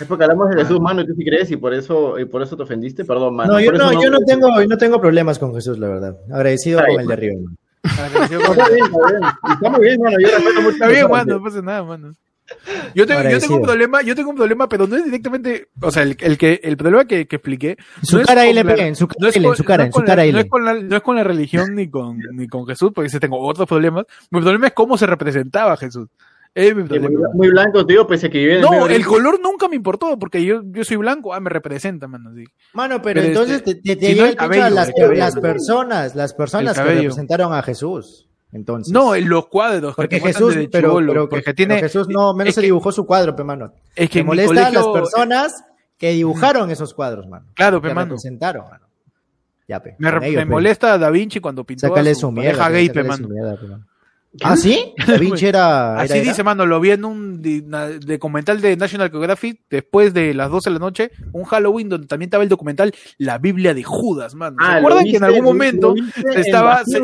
es porque hablamos de Jesús, mano, y tú sí crees, y por eso, y por eso te ofendiste, perdón,
Ah.
mano.
No, yo
por eso
no, yo no tengo, yo no tengo problemas con Jesús, la verdad. Agradecido
Ay,
con el de arriba. man.
Agradecido por-
Está bien, está bien. Está muy bien, mano. Yo respeto mucho.
Está bien, mano, no pasa nada, mano. Yo tengo, yo tengo un
Agradecido.
problema, yo tengo un problema, pero no es directamente, o sea, el, el que, el problema que, que expliqué.
En su
no es
cara ahí
con
le
la-
pega, en su cara,
No es,
ahí le- en
con,
su cara,
no, es
en su
con
cara
la,
ahí
no
le.
es con la- no es con la religión ni con, ni con Jesús, porque ese tengo otros problemas. Mi problema es cómo se representaba Jesús. Es mi
Sí,
problema.
muy, muy blanco, tío, pese a que vive en
No,
medio
el
oriente.
color nunca me importó, porque yo, yo soy blanco, ah, me representa, mano. así.
Mano, pero,
Pero
entonces
este,
te, te- te
si no
llega
el
el pincho a
cabello,
las,
el cabello,
las
¿no?
personas, las personas que
cabello.
representaron a Jesús. Entonces.
No, en los cuadros que
porque
te muestran
Jesús,
desde
pero,
chibolo,
pero-
porque
pero
tiene
Jesús no, menos
es
se
que-
dibujó su cuadro, pe mano.
es que
Que
en mi
molesta a las
colegio-
personas que dibujaron esos cuadros, mano.
Claro, pe
que
mano.
representaron, mano. Ya, pe.
Me,
Con
me
ellos, pe.
molesta Da Vinci cuando pintó
Sácale
a su,
su mierda.
pareja
pe,
gay, pe,
sácale su
mano.
mierda, pe, mano. ¿Ah, sí? Da Vinci era.
Así
era- era-
dice, mano, lo vi en un di- na- documental de National Geographic después de las 12 de la noche, un Halloween donde también estaba el documental La Biblia de Judas, mano.
Ah,
Ah,
¿Se acuerdan que en algún momento se estaba- se-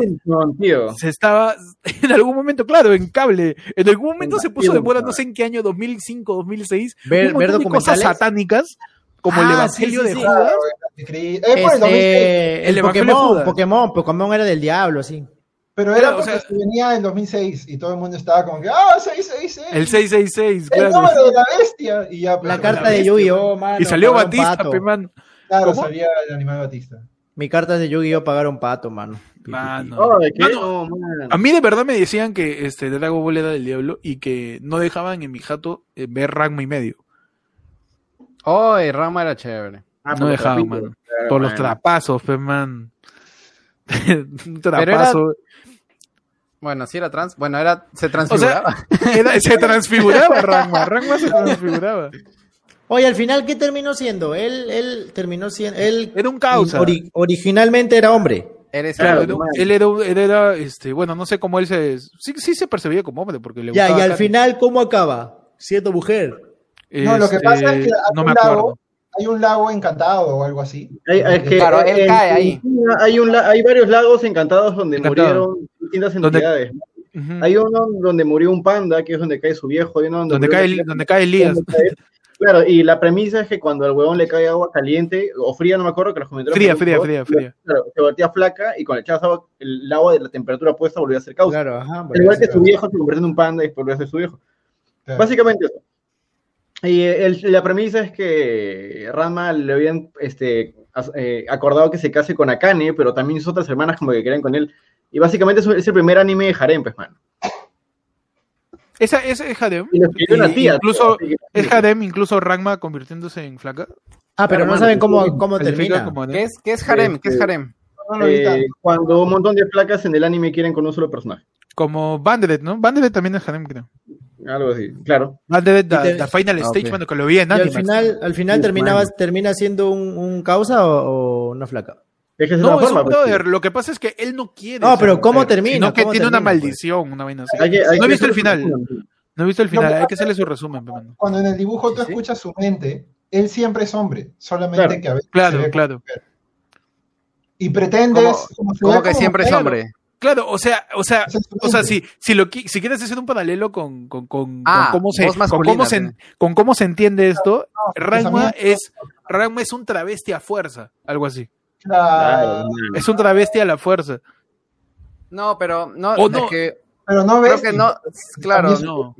tío.
se estaba en algún momento, claro, en cable, en algún momento
En
se puso de
cable,
moda, no
claro.
sé en qué año, 2005, 2006,
Ver-
un montón
ver
de cosas
documentales.
satánicas como el
Ah,
Evangelio
sí, sí,
de
sí. pues,
Judas.
Eh, por el 2006,
Este,
El
el
Evangelio de
Pokémon,
Judas.
Pokémon, Pokémon era del diablo, sí.
pero era
claro, o
porque
sea-
se venía en 2006 y todo el mundo estaba como que, ah, 666.
El 666,
El
claro.
número Eh, de la bestia. Y ya,
La
pero-
carta de Yu-Gi-Oh, mano,
Y salió
pagaron
Batista,
pato.
pe, man.
Claro,
¿Cómo?
salía el animal Batista.
Mi carta de Yu-Gi-Oh pagaron pato, mano.
Mano.
Oh, ¿de qué?
Mano,
Oh, man.
A mí de verdad me decían que este Dragon Ball era del diablo y que no dejaban en mi jato eh, ver Ragma y medio.
Oh, el Rama era chévere.
Ah, por
no
los
dejaba,
trapitos.
mano.
Claro,
Por los
man.
trapazos, pe, man. Un
era-
trapazo.
Bueno, sí era trans. Bueno, era. Se transfiguraba.
transfiguraba. Era- se transfiguraba Ragma. Ragma se transfiguraba.
Oye, al final, ¿qué terminó siendo? Él, él terminó siendo. Él
Era un causa.
ori- originalmente era hombre.
Eres
Claro,
Era-
man.
él, era, un- él era, este, bueno, no sé cómo él se, sí, sí se percibía como hombre, porque le
Ya, y
gustaba
al
Karen.
final, ¿cómo acaba? Siendo mujer.
No, lo que
Este,
pasa es que hay,
no
un
me acuerdo.
lago, hay un lago encantado o algo así. Eh,
Hay, hay que- eh,
Claro, él
en-
cae ahí.
en- Hay, un, la- hay varios lagos encantados donde
Encantado.
murieron distintas
Donde-
entidades.
Ujú.
Hay uno donde murió un panda, que es donde cae su viejo. Hay uno donde,
donde
murió
cae,
la-
el- donde cae Elías.
donde cae- Claro, y la premisa es que cuando al huevón le cae agua caliente o fría, no me acuerdo, que los comentarios.
Fría,
fueron
fría,
todos,
fría, fría.
Claro, se volvía flaca y cuando echabas agua, el agua de la temperatura opuesta volvía a ser causa.
Claro, ajá.
Al igual que
sí,
su
claro.
viejo se convirtió en un panda y después volvió a ser su viejo.
Claro.
Básicamente eso. Y eh, el- la premisa es que Rama le habían este, as- eh, acordado que se case con Akane, pero también sus otras hermanas como que querían con él. Y básicamente es, es el primer anime de Harem, pues, mano.
Esa, esa es Harem.
Y lo escribió
Y-
una tía.
incluso
tío, así que-
es Harem, incluso Ragma convirtiéndose en flaca.
Ah, pero no
Hermano,
saben
sí,
cómo, cómo
Califica
termina.
como
¿Qué
anime.
es, ¿Qué es harem? ¿Qué es
Este-
harem?
No, no, ahorita.
Eh, cuando un montón de placas en el anime quieren con un solo personaje.
Como Banderet, ¿no? Banderet también es Harem, creo.
Algo así, claro.
Banderet,
Y
the,
te-
the Final
Ah,
Stage,
ok.
cuando que lo vi en
Y al
Animax.
final, al final
Uf,
terminaba,
mano.
termina siendo un, un causa o, o una flaca.
Es que se
No, es
transforma,
un
pues,
brother.
tío.
Lo que pasa es que él no quiere.
No,
ser
pero
mujer,
¿cómo termina?
Sino que
¿Cómo
tiene una
termina, pues?
maldición, una vaina así.
Hay que- hay
no he
que
visto el
hacer un-
final. No he visto el final.
No,
Hay que hacerle su resumen, pe, mano.
Cuando en el dibujo tú
sí.
escuchas su mente, él siempre es hombre, solamente
Claro,
que a veces se
Claro,
ve-
claro.
Y pretendes
Como-
como, se ve
Como que
como
siempre es
mujer,
hombre.
Claro, o sea, o sea,
es su
O sea,
mente.
si, si, lo, qui- si quieres hacer un paralelo con, con, con,
Ah,
con cómo se,
voz
con,
masculina,
cómo se, en- con cómo se entiende esto, Ragma es, Ragma es un travesti a fuerza, algo así.
Claro,
Ah,
Claro.
mano.
Es un travesti a la fuerza.
No, pero no,
O
es
Oh, no.
que
Pero no ves.
creo que no, claro,
También-
No,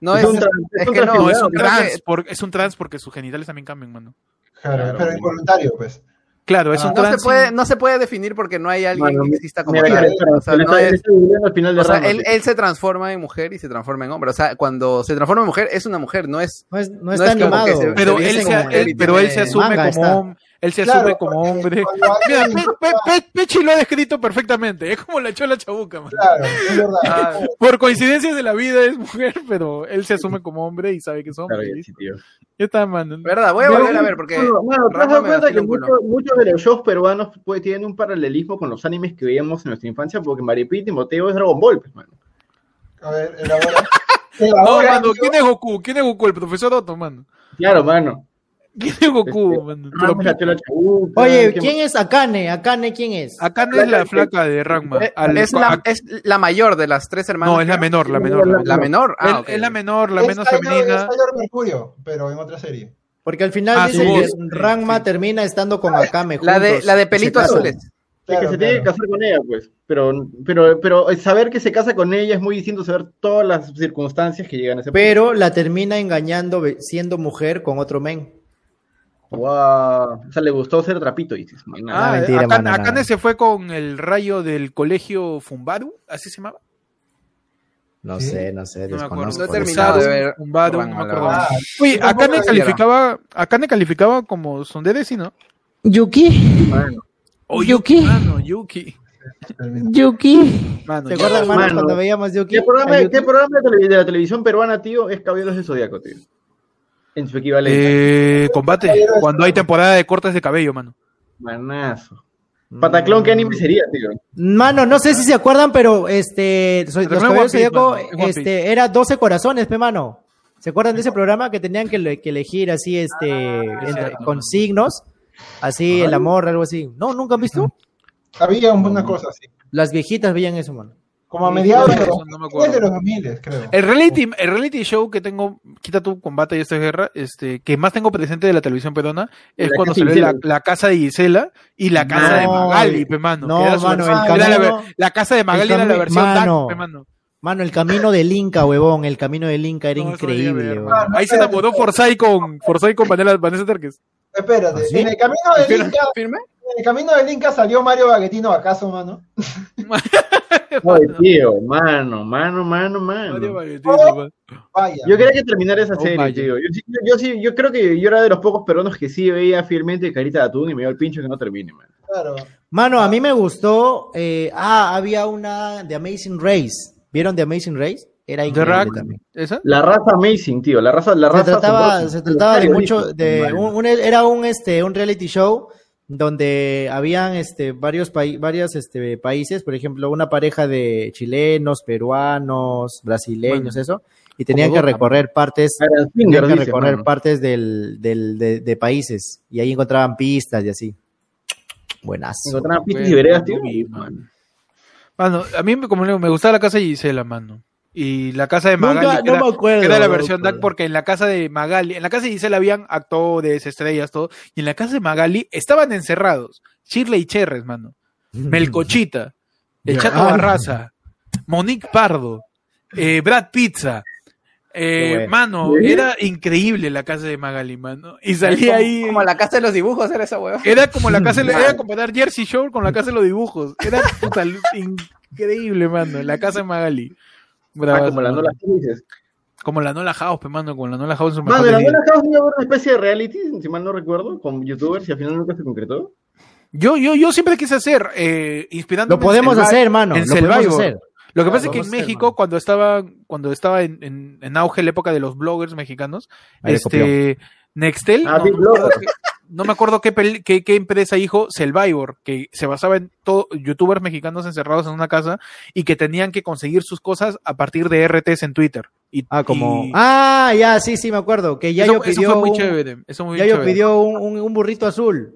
no
Es
es,
un tra-
es
un
que no,
transfigurado,
no es un
creo que-
trans, por- es un trans porque sus genitales también cambian, mano.
Claro,
Claro,
pero
mano.
involuntario, pues.
Claro, es
Ah,
un
no se
trans.
puede,
sin-
no se puede definir porque no hay alguien
Mano,
que exista como
Mira,
tal.
que- espera,
O sea,
le
no
está- le
es,
está viviendo al final de
o sea,
Rama,
él,
tío.
él se transforma en mujer y se transforma en hombre. O sea, cuando se transforma en mujer es una mujer, no es
No, es, no
No
está
es como que
animado.
se-
Pero
se
él,
dice
se,
como
él-
que
pero él se
tiene-
asume
manga,
como
está.
hom- él se
Claro,
asume como
porque
hombre.
cuando
Mira,
alguien-
Pe- Pe- Pe- Pechi lo ha descrito perfectamente. Es como la chola chabuca, mano.
Claro, es verdad.
Ah,
Por coincidencias de la vida es mujer, pero él se asume como hombre y sabe que es hombre.
Claro,
¿sí?
sí, tío.
Ya está, mano.
¿Verdad? Voy a
Pero,
volver a ver porque.
Bueno, mano, ¿te has
Rafa
dado
me
cuenta
vacila
que
un culo.
muchos, muchos de los shows peruanos pues, tienen un paralelismo con los animes que veíamos en nuestra infancia? Porque Maripí Timoteo es Dragon Ball, pues, mano.
A ver, elabora.
No,
Elabora,
mano,
tío.
¿quién es Goku? ¿Quién es Goku? El profesor Otto, mano.
Claro, mano.
¿Quién es Goku,
Este,
mano?
Ramos, la Chola Chabuca,
Oye,
Ah,
¿qué
¿quién es Akane? ¿Akane quién es?
Acá no es la flaca de Ragma.
Eh,
Al-
es,
a-
la, es la mayor de las tres hermanas.
no, es la menor, la menor. La,
La
menor.
menor. Ah,
Es-
ok.
Es la menor, la
Es
menos
Tyler-
femenina.
Es Tyler Mercurio, pero en otra serie.
Porque al final
Ah,
dice
su
que
voz.
Ranma termina estando con Akame
La de,
juntos,
la de
que
pelito
se casan.
azules.
Que, que
Claro,
se tiene que
claro.
casar con ella, pues. Pero, pero, pero eh, saber que se casa con ella es muy distinto a saber todas las circunstancias que llegan a ese
Pero la termina engañando ve- siendo mujer con otro men.
Wow. O sea, le gustó ser trapito, dices. man, nada.
Ah,
mentira,
Akane-
mano, no.
Akane se fue con el rayo del colegio Fumbaru, así se llamaba.
No
¿Sí?
sé, no sé,
No me acuerdo.
desconozco.
No he terminado de
Fumbaru,
Eh,
ver.
Fumbaru,
Roban
no me
a la
acuerdo.
hora.
Ah,
Oye,
tampoco
Akane
la
calificaba, Akane calificaba como sondere, ¿sí, no?
Yuki,
Mano,
O
Yuki.
Mano, Yuki.
termina.
Yuki,
Mano,
¿Te acuerdas,
Mano.
hermanos, cuando veíamos Yuki?
¿Qué programa,
a
qué
Yuki?
programa de, tele- de la televisión peruana, tío, es Caballeros del Zodíaco, tío? En su equivalente.
Eh, combate, cuando hay temporada de cortes de cabello, mano.
Manazo. Mm. Pataclón, ¿qué anime sería, tío?
Mano, no sé si se acuerdan, pero este, so-
Pero
los
no es
Caballeros
One Piece,
Zodíaco,
mano, es One Piece.
este, era 12 corazones, pe mano. ¿Se acuerdan de ese programa que tenían que, le- que elegir así, este,
Ah,
entre-
cierto,
con
mano.
signos? Así, el amor, algo así. No, nunca han visto.
Había un- una cosa así.
Las viejitas veían eso, mano.
Como a
Mm. Sí,
mediados
sí,
de los,
eso no me acuerdo.
fines de los 2000, creo.
El reality, el reality show que tengo, quita tu combate y esta guerra, este, que más tengo presente de la televisión peruana, es
La
cuando
casa de
salió la,
Gisela.
la casa de Gisela y la casa de
No,
Magali, pe mano.
no,
que era su
mano,
versión-
el
era la,
camino-
ver- la casa de Magali
el
era la
cami-
versión
mano.
dark, pe mano.
Mano, el camino del Inca, huevón. El camino del Inca era
No, eso no llegué a
increíble,
ver,
huevón.
mano. Ahí se enamoró Forsyth con, Forsyth con Vanessa, Vanessa Terques.
Espérate,
¿Ah, sí?
en el camino del
¿Firme?
Inca,
¿Firme?
en el camino del Inca salió Mario Baguetino acaso, mano.
Ay, tío, mano, mano,
Mario
mano, mano.
Baguetino, mano.
Vaya.
Yo quería que terminara esa
Oh,
serie,
vaya.
tío. Yo, sí- yo, yo sí, yo creo que yo era de los pocos peruanos que sí veía fielmente Carita de Atún y me dio el pincho que no termine, man.
claro.
Mano, a mí me gustó. eh, ah, había una de Amazing Race. ¿Vieron The Amazing Race? Era increíble
Rack.
también.
¿Esa?
La raza amazing, tío. La raza, la
Se
raza.
trataba,
asombrosa.
se trataba de
Mario,
mucho, de
mano.
un, un- era un este un reality show donde habían este varios países, varios este países, por ejemplo, una pareja de chilenos, peruanos, brasileños, eso, y tenían que recorrer partes
Era el
Tenían
Finger,
que
dice,
recorrer
mano.
partes del, del- de, de países y ahí encontraban pistas y así. Buenas.
Encontraban pistas y
Bueno,
veredas,
no
tío.
vi,
y,
mano.
man,
Mano, Ah, a mí, me- como le digo, me gustaba la casa de Gisela, mano. Y la casa de Magali,
Nunca-
que era-
no me acuerdo.
que era la
no me
versión
acuerdo.
DAC porque en la casa de Magali, en la casa de Gisela habían actores, estrellas, todo, y en la casa de Magali estaban encerrados Shirley Cherres, mano,
Mm.
Melcochita, el
Ya. Ah,
Chato Barraza, Monique Pardo, eh, Brad Pizza, eh,
Qué bueno.
mano, era increíble la casa de Magali, mano, y salía ahí,
Como la casa de los dibujos era esa hueva.
era como la casa, de- era comparar Jersey Shore con la casa de los dibujos, era puta, increíble, mano, la casa de Magali.
ah,
Bravazo,
como la
mano.
Nola Dices.
Como la Nola House, pe, mano, como la Nola House. en su
Mano,
mejor
la
día.
Nola House iba a haber una especie de reality, si mal no recuerdo, con youtubers y al final nunca se concretó.
Yo, yo, yo siempre quise hacer, eh, inspirando.
Lo podemos hacer, mano.
en
Lo podemos
Survivor.
hacer.
Lo que pasa es
Ah, Lo
que en
vamos a hacer,
México,
mano.
cuando estaba, cuando estaba en, en- en auge la época de los bloggers mexicanos,
Ah,
Ahí le
este, Nextel,
Ah,
no,
Big
no me acuerdo
Blogger.
qué- no me acuerdo qué, pel- qué, qué empresa dijo Survivor, que se basaba en todo, youtubers mexicanos encerrados en una casa y que tenían que conseguir sus cosas a partir de RTs en Twitter. Y,
Ah, como.
y-
Ah, ya, sí, sí, me acuerdo. Que
eso,
Yayo
eso
pidió.
fue muy
un-
chévere. Eso muy
Yayo
chévere.
pidió un, un- un burrito azul.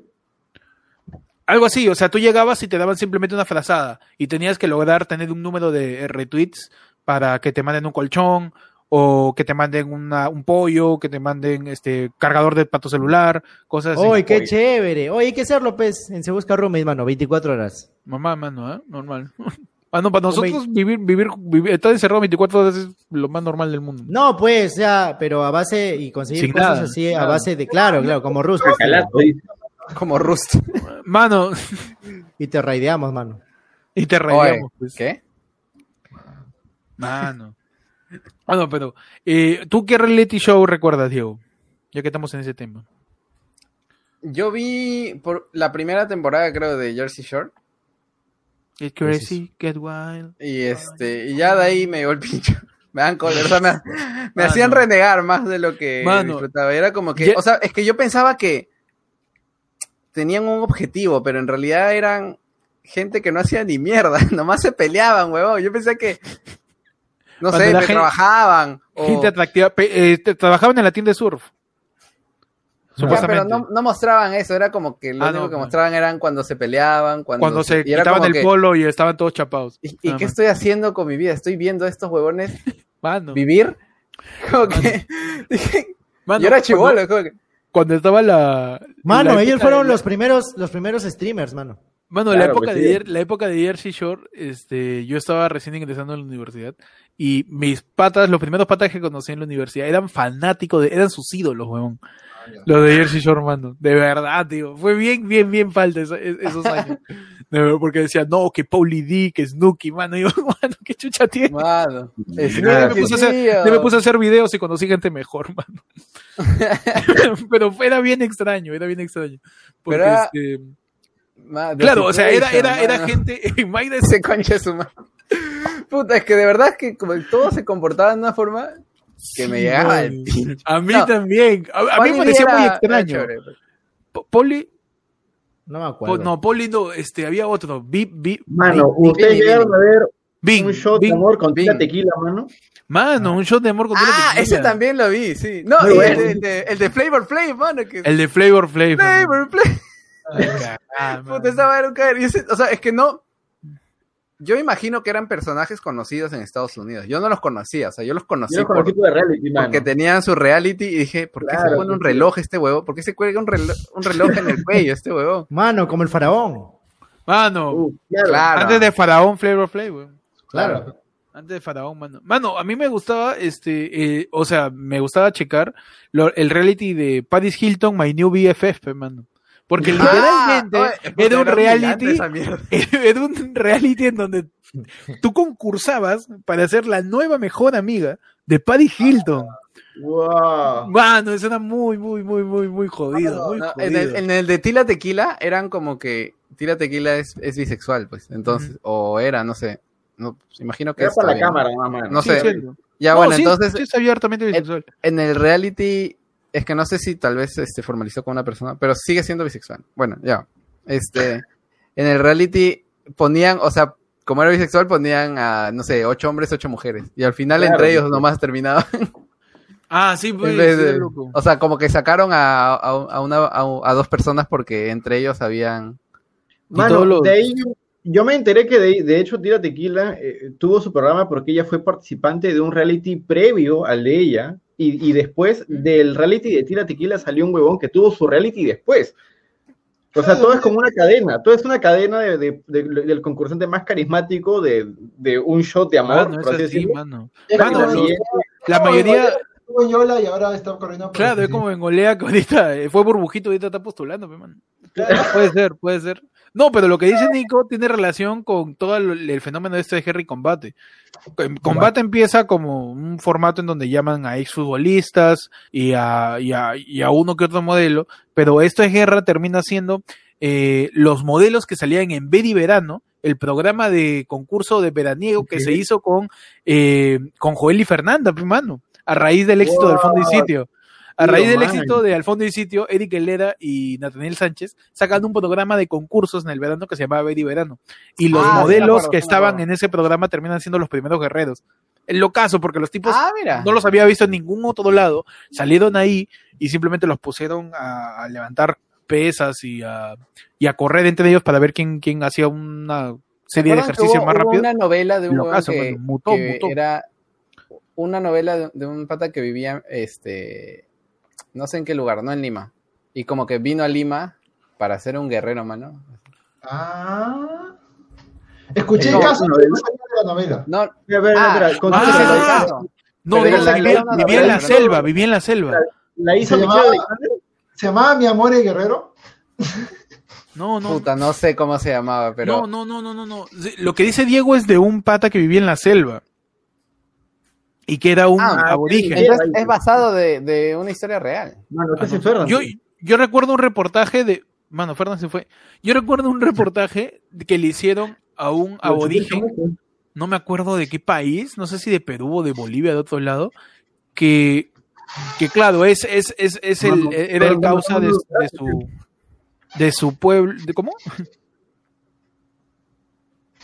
Algo así, o sea, tú llegabas y te daban simplemente una frazada y tenías que lograr tener un número de eh, retweets para que te manden un colchón o que te manden una, un pollo, que te manden este cargador de pato celular, cosas así.
¡Oy, qué chévere! Oye, hay que ser López. En Se Busca Roomies, mano, 24 horas.
Mamá, mano, ¿eh? Normal. Ah, no, para nosotros vivir, vivir, vivir- estar encerrado 24 horas es lo más normal del mundo.
No, pues, ya, pero a base. Y conseguir
Sin
cosas
nada,
así, a base de. Claro, claro, como Rusto.
Calato, dice.
Como Rust.
Mano,
Y te raideamos, mano.
y te
Oye,
reíamos. pues.
¿Qué?
Mano. Ah, no, pero eh, ¿tú qué reality show recuerdas, Diego? Ya que estamos en ese tema.
Yo vi por la primera temporada, creo, de Jersey Shore.
Get crazy, get wild.
Y este, y ya de ahí me llegó el pincho. Me dan cólera, o sea, me, me
Mano.
hacían renegar más de lo que
Ah, Mano.
disfrutaba. Y Era como que,
Ye-
o sea, es que yo pensaba que tenían un objetivo, pero en realidad eran gente que no hacía ni mierda, nomás se peleaban, huevón. Yo pensé que, no
Cuando
sé,
la
que
gen-
trabajaban. o-
Gente atractiva. pe- eh, te- trabajaban en la tienda de surf.
Ya, pero
Supuestamente.
no, no mostraban eso, era como que lo
Ah,
único
no,
que
no.
mostraban eran cuando se peleaban, cuando,
cuando se
y era
quitaban
como
el
que,
polo Ah, y estaban todos chapados.
¿Y, y
Nada
qué
más.
estoy haciendo con mi vida? ¿Estoy viendo a estos huevones
Mano,
vivir?
Ah,
Como que, dije,
mano,
yo era
cuando-
chivolo, como que,
Cuando, estaba la.
Mano,
la
ellos
época
fueron
de-
los primeros, los primeros streamers, mano.
Mano, la,
Claro,
época
pues,
de,
sí.
Jer- la época de Jersey Shore, este, yo estaba recién ingresando a la universidad y mis patas, los primeros patas que conocí en la universidad eran fanáticos, de, eran sus ídolos, huevón. Los de Jersey Shore, mano. De verdad, tío. Fue bien, bien, bien falta esa- es- esos años. De verdad, porque decían, no, que Pauli D, que Snooki, mano. Y yo, mano, qué chucha tiene.
mano, es
Yo
Yo
Ah,
me,
que
puse a hacer,
tío.
yo me puse a hacer videos y conocí gente mejor, mano. Pero fue- era bien extraño, era bien extraño. Porque,
Pero era-
este,
Ma-
claro, o sea, era, era, era
mano.
gente. My Desert
Se conche su madre. Puta, es que de verdad es que como todos se comportaban de una forma que me
Sí,
llegaba el
mano.
pincho.
A mí
No.
también. A, a mí
Poli
me parecía
era-
muy
era
extraño.
chévere,
Po- Poli,
No me
Po-
acuerdo.
Pues no, Polindo, este, había otro. Bip, bip.
Mano,
Bing,
ustedes
Bing,
llegaron a ver
Bing,
un shot
Bing.
de amor con
Bing.
tira tequila, mano.
Mano, un shot de amor con pura
Ah,
tequila.
ese también lo vi, sí. No,
Muy
y
bueno.
el, de, el de- el de Flavor Flav, mano. Que...
El de Flavor Flav.
Flavor Flav.
Ah, mano.
Puta, esa vaina nunca era- y ese- O sea, es que no. Yo imagino que eran personajes conocidos en Estados Unidos. Yo no los conocía, o sea, yo los
Ah,
conocí
Yo lo
por-
conocí por reality, mano.
porque tenían su reality y dije, ¿por qué se
Claro,
pone un
porque-
reloj este huevo? ¿Por qué se cuelga un reloj, un reloj en el cuello este huevo?
Mano, como el faraón.
Mano,
Uh, claro.
Claro.
antes de Faraón, Flavor Flav, weón.
Claro.
Antes de Faraón, mano. Mano, a mí me gustaba, este, eh, o sea, me gustaba checar lo- el reality de Paris Hilton, My New BFF, pe, mano. Porque literalmente
Ah, oye, puta,
era un
humillante
reality,
esa mierda.
era un reality en donde tú concursabas para ser la nueva mejor amiga de Paris Hilton.
Wow.
Mano, eso era muy, muy, muy, muy, muy jodido. muy
Ah. No,
jodido.
en, el, en el de Tila Tequila eran como que Tila Tequila es, es bisexual, pues. Entonces, o era, no sé. No, pues, imagino que
Era
es
para la
todavía,
cámara, nada más.
No
Sí,
sé.
sí, no.
Ya
No,
bueno,
sí,
entonces
sí, es abiertamente bisexual.
en el reality es que no sé si tal vez este formalizó con una persona, pero sigue siendo bisexual. Bueno, ya. Este en el reality ponían, o sea, como era bisexual ponían a no sé, ocho hombres, ocho mujeres y al final
Claro,
entre ellos
sí.
nomás terminaban
Ah, sí,
en
pues,
vez
sí,
de-
loco.
o sea, como que sacaron a, a- a una a, a dos personas porque entre ellos habían
Y
Mano,
todos los-
de ahí yo, yo me enteré que de, de hecho Tira Tequila eh, tuvo su programa porque ella fue participante de un reality previo al de ella. Y, y después del reality de Tira Tequila salió un huevón que tuvo su reality después. O sea, todo es como una cadena, todo es una cadena de- de- de- del concursante más carismático de, de un shot de amor.
Mano, es
por así
así,
decirlo.
mano.
Es
Mano,
como-
los-
Sí,
La mayoría,
Estuvo en Yola y ahora está corriendo. por
claro,
el
es como Bengolea que ahorita eh, fue burbujito y ahorita está postulando, pe, mano.
Claro.
Puede ser, puede ser. No, pero lo que dice Nico tiene relación con todo el, el fenómeno este de Henry Combate. Com- Combate empieza como un formato en donde llaman a exfutbolistas y a, y, a, y a uno que otro modelo, pero esto de guerra termina siendo eh, los modelos que salían en Ver y Verano, el programa de concurso de veraniego que se hizo con, eh, con Joel y Fernanda, pe, mano, a raíz del éxito del fondo y sitio. A
Tío,
raíz del
man.
éxito de Al Fondo y Sitio, Eric Helera y Nathaniel Sánchez sacan un programa de concursos en el verano que se llamaba Ver y Verano. Y los
Ah, sí, me
modelos
acuerdo,
que
sí, me
estaban
acuerdo.
en ese programa terminan siendo los primeros guerreros. En lo caso, porque los
Pues,
tipos
Ah, mira.
no los había visto en ningún otro lado, salieron ahí y simplemente los pusieron a, a levantar pesas y a, y a correr entre ellos para ver quién, quién hacía una serie de
¿Recuerdan que
ejercicios
hubo-
más
hubo
rápido.
una novela de un
Lo
huevón
caso,
que,
mano, mutó,
que
mutó.
era una novela de, de un pata que vivía, este, no sé en qué lugar, no en Lima. Y como que vino a Lima para ser un guerrero, mano.
Ah. Escuché
No,
casos
no,
que no salían de la novela.
No,
A ver,
Ah,
espera, continúa.
se lo
Ah.
hizo.
No,
Pero
no,
era la-
vivía,
era una
vivía en
novela,
la
¿no?
selva, vivía en la selva.
La hizo
Se
Michelle
llamaba-
Alexander.
Se llamaba Mi Amor el Guerrero.
No, no,
puta, no sé cómo se llamaba, pero
No, no, no, no, no, no. Sí, Lo que dice Diego es de un pata que vivía en la selva. Y que era un
Ah,
aborigen.
Entonces, es basado de, de una historia real.
Mano, este
Ah,
es
no.
Fernan.
Yo, yo recuerdo un reportaje de. Mano, Fernan se fue. Yo recuerdo un reportaje de que le hicieron a un aborigen, no me acuerdo de qué país, no sé si de Perú o de Bolivia, de otro lado, que, que claro, es, es, es, es el,
Mano,
era el
pero-
causa de, de su de su pueblo. ¿de ¿Cómo?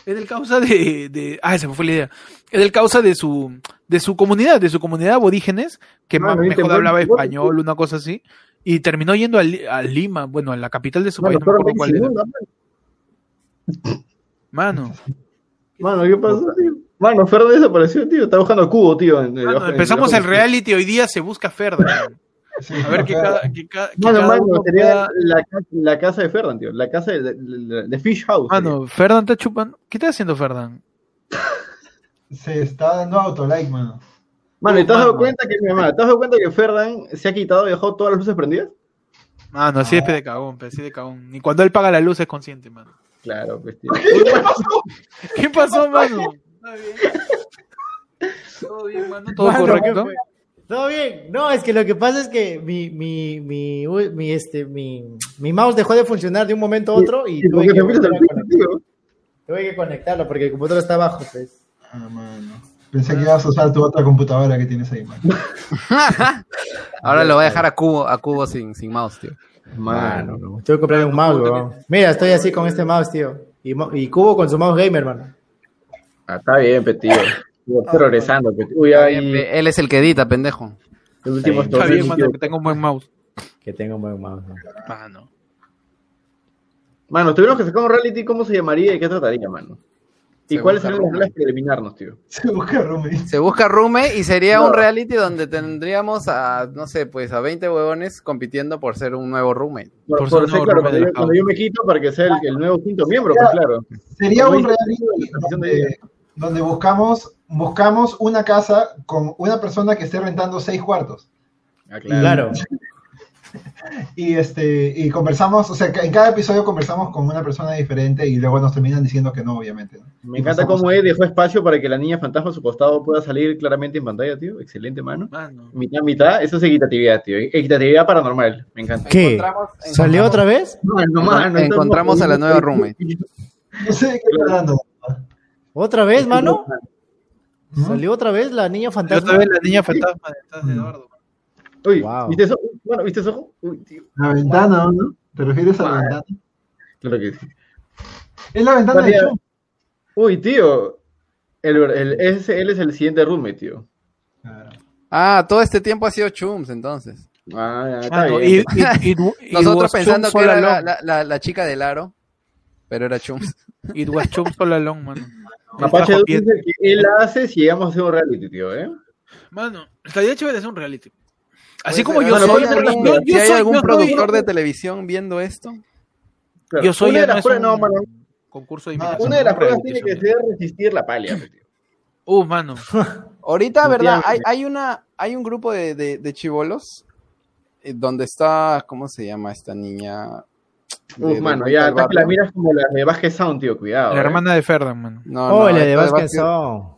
Es el causa de, de. Ah, se me fue la idea. Es el causa de su, de su comunidad, de su comunidad de aborígenes, que
Mano,
más,
y te
mejor
vuelves
hablaba
loco,
español, una cosa así. Y terminó yendo a, Li- a Lima, bueno, a la capital de su
Mano,
país, no me
fueron
acuerdo cuál
20
era.
segundos,
Mano,
Mano, ¿qué pasó, tío? Mano, Ferdo desapareció, tío. Está buscando el cubo, tío. en- en-
Mano,
en-
empezamos
en-
el reality, hoy día se busca Ferda. mano.
Sí,
A ver
o
qué
sea,
cada. Que ca- que
Mano,
cada
mano,
uno
sería
pueda-
la, ca- la casa de Ferdan, tío. La casa de, de- de- de Fish House.
Mano, Ferdan está chupando. ¿Qué está haciendo Ferdan?
Se está dando autolike, mano.
tío. Mano, ¿y te has dado
mano.
cuenta que mi mamá? ¿Te has dado cuenta que Ferdan se ha quitado y dejó todas las luces prendidas?
Mano, así es pe de cagón, pe, así de cagón. Y cuando él paga la luz es consciente, mano.
Claro, pues, tío.
¿Qué pasó, mano? Está bien. Todo bien, mano, todo
Mano,
correcto.
¿qué Todo bien. No, es que lo que pasa es que mi, mi, mi, uy, mi, este, mi, mi mouse dejó de funcionar de un momento a otro y
Sí,
tuve
porque
que,
te metes al
volver a
piso,
conectar-
tío.
tuve que conectarlo porque el computador está abajo. Pues.
Ah, mano. Pensé que ibas a usar tu otra computadora que tienes ahí, mano.
Ahora lo voy a dejar a Cubo, a Cubo sin, sin mouse, tío.
Mano.
Mano, tengo que comprar un mouse, weón. Mira, estoy así con este mouse, tío. Y, mo- y Cubo con su mouse gamer, mano.
Ah, está bien, pe, tío. Estoy
Ah,
progresando, pe. Uy, ahí.
Él es el que edita, pendejo.
El último
Está
Está
torneo,
bien, mano,
tío.
que tengo un buen mouse.
Que tengo un buen mouse, ¿no?
Mano.
Mano, tuvieron que sacar un reality, ¿cómo se llamaría y qué trataría, mano? ¿Y
Se
cuáles
busca
serían las
Roma.
reglas para eliminarnos, tío?
Se busca Rumi.
Se busca Rume y sería
No.
un reality donde tendríamos a, no sé, pues a 20 huevones compitiendo por ser un nuevo roommate.
Por,
Por ser
por ser,
nuevo
claro,
Roma
cuando
de
yo,
la
cuando
Pau.
yo me quito para que sea el, el nuevo quinto miembro, pues claro.
Sería
Como
un
dice
reality
la canción de
donde,
ella.
donde buscamos, buscamos una casa con una persona que esté rentando seis cuartos.
Ah,
Claro.
Y este, y conversamos, o sea, que en cada episodio conversamos con una persona diferente y luego nos terminan diciendo que no, obviamente. ¿no?
Me
Y
encanta
pasamos-
cómo Ed dejó espacio para que la niña fantasma a su costado pueda salir claramente en pantalla, tío. Excelente, mano.
Mano.
Mitad, mitad. Eso es equitatividad, tío. Equitatividad paranormal. Me encanta.
¿Qué? ¿Salió otra vez?
Mano,
Encontramos a la nueva roommate.
No sé de qué está hablando.
¿Otra vez, mano? ¿Salió otra vez la niña
Y
fantasma?
otra vez la niña fantasma detrás de Eduardo.
Uy,
Wow.
¿viste eso? Uy, Mano, ¿viste eso? Uy, tío.
La ventana, ¿no? ¿Te refieres a la
Ah.
ventana?
Claro que sí.
Es la ventana de
Estaría-
Chum.
Uy, tío. El, el- ese- él es el siguiente roommate, tío.
Ah, todo este tiempo ha sido Chums, entonces.
Ah, ya, está
Mano,
bien.
y- y- y- y- it
Nosotros
was
pensando
Chums
que
all
era la,
along.
la- la- la chica del aro, pero era Chums.
It was Chums all along, mano.
Mapache
Trajo
Edu
piedra.
dice que él la hace si llegamos a hacer un reality, tío, ¿eh?
Mano, estaría chévere hacer un reality. Así
Puede
como yo
ser, ¿no?
soy,
Si hay
mano,
algún-
yo- yo
si hay
soy-
algún
yo soy-
productor de televisión viendo esto,
Claro,
Yo soy
una de
ya no
las
es
pruebas, no,
un
mano,
concurso Ah, de
Mano,
imitación.
Ah, una de las
un
pruebas
reality
tiene que
show.
ser resistir la pálida, pe, tío.
Uh, mano.
ahorita, ¿verdad? Hay,
Definitivamente.
hay una, hay un grupo de, de, de chivolos eh, donde está, ¿cómo se llama esta niña? De-
Uf,
de
mano,
Rita
ya,
del
hasta que la
Barrio.
miras como la de Vázquez Sound, tío, cuidado.
La
eh.
hermana de Ferdan, mano.
No,
Oh,
no,
la de
esta
Vázquez oh.
Vázquez-
son.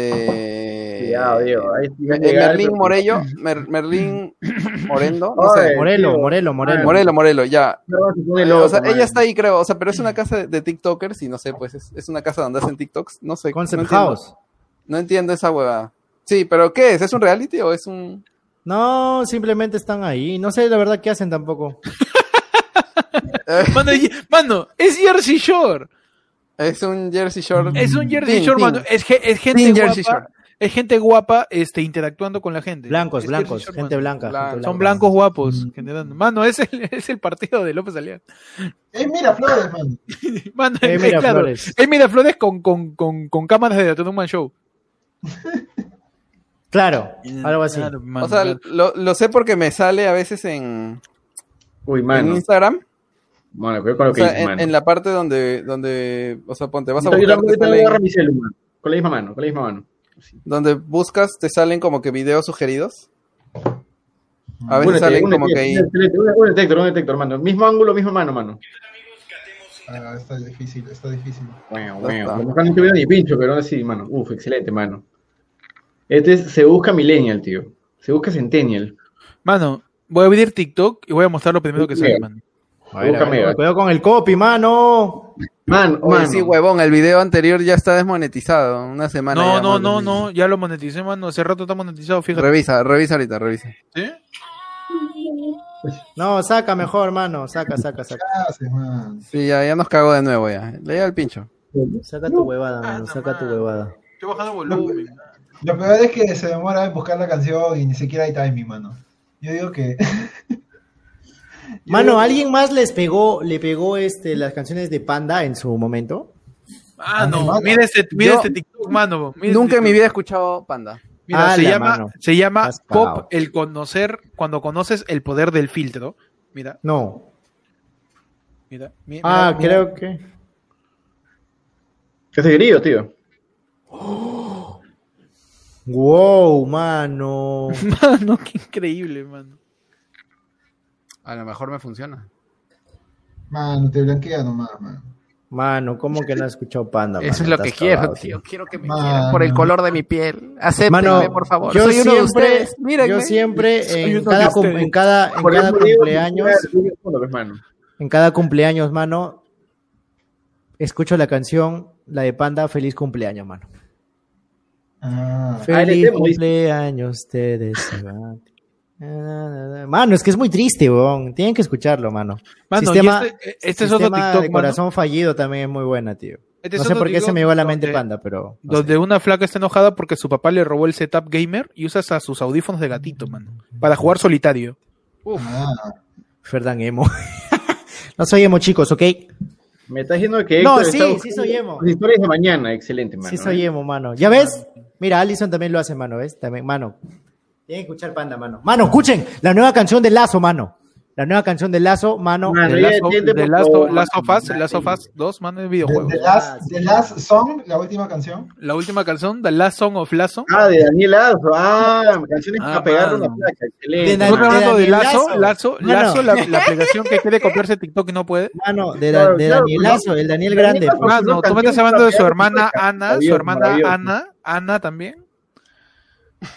Este.
Cuidado, Diego, ahí sí va a
Eh,
llegar
Merlín
otro-
Morello, Mer- Merlín Morendo, no
Ay,
sé.
Morelo,
tío.
Morelo, Morelo.
Morelo, Morelo, ya. Eh,
No, se pone loco,
O sea,
mano.
ella está ahí, creo, o sea, pero es una casa de- de TikTokers y no sé, pues es, es una casa donde hacen TikToks, no sé.
Concept
no entiendo,
House.
No entiendo esa huevada. Sí, pero ¿qué es? ¿Es un reality o es un...?
No, simplemente están ahí. No sé la verdad qué hacen tampoco.
Mano, y- mano, es Jersey Shore.
Es un Jersey Shore.
Es un Jersey
Teen,
Shore,
teen.
mano. Es, ge- es gente
Teen
guapa.
Jersey Shore.
Es gente guapa este, interactuando con la gente.
Blancos,
Es
blancos,
Jersey Shore,
gente
mano.
blanca.
Blanco.
gente
Son
blanca.
blancos guapos. generando. Mano, es el, es el partido de López Alián.
Eh, mira, Flores, man.
Mano,
Eh,
es
mira,
claro.
Flores.
Es Miraflores con, con, con, con cámaras de The Truman Show.
Claro, algo así.
Claro, mano,
O sea,
claro.
lo, lo sé porque me sale a veces en,
Uy,
en
mano.
Instagram.
Bueno, cuidado con
O
lo que
sea,
dice,
en,
mano.
en la parte donde, donde, o sea, ponte, vas a
Entonces, yo
buscar, te
también tengo que
salen-
agarrar mi celu, mano. Con la misma mano, con la misma mano.
donde buscas, te salen como que videos sugeridos. A veces
Únete,
salen
únete,
como que ahí.
únete, únete, únete, Héctor, únete, Héctor, mano. Mismo ángulo, misma mano, mano.
Ah, está difícil, está difícil.
Bueno,
Ya
bueno.
está.
A lo mejor no tuviera ni pincho, pero aún así, mano. Uf, excelente, mano. Este es- se busca Millennial, tío. Se busca Centennial.
Mano, voy a abrir TikTok y voy a mostrar lo primero que sale,
Mira.
mano.
A ver, a
Búscame,
ver,
a ver.
cuidado con el copy, mano.
Man,
Oye,
mano.
sí, huevón, el video anterior ya está desmonetizado. Una semana.
No,
ya
no,
más
no,
o
no,
menos.
ya lo moneticé, mano. Hace rato está monetizado, fíjate.
Revisa, revisa ahorita, revisa.
¿Sí?
No, saca mejor, mano. Saca, saca, saca.
¿Qué haces, man?
Sí, ya, ya nos cagó de nuevo ya. Le llega el pincho.
Saca tu huevada, mano. Saca tu huevada.
Estoy bajando
volumen. Lo peor es que se demora en buscar la canción y ni siquiera hay timing, mano. Yo digo que.
Mano, ¿alguien más les pegó, le pegó este, las canciones de Panda en su momento?
Mano, mira este, mira
Yo-
este TikTok, mano. mira este
Nunca en mi
TikTok.
vida he escuchado Panda.
Mira, se
Ala,
llama,
Ah, mano.
se llama
Estás
Pop
parado.
el conocer, cuando conoces el poder del filtro. Mira,
No.
mira. mi- mira
Ah,
cómo-
creo que.
¿Qué hace querido, tío?
Wow, mano.
Mano, qué increíble, mano.
A lo mejor me funciona.
Mano, te blanquea nomás, man.
Mano, ¿cómo que no has escuchado Panda? mano?
Eso es lo que
Estás
quiero,
cagado,
tío. Quiero que me
Mano.
quieran por el color de mi piel. Acéptenme,
Mano,
por favor.
yo
Soy uno de
siempre,
ustedes. Mírenme.
yo
Soy
siempre en
uno
cada,
de
cum-
ustedes.
en cada, en
Por
cada
ejemplo, digo,
cumpleaños,
digo, bueno, pues, mano.
en cada cumpleaños, mano, escucho la canción, la de Panda, feliz cumpleaños, mano.
Ah,
Ah, el
Feliz
tema, dice.
cumpleaños, te deseo. Mano, es que es muy triste, weón. Tienen que escucharlo, mano.
Mano, y
sistema,
este, este es otro
Sistema
TikTok,
de
mano.
corazón fallido también es muy buena, tío.
Este es
no sé
otro
por qué se
TikTok
me llegó a la mente
donde-
Panda, pero... no
Donde
sé.
una flaca está enojada porque su papá le robó el setup gamer y usa a sus audífonos de gatito, mano. Para jugar solitario.
Ah,
Ferdan Emo. no soy Emo, chicos, ¿ok?
Me estás diciendo que.
No,
Héctor
sí,
está
sí
buscando
soy emo.
las Historias de mañana, excelente, mano. eh.
sí soy Emo, mano. ¿Ya ves? Mira, Allison también lo hace, mano, ¿ves? También, mano. Tienen que escuchar Panda, mano. Mano, escuchen la nueva canción de Lazo, mano. La nueva canción de Lazo, mano.
Mano,
De
ya
Last of-
entiende,
de
por
Last of-
favor,
Last of Us,
mano.
Last of Us 2, mano, de
The,
videojuego.
The last, The Last Song, la última canción.
La última canción, The Last Song of Lazo.
Ah, de Daniel Lazo. Ah, canciones
Ah,
para pegar
mano.
una placa. Excelente.
De
De
Daniel-
Nosotros hablando de
Daniel
Lazo, Lazo,
Lazo. Mano.
Lazo, la, la aplicación que quiere comprarse TikTok y no puede.
Mano, de,
Claro,
de
claro,
Daniel
¿no?
Lazo, el Daniel
Daniel
Grande.
Lazo.
pues.
Mano, tú me estás hablando de su hermana Ana, su
Maravilloso,
hermana
maravilloso.
Ana, Ana también.
Ah,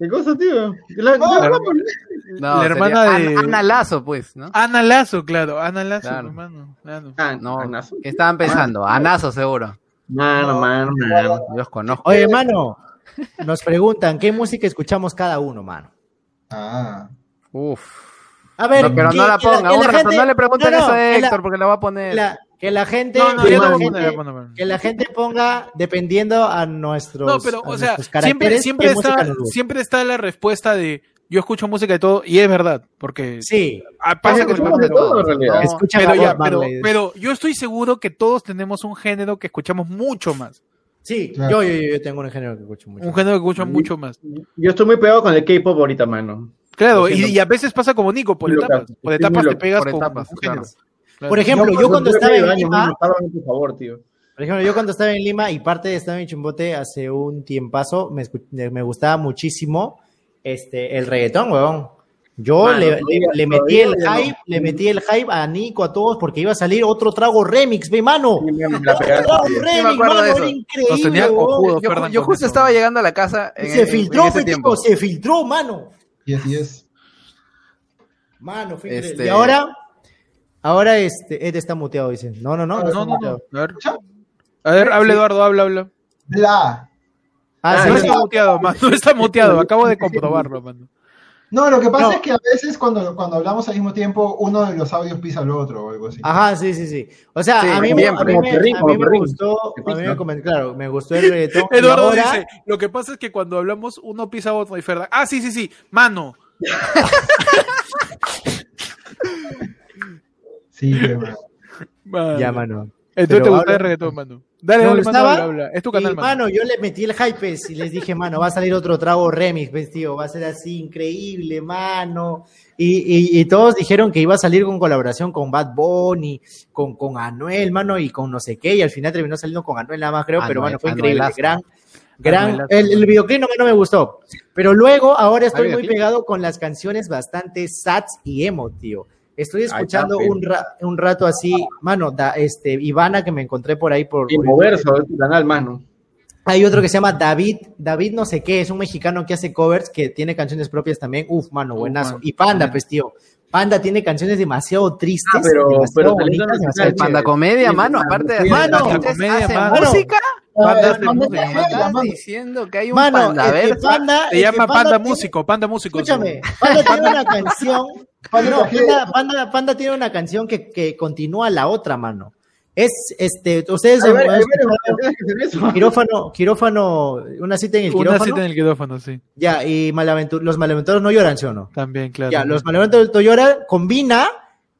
¿Qué cosa, tío? La-
No,
la-
no,
No,
La
sería
hermana de-
Ana, Ana Lazo, pues, ¿no?
Ana Lazo, claro, Ana Lazo,
Claro.
hermano. Claro.
Ah,
No,
Anazo.
¿qué estaban pensando? Anazo, seguro.
Mano, mano, mano.
Yo los conozco.
Oye, mano, nos preguntan qué música escuchamos cada uno, mano.
Ah.
Uf.
A ver,
No, pero
que-
no la
que que
ponga, un rato,
gente-
no le pregunten
no, no,
eso a
que la-
Héctor, pues. porque la va a
que
poner.
la- que la gente,
No, no,
que
yo
la
no voy a
gente-
poner, voy a poner, voy a poner.
que la gente ponga dependiendo a nuestros.
No, pero,
a
o sea,
nuestros
siempre,
caracteres,
siempre,
qué música
está,
nos gusta.
siempre está la respuesta de yo escucho música de todo, y es verdad, porque
Sí,
ah, pasa que
Escuchamos de todo, en realidad.
No.
escucha
pero,
la
ya,
voz,
pero,
Marley.
pero yo estoy seguro que todos tenemos un género que escuchamos mucho más.
sí, yo,
Claro.
yo, yo- yo tengo un género que escucho mucho.
Un género que escucho mucho más.
Yo estoy muy pegado con el K-pop ahorita, mano.
Claro,
Lo
y,
siento.
y a veces pasa como Nico, por
Muy
etapas.
loco.
Por
Estoy
etapas
muy
te
loco.
pegas
Por
con
etapas,
un género. Claro.
Por ejemplo, yo, cuando estaba en Lima,
por favor, tío.
por ejemplo, yo cuando estaba en Lima y parte de estaba en Chimbote hace un tiempazo, me, escu- me gustaba muchísimo este el reggaetón, weón. Yo
Mano,
le,
todavía-
le- le metí
todavía
el
no.
hype, le metí el hype a Nico, a todos, porque iba a salir otro trago remix, ve, mano.
Sí, me la
Otro
pegaste,
trago
tío.
remix,
Sí, me acuerdo
mano,
de eso.
era increíble,
Nos tenía
weón.
cojudos,
Yo,
Fernan,
yo
con
justo
eso.
estaba llegando a la casa en,
Se
en-
filtró,
en ese
pe,
tiempo.
tipo, se filtró, mano.
Yes, yes.
Mano, fue increíble.
Este-
Y ahora, ahora este, Ed está muteado, dicen. No, no, no, no, está
Ah, No, no, no.
muteado.
A ver, a ver habla Eduardo, habla, habla.
La.
Ah, sí,
no
sí.
está muteado, mano. No está muteado, acabo de comprobarlo, mano.
No, lo que pasa
No.
es que a veces cuando, cuando hablamos al mismo tiempo, uno de los audios pisa al otro o algo así.
Ajá, sí, sí, sí. O sea,
Sí,
a mí, me-
bien,
a mí
como
me,
perrín,
a
como
mí me
perrín.
gustó, a mí me
Perrín.
comen- claro, me gustó el reggaetón. y
Eduardo
ahora-
dice, lo que pasa es que cuando hablamos uno pisa a otro y Ferda, ah, sí, sí, sí, mano.
Sí, pero-
mano.
Ya, mano.
Entonces te
Pero
gusta el
habla-
reggaetón, mano. Dale,
Me
dale, mano,
gustaba
habla, habla. Es tu canal,
y,
mano.
mano, yo le metí el hype y les dije, mano, va a salir otro trago remix, ves, tío, va a ser así increíble, mano. Y, y- y todos dijeron que iba a salir con colaboración con Bad Bunny, con, con Anuel, mano, y con no sé qué, y al final terminó saliendo con Anuel nada más, creo, pero
Anuel-
bueno, fue
Anuelazo.
increíble. Gran, gran.
Anuelazo,
El, el videoclip no, me- no me gustó. Pero luego, ahora estoy
¿Hay
muy
videoclip?
pegado con las canciones bastante sats y emo, tío. Estoy
está,
escuchando
pe.
un, ra- un rato así, mano, da, este, Ivana que me encontré por ahí por,
Y moverse, es tu este canal, mano.
hay otro que se llama David, David no sé qué, es un mexicano que hace covers, que tiene canciones propias también. Uf, mano,
Uf,
buenazo.
mano.
Y Panda, pues, tío. Panda tiene canciones demasiado tristes,
Ah, pero-
demasiado
pero
bonitas,
talento
demasiado
nacional,
chéveres.
Panda comedia, mano, aparte de hacer
Mano,
chistes,
comedia,
hacen
mano.
música,
Panda
Ah,
hace
no, no,
música,
no,
me
mano.
no,
estás
mano.
diciendo que hay un
Mano,
panda,
el que
verso.
Panda,
Te
el que
llama
Panda
Panda
tiene-
Músico, Panda Músico.
Escúchame, Panda tiene una canción.
Panda
no,
Cajero.
Panda, Panda- Panda tiene una canción que, que continúa la otra, mano. Es este, ustedes
Hay
han
varios- hay
escuchado
varios que hacen eso.
quirófano, quirófano, una cita en el
Una
quirófano.
cita en el quirófano, sí.
Ya, y malaventur- los malaventurados no lloran, ¿sí o no?
También, claro.
Ya, los Manuel del Toyota combina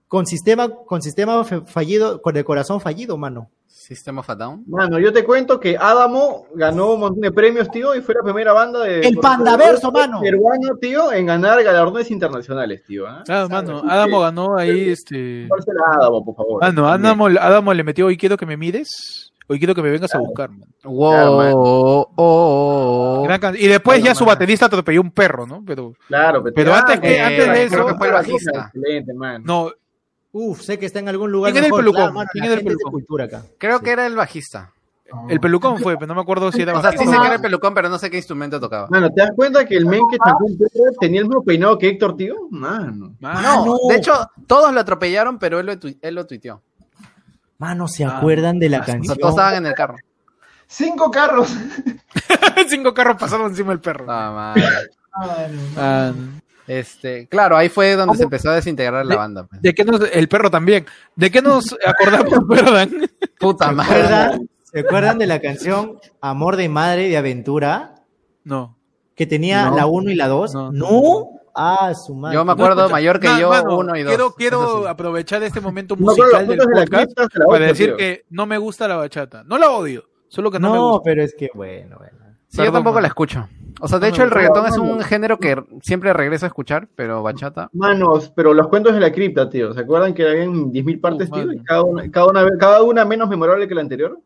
con sistema, con sistema fe- fallido, con el corazón fallido, mano.
Sistema of a Down.
Mano, yo te cuento que Adamo ganó un montón de premios, tío, y fue la primera banda de.
El Pandaverso, mano.
Peruano, tío, en ganar galardones internacionales, tío. ¿ah?
Ah, mano, Adamo ganó ahí, este...
Dársela a Adamo, por favor.
Mano, Ah, Adamo, Adamo le metió, hoy quiero que me mires, hoy quiero que me vengas a buscar, mano.
Wow,
Claro, mano.
oh, oh, oh.
Gran can- Y después
Hola,
ya su
mano.
baterista atropelló un perro, ¿no? Pero
Claro, pero,
Pero antes
que- antes de
creo
eso,
que
fue el bajista.
Excelente, mano.
no,
Uf, sé que está en algún lugar.
¿Quién era el
mejor,
pelucón?
claro, mano,
¿Quién
la
era el
gente es de
pelucón?
cultura acá.
Creo que era el bajista.
el pelucón fue, pero no me acuerdo si era
O sea, sí
bajista.
sé que era el pelucón, pero no sé qué instrumento tocaba.
Mano, ¿te das cuenta que el men que chocó un perro tenía el mismo peinado que Héctor, tío? Mano.
Mano,
No, de hecho, todos lo atropellaron, pero él lo, tu- él lo tuiteó.
Mano, ¿se
Ah,
acuerdan de la
O
canción?
sea, todos estaban en el carro.
Cinco carros.
cinco carros pasaron encima del perro.
No, madre.
Ah,
Este, claro, ahí fue donde se empezó a desintegrar la banda. pues.
¿De qué nos, el perro también. ¿De qué nos acordamos, verdad?
Puta
¿Se
madre.
acuerdan, se acuerdan de la canción Amor de Madre de Aventura?
No.
Que tenía
No.
la 1 y la 2.
No.
No. Ah, su madre.
Yo me acuerdo mayor que
No,
yo,
mano,
uno y dos.
Quiero,
eso
quiero
sí.
aprovechar este momento
No, pero
musical
las
del
fotos de la
podcast
cripta se la
para
odio,
decir
tío.
que no me gusta la bachata. No la odio, solo que no,
no,
me gusta.
pero es que bueno, bueno.
Sí, yo
Perdón,
tampoco
mano.
la escucho. O sea, de
No,
hecho, el
no,
reggaetón
no,
es un
no.
género que siempre regreso a escuchar, pero bachata.
Manos, pero los cuentos de la cripta, tío. ¿Se acuerdan que habían 10.000 partes,
Uh,
tío?
madre.
Y cada una, cada, una, cada una menos memorable que la anterior.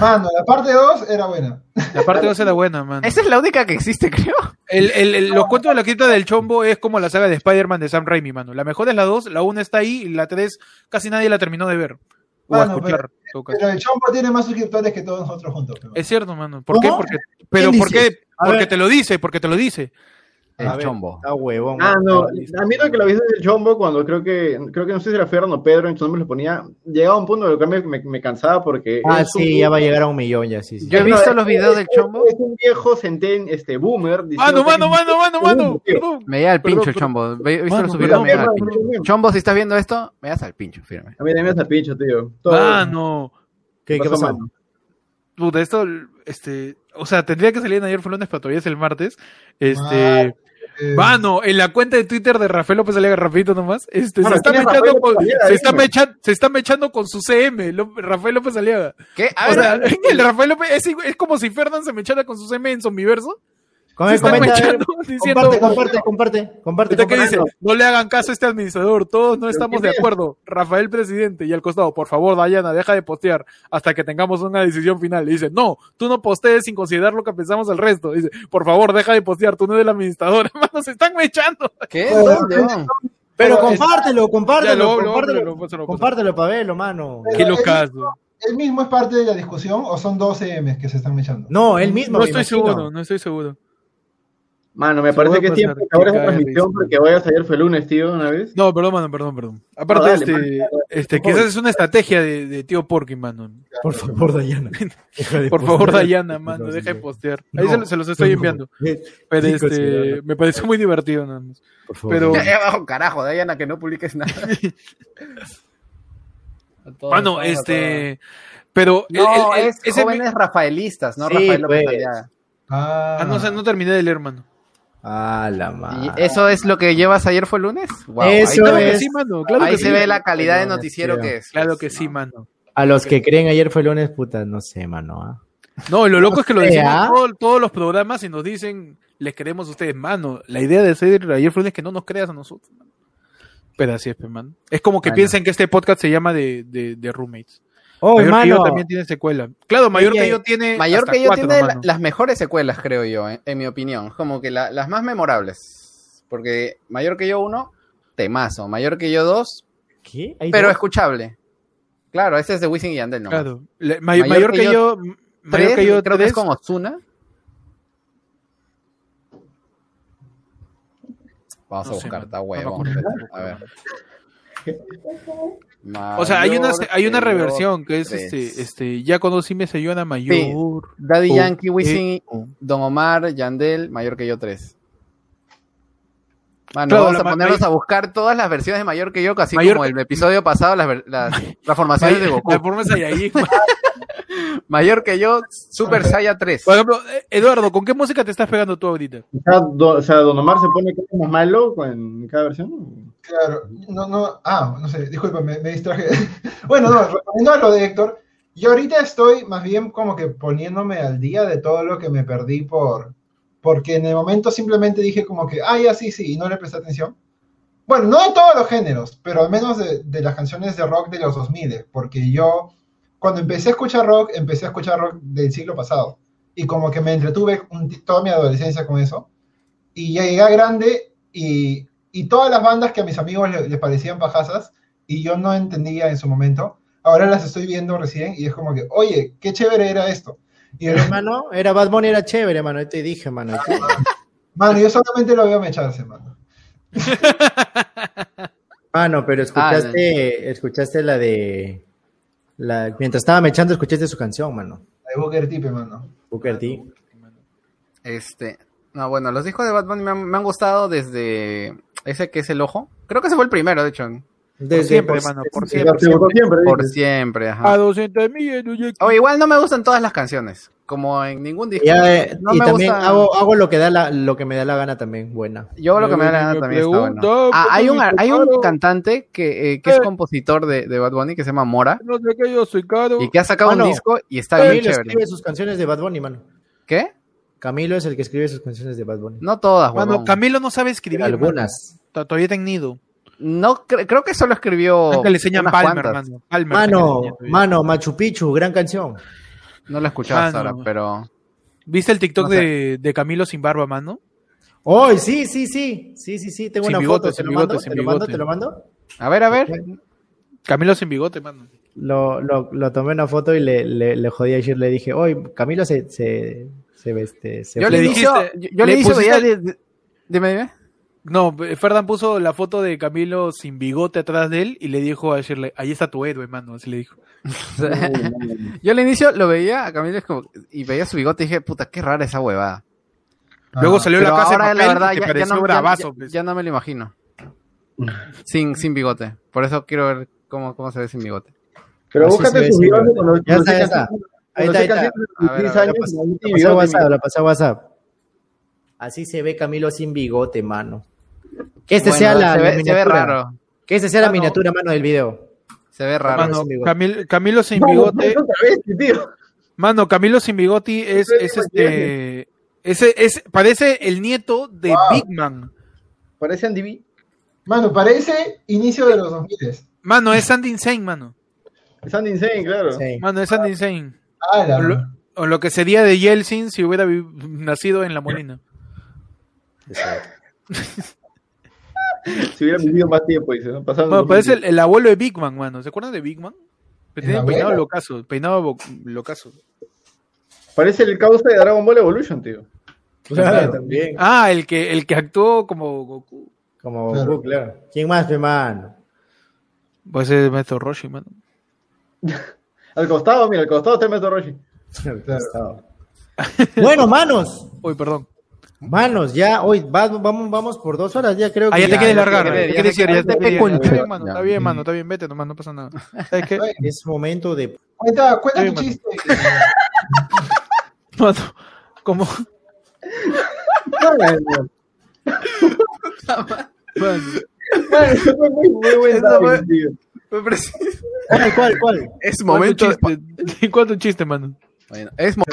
Mano, la parte 2 era buena.
La parte 2 era buena, man.
Esa es la única que existe, creo.
El, el- el- los cuentos de la cripta del chombo es como la saga de Spider-Man de Sam Raimi, mano. La mejor es la 2, la 1 está ahí y la 3 casi nadie la terminó de ver. O a
Mano,
escuchar. en todo caso.
Pero el Chompo tiene más suscriptores que todos nosotros juntos. pe, mano.
Es cierto, mano. ¿Por qué?
¿Cómo?
Porque, pero
¿Quién
¿por
dice?
qué? Porque
ver.
te lo dice, porque te lo dice.
A
El
ver,
chombo.
Está huevón.
Ah, no.
listo.
Admito que la vez del chombo, cuando creo que, creo que no sé si era Ferran o Pedro, entonces me lo ponía. Llegaba un punto en el que me, me- me cansaba porque.
Ah,
es un-
sí, ya va a llegar a un millón ya, sí, sí.
Yo he
No,
visto
es-
los videos
es-
del chombo.
Es un viejo centén, este, boomer.
Mano,
diciendo que-
mano, mano, mano, mano.
Uy, tío.
Perdón.
Me llega el
Perdón,
pincho, el
perdón.
chombo. Ve- ¿Viste
Mano,
los
Yo
videos? Me
también,
da el
mano,
pincho.
yo también.
Chombo, si estás viendo esto, me das al pincho, firme.
A mí también me hace pincho, tío. Todo-
Mano.
¿Qué, qué
pasó,
pasó?
mano.
Puta, esto, este, o sea, tendría que salir en ayer fue lunes, pero todavía es el martes. Este,
Madre. Eh,
mano, en la cuenta de Twitter de Rafael López Aliaga, rapidito nomás, este,
Mano,
se está
¿quién es
mechando
Rafael
con,
López Aliaga?
se está
Dime.
mecha- se está mechando con su CM, Ló- Rafael López Aliaga.
¿Qué? A
O
ver,
sea, el Rafael López, es, ig- es como si Fernán se mechara con su CM en Somniverso. Se
Come,
está
comenta, a ver,
mechando diciendo,
comparte, comparte, comparte, comparte.
ahorita que
comparte.
dice, no le hagan caso a este administrador, todos no estamos de
¿quién es?
acuerdo. Rafael presidente, y al costado, por favor, Dayana, deja de postear hasta que tengamos una decisión final. Y dice, no, tú no postees sin considerar lo que pensamos el resto. Dice, por favor, deja de postear, tú no eres la administradora. Mano, se están mechando.
¿Qué?
Pero-
¿Dónde, weón?
Pero compártelo, compártelo,
Ya, lo- lo-
compártelo,
lo- lo- lo- lo-
compártelo para verlo, mano.
Pero
Qué
él-
locazo.
Eh, ¿Él mismo es parte de la discusión o son dos CMs que se están echando?
No, él mismo.
No
me
estoy
imagino.
seguro, no estoy seguro.
Mano, me
Se puede
parece que es
pasar,
tiempo que
que
ahora esa
cae
transmisión
risa.
porque voy a salir fue el lunes, tío, una vez.
No, perdón, mano, perdón, perdón. Aparte,
dale,
este,
mano,
este, quizás es una estrategia de, de tío Porky, mano.
Por favor, Dayana. deja de
Por favor,
postear.
Dayana, mano, deja de postear. Ahí
No,
se, lo- se los estoy
no.
enviando.
Eh,
Pero
sí,
este,
considéralo.
me pareció muy divertido, nada más.
Por favor.
Pero,
Ya, ya, bajo, carajo, Diana, que no publiques nada. A todos,
Mano,
a todos, a todos.
este. Pero. el-
No,
el- el-
es
ese-
jóvenes rafaelistas, no
Sí,
Rafael López
pues.
Aliaga.
Ah,
Ah, no, o sea, no terminé de leer, hermano.
Ah, la
¿Y
madre.
eso es lo que llevas ayer fue lunes? Wow,
Eso
ahí
Claro
se ve-
que
es.
sí, mano. Claro
ahí
que
se
sí.
ve la calidad de
Lunes,
noticiero
tío.
que es.
Claro
pues,
que sí,
¿no?
mano.
A los que creen ayer fue lunes, puta, no sé, mano. ah.
No, y lo loco es que lo
sé,
decimos
¿ah?
todo- todos los programas y nos dicen, les queremos a ustedes, mano. La idea de ser ayer fue lunes es que no nos creas a nosotros, mano. Pero así es, pe, mano. Es como que
Bueno.
piensen que este podcast se llama de, de, de Roommates.
Oh,
mayor que yo
mano.
también tiene secuela. Claro, Mayor
Oye,
que yo tiene.
Mayor
hasta
que yo
cuatro,
tiene la-
mano.
las mejores secuelas, creo yo, eh, en, en mi opinión. Como que la- las más memorables. Porque Mayor que yo uno, temazo. Mayor que yo dos,
¿Qué? ¿Hay
pero
dos?
escuchable. Claro, ese es de Wisin y Yandel, ¿no?
Claro. Le- may- mayor, que, yo. m- Mayor que yo
creo que es
tres.
con Ozuna. Vamos
No
a
sé,
buscar,
man.
está
No me
huevón.
acuerdo
espérate,
tampoco,
a ver.
mano. O sea, hay una, hay una reversión que es este, este, ya conocí me sellona mayor.
Daddy
Oh,
Yankee, Wisin,
eh, oh.
Don Omar, Yandel, mayor que yo tres. Mano,
Claro,
vamos
la
a
ma-
ponernos
may-
a buscar todas las versiones de mayor que yo, así
Mayor-
como el episodio pasado, las, ver- las transformaciones de Goku.
La forma es ahí.
Mayor que yo, Super Saiya 3.
Por ejemplo, eh, Eduardo, ¿con qué música te estás pegando tú ahorita?
O sea, do- o sea, Don Omar se pone cada vez más malo en cada versión.
Claro, no, no, ah, no sé, disculpa, me, me distraje. Bueno, no, respondiendo a lo de Héctor, yo ahorita estoy más bien como que poniéndome al día de todo lo que me perdí por, porque en el momento simplemente dije como que, ah, ya sí, sí, y no le presté atención. Bueno, no de todos los géneros, pero al menos de, de las canciones de rock de los 2000, porque yo cuando empecé a escuchar rock, empecé a escuchar rock del siglo pasado, y como que me entretuve un ti- toda mi adolescencia con eso y ya llegué a grande y, y todas las bandas que a mis amigos le- les parecían pajasas y yo no entendía en su momento, ahora las estoy viendo recién y es como que, oye, qué chévere era esto. Y
Pero,
el-
hermano, era Bad Bunny, era chévere, mano. Yo te dije, mano.
mano, yo solamente lo veo mecharse, mano.
Mano, Ah, pero escuchaste, escuchaste la de. La, mientras estaba mechando, escuchaste su canción, mano.
La de Booker Tipe, mano.
Booker T.
Este, No, bueno, los discos de Bad Bunny me han, me han gustado desde ese que es el ojo. Creo que ese fue el primero, de hecho.
Desde
siempre,
por-
mano, por
desde-
siempre.
Te votó siempre,
Por
dices.
siempre,
A
ajá.
200 mil.
O igual no me gustan todas las canciones, como en ningún disco.
Ya, eh,
no
y
me
también
gusta-
hago, hago lo que da la, lo que me da la gana también, buena.
Yo lo que me da la gana
Me
también está bueno.
pregunto,
Ah, hay un,
¿cómo me
hay un
preparo?
cantante que, eh, que es
Eh.
compositor de, de Bad Bunny que se llama Mora
No sé qué, yo soy caro.
y que ha sacado
Mano,
un disco y está bien
Camilo
chévere.
escribe sus canciones de Bad Bunny, mano.
¿Qué?
Camilo es el que escribe sus canciones de Bad Bunny.
No todas,
Mano,
huevón.
Camilo no sabe escribir. mano.
Algunas.
To- Todavía está en nido.
No, cre- creo que solo escribió.
Nunca le enseñan
Oh, unas
Palmer,
cuantas.
mano. Palmer.
Mano,
Nunca le enseñan.
mano, Machu Picchu, gran canción.
No lo escuchaba hasta
Mano.
ahora, pero.
¿Viste el TikTok
No sé.
de, de Camilo sin barba, mano?
¡Oh, sí, sí, sí! Sí, sí, sí, tengo
Sin
una
bigote,
foto, te
sin
lo mando,
bigote, sin
te lo mando,
bigote.
te lo mando.
A ver, a ver.
Camilo sin bigote, mano.
Lo, lo, lo tomé una foto y le, le, le jodí a Shir, le dije, oye, Camilo se, se, se, este, se
Yo
fue".
le
le
dije.
dijiste-
Yo
le
le dije.
pusiste
veía
el-
de- de- Dime, dime.
No, eh, Ferdan puso la foto de Camilo sin bigote atrás de él y le dijo a Shirley, ahí está tu héroe, mano. Así le dijo.
¿eh?
Yo al inicio lo veía a Camilo es como- y veía su bigote y dije, puta, qué rara esa huevada.
Luego salió
Ah. Pero
la casa de
ahora,
papel
la verdad,
y te
ya, ya
pareció
no, ya-
bravazo.
ya-
pues.
ya no me lo imagino. Sin, sin bigote. Por eso quiero ver cómo, cómo se ve sin bigote.
Pero
Así se
búscate
ve,
sus
sí,
videos
güey.
cuando
Ya
cuando
está, ya
tengas-
está. Ahí
cuando
está, ahí
tengas
está.
A ver,
16
a ver,
años,
lo pasé.
cuando
La
tengas
pasé a
videos de
WhatsApp,
mi-
la pasé a WhatsApp. Así se ve Camilo sin bigote, mano. Que este
Bueno,
sea la,
se,
la
ve, se ve
miniatura.
raro.
Que este sea la
Mano.
miniatura, mano, del video.
Se ve raro.
Mano,
sin bigote.
Camil- Camilo sin
Vamos,
bigote.
otra vez, tío.
Mano, Camilo sin bigoti es, es
Ese
este. Ese, es, parece el nieto de Big Man.
Parece Andy B.
Mano, parece inicio de los 2000.
Mano, es Andy Insane, mano.
Es Andy Insane, claro.
Sí.
Mano, es Andy Insane.
Ala.
Lo- O lo que sería de Yeltsin si hubiera vi- nacido en La Molina.
Si hubiera vivido más tiempo, dice, ¿no? Pasado
Mano,
los
parece
2000.
el, el abuelo de Big Man, mano. ¿Se acuerdan de Big Man? Que
El
tenía peinado
abuelo.
locazo. Peinado bo- locazo.
Parece el causa de Dragon Ball Evolution, tío.
Claro, también.
Ah, el que, el que actuó como Goku.
Como
Claro.
Goku, claro. ¿Quién más, mi mano?
Pues es Maestro Roshi, mano.
Al costado, mira, al costado está el Maestro Roshi.
Estaba. bueno, manos.
Uy, perdón.
Manos, ya hoy va- vamos, vamos por dos horas, ya creo que.
Ah, ya te quieres largar.
querer,
te
ya
quieres
te
ir, ya te
querer,
quieres ir.
concha.
Está bien, mano,
Ya.
Está bien, mano. Está bien, vete nomás, no pasa nada. ¿Sabes qué?
Es momento de.
Cuenta, cuenta
Sí,
tu
mano.
chiste.
Mano, como.
Fue muy, muy buen
Eso
timing,
fue-
tío.
Me parece-
¿Cuál, cuál, cuál?
Es
¿Cuánto
momento. de-
chiste? ¿Cuánto chiste, mano?
Bueno, es mo-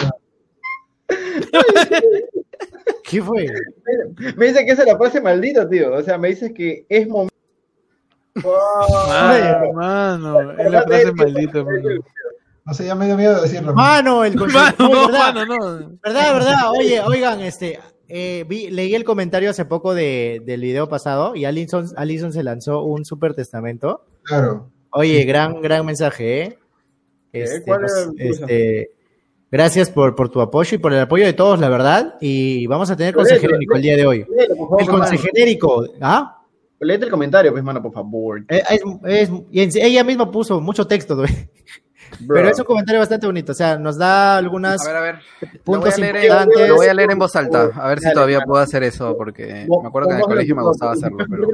¿Qué fue?
Me dice que esa es la frase maldita, tío. O sea, me dices que es momento.
Mano, mano, es la frase maldita, mano.
No sé, ya me dio miedo decirlo.
Ah.
mano.
Mano, el
Mano,
Oye,
no,
¿verdad?
mano, no.
¿Verdad, verdad? Oye, oigan, este, eh, vi- leí el comentario hace poco de, del video pasado y Alison, Alison se lanzó un super testamento.
Claro.
Oye, gran, gran mensaje, ¿eh? Este,
¿Cuál era
nos-
el mensaje?
este, gracias por, por tu apoyo y por el apoyo de todos, la verdad. Y vamos a tener
Por
consejo
eso,
genérico el día de hoy.
Léelo, por favor,
El
mano.
consejo genérico, ¿ah?
Léete el comentario, pues, mano, por favor.
Eh, es- es- y en- ella misma puso mucho texto, güey. pero es un comentario bastante bonito. O sea, nos da algunas
A ver, a ver. Lo voy
puntos
a, leer
importantes.
en, lo voy a leer en voz alta, a ver si
Dale,
todavía
dale.
puedo hacer eso, porque me acuerdo que en el colegio me gustaba hacerlo, pero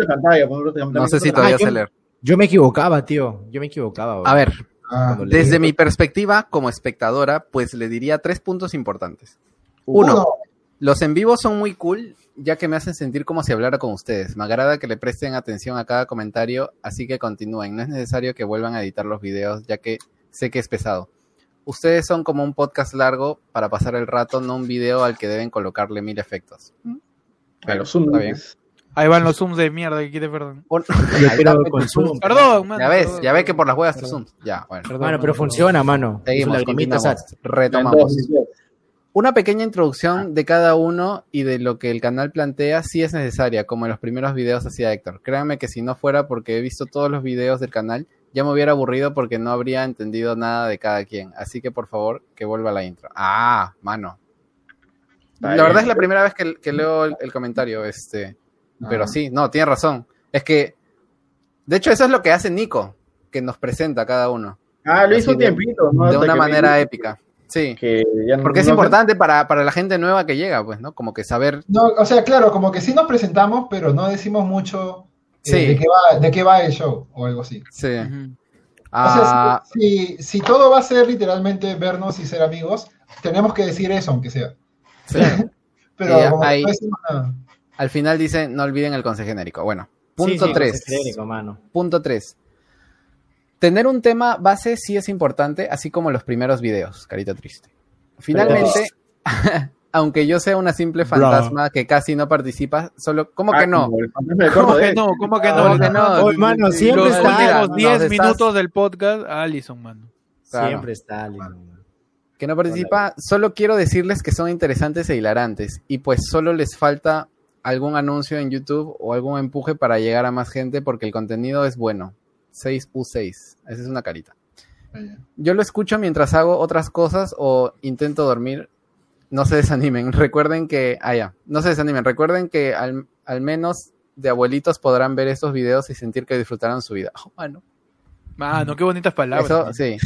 no sé si
Ah,
todavía
yo-
sé leer.
Yo me equivocaba, tío. Yo me equivocaba. güey.
A ver,
Ah.
Cuando leí.
desde mi perspectiva como espectadora, pues le diría tres puntos importantes.
Uno.
Uno, los en vivo son muy cool, ya que me hacen sentir como si hablara con ustedes. Me agrada que le presten atención a cada comentario, así que continúen. No es necesario que vuelvan a editar los videos, ya que sé que es pesado. Ustedes son como un podcast largo para pasar el rato, no un video al que deben colocarle mil efectos. Pero está bien.
Ahí van los zooms de mierda que quiere, perdón.
Yo
Ahí
quiero
está,
con Zoom.
Perdón, mano.
Ya ves,
perdón.
ya ves que por las huevas te zooms. Ya, bueno.
Perdón,
Mano, pero
mano,
funciona, mano.
Seguimos,
Es un algoritmo,
continuamos,
o sea,
retomamos. Una pequeña
Ah.
introducción de cada uno y de lo que el canal plantea sí es necesaria, como en los primeros videos hacía Héctor. Créanme que si no fuera porque he visto todos los videos del canal, ya me hubiera aburrido porque no habría entendido nada de cada quien. Así que por favor, que vuelva la intro. Ah, mano. La verdad es la primera vez que, que leo el, el comentario, este. Pero
Ah.
sí, no, tiene razón. Es que, de hecho, eso es lo que hace Nico, que nos presenta a cada uno.
Ah, lo hizo
Así
un
de-
tiempito. ¿no?
de
Hasta
una
que
manera
me-
épica. Sí.
Que ya no-
Porque es
no-
importante para, para la gente nueva que llega, pues, ¿no? Como que saber.
No, o sea, claro, como que sí nos presentamos, pero no decimos mucho eh,
Sí.
de, qué va, de qué va el show o algo así.
Sí.
Ujú.
Ah,
O sea, si, si- si todo va a ser literalmente vernos y ser amigos, tenemos que decir eso, aunque sea.
sí.
Pero
Y
como
ahí-
no decimos nada.
Al final dice, no olviden el consejo genérico. Bueno, punto
Sí, sí,
3.
es genérico, mano.
Punto 3. Tener un tema base sí es importante, así como los primeros videos, carita triste. Finalmente, aunque yo sea una simple fantasma que casi no participa, solo, ¿cómo que
Ah,
no?
como el fantasma de
¿Cómo
Corto,
que
eh.
no? ¿Cómo que
¿Cómo
no?
que no?
Oye, mano, siempre
Los
está.
últimos
nos
10
estás-
minutos del podcast, Allison, mano.
Claro.
Siempre está. Lino.
que no participa, solo quiero decirles que son interesantes e hilarantes y pues solo les falta algún anuncio en YouTube o algún empuje para llegar a más gente porque el contenido es bueno. 6U6, esa es una carita. Yo lo escucho mientras hago otras cosas o intento dormir. No se desanimen, recuerden que, ah ya, no se desanimen, recuerden que al, al menos de abuelitos podrán ver estos videos y sentir que disfrutaron su vida. Oh, mano.
Mano, qué bonitas palabras.
Eso
mano.
sí,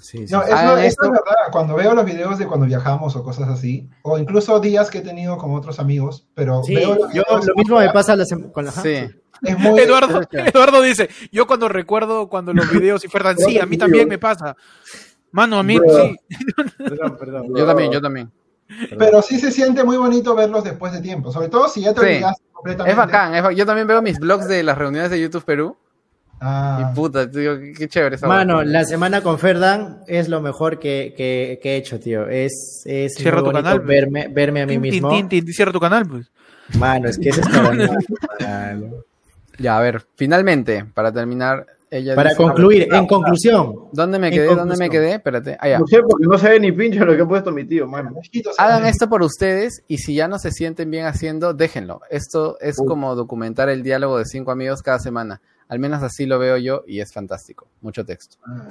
Sí, sí.
eh,
No,
Ah,
eso,
Hagan
eso
esto.
es verdad. Cuando veo los videos de cuando viajamos o cosas así, o incluso días que he tenido con otros amigos, pero
Sí,
veo los
yo
videos,
lo mismo me pasa la sem- con la.
sí.
es muy-
Eduardo, Eduardo dice, yo cuando recuerdo cuando los videos y Ferdan, sí, a mí también me pasa. Mano, a mí
Bro.
sí.
Perdón, perdón.
Yo también, yo también.
pero sí se siente muy bonito verlos después de tiempo, sobre todo si ya te
Sí.
olvidaste completamente.
Es bacán, es ba- yo también veo mis blogs de las reuniones de YouTube Perú.
Ah,
Y puta, tío, qué, qué chévere esa
Mano,
hueá.
la semana con Ferdan es lo mejor que, que- que he hecho, tío. Es, es
Cierra
muy
tu
bonito
canal, pues.
verme, verme a mí
Tin, tin,
mismo.
tin, tin, cierra tu canal, pues.
Mano, es que ese es para
Ya, a ver, finalmente, para terminar, ella
Para
dice- Ah,
concluir, en conclusión.
¿Dónde me
en
quedé? ¿Dónde me
conclusión.
quedé? Espérate. Ah, ya.
No sé, porque no sé ni pincho lo que ha puesto mi tío, mano.
chiquitos,
Hagan
eh,
esto por ustedes y si ya no se sienten bien haciendo, déjenlo. Esto es como documentar el diálogo de cinco amigos cada semana. Al menos así lo veo yo y es fantástico. Mucho texto.
ah.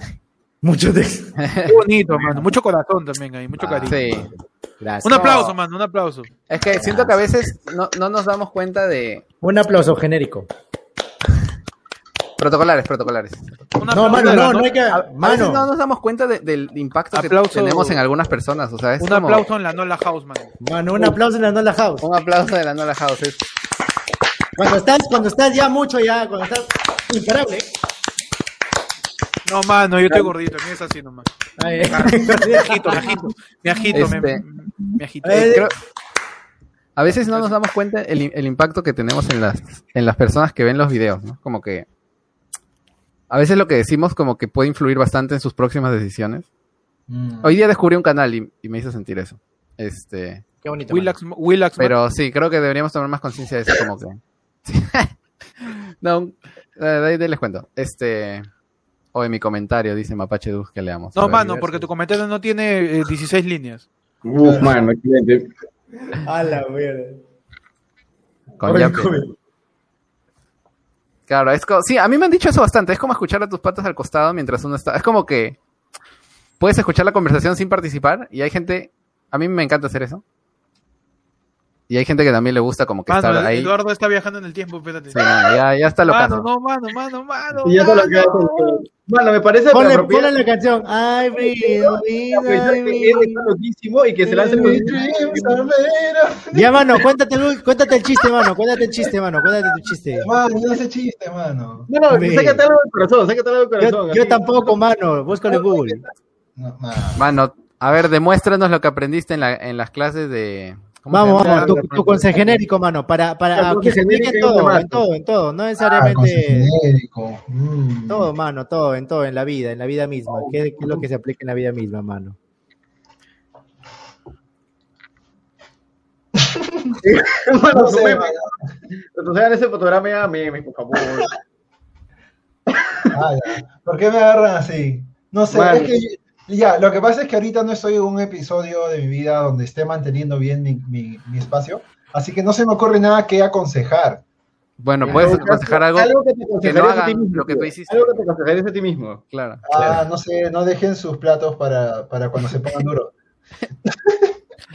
Mucho de...
Qué bonito, mano. Mucho corazón también ahí, mucho
Ah,
cariño.
Sí.
Gracias.
Un aplauso, mano, un aplauso.
Es que siento que a veces no, no nos damos cuenta de
Un aplauso genérico.
protocolares, protocolares.
Un
No,
aplauso
mano,
de la
no, no
noche.
hay que.
A, a veces
Mano,
no nos damos cuenta de- del impacto
Aplauso-
que tenemos en algunas personas. O sea, es
Un
como-
aplauso en la Nola House, mano.
mano, un aplauso en la Nola House.
Un aplauso de la Nola House. es-
Cuando estás, cuando estás ya mucho, ya, cuando estás imparable.
No, mano, yo estoy gordito, a mí es así nomás.
Ay, eh.
Me agito, me agito, me agito, me-
Este.
me agito.
Eh,
creo- A veces no nos damos cuenta el, el impacto que tenemos en las, en las personas que ven los videos, ¿no? Como que a veces lo que decimos como que puede influir bastante en sus próximas decisiones.
Mm.
Hoy día descubrí un canal y, y me hizo sentir eso. Este,
Qué bonito. mano.
Willax, Willax,
pero sí, creo que deberíamos tomar más conciencia de eso, como que. no, eh, de ahí de ahí les cuento. Este, o en mi comentario dice Mapache Duz que leamos. A
No,
ver,
mano,
diversos.
porque tu comentario no tiene eh, 16 líneas.
Uf, mano, excelente.
A la mierda.
Con
Ay,
Yape.
joder.
Claro, es como, sí, a mí me han dicho eso bastante. Es como escuchar a tus patas al costado mientras uno está. Es como que puedes escuchar la conversación sin participar. Y hay gente, a mí me encanta hacer eso. Y hay gente que también le gusta como que
Mano, eh,
estar ahí.
Eduardo está viajando en el tiempo, espérate.
Sí, no, ya, ya está lo
mano, no, mano, mano, mano.
Y yo te lo
mano.
quedo. Mano, me parece
Ponle,
apropiado.
ponle la canción. Ay, brillo,
A pesar de que él está
vida.
loquísimo y que se
Eh,
lance
Every
el
dreams are made of-
Ya, mano, cuéntate el, cuéntate el chiste, mano. Cuéntate el chiste, mano. Cuéntate tu chiste.
Mano, no hace chiste, mano.
No, no,
Me-
sácate algo del corazón, sácate algo del corazón.
Yo, yo
así.
tampoco, mano. Búscalo en Google.
No, no.
Mano, a ver, demuéstranos lo que aprendiste en, la- en las clases de. ¿cómo se
Vamos,
llama?
vamos. Tu, tu consejo genérico, mano. Para,
Ya,
para
consejo
que se aplique en
genérico y un
todo,
remate.
en todo, en todo. No
Ah, con su
necesariamente.
genérico. Mm.
Todo, mano, todo, en todo, en la vida, en la vida misma. ¿Qué, qué es lo que se aplica en la vida misma, mano?
Mano,
No sé,
sube,
mano.
Entonces hagan ese fotograma ya, meme, por favor.
Ah, ya. ¿Por qué me agarran así? No sé,
Bueno.
es que ya, lo que pasa es que ahorita no estoy en un episodio de mi vida donde esté manteniendo bien mi, mi- mi espacio, así que no se me ocurre nada que aconsejar.
Bueno, puedes aconsejar algo.
que te
que
aconsejarías
no
a ti
hagan
mismo,
lo que tú
tío.
hiciste.
Algo que te aconsejarías a ti mismo.
Claro.
Ah, no sé, no dejen sus platos para, para cuando se pongan duros.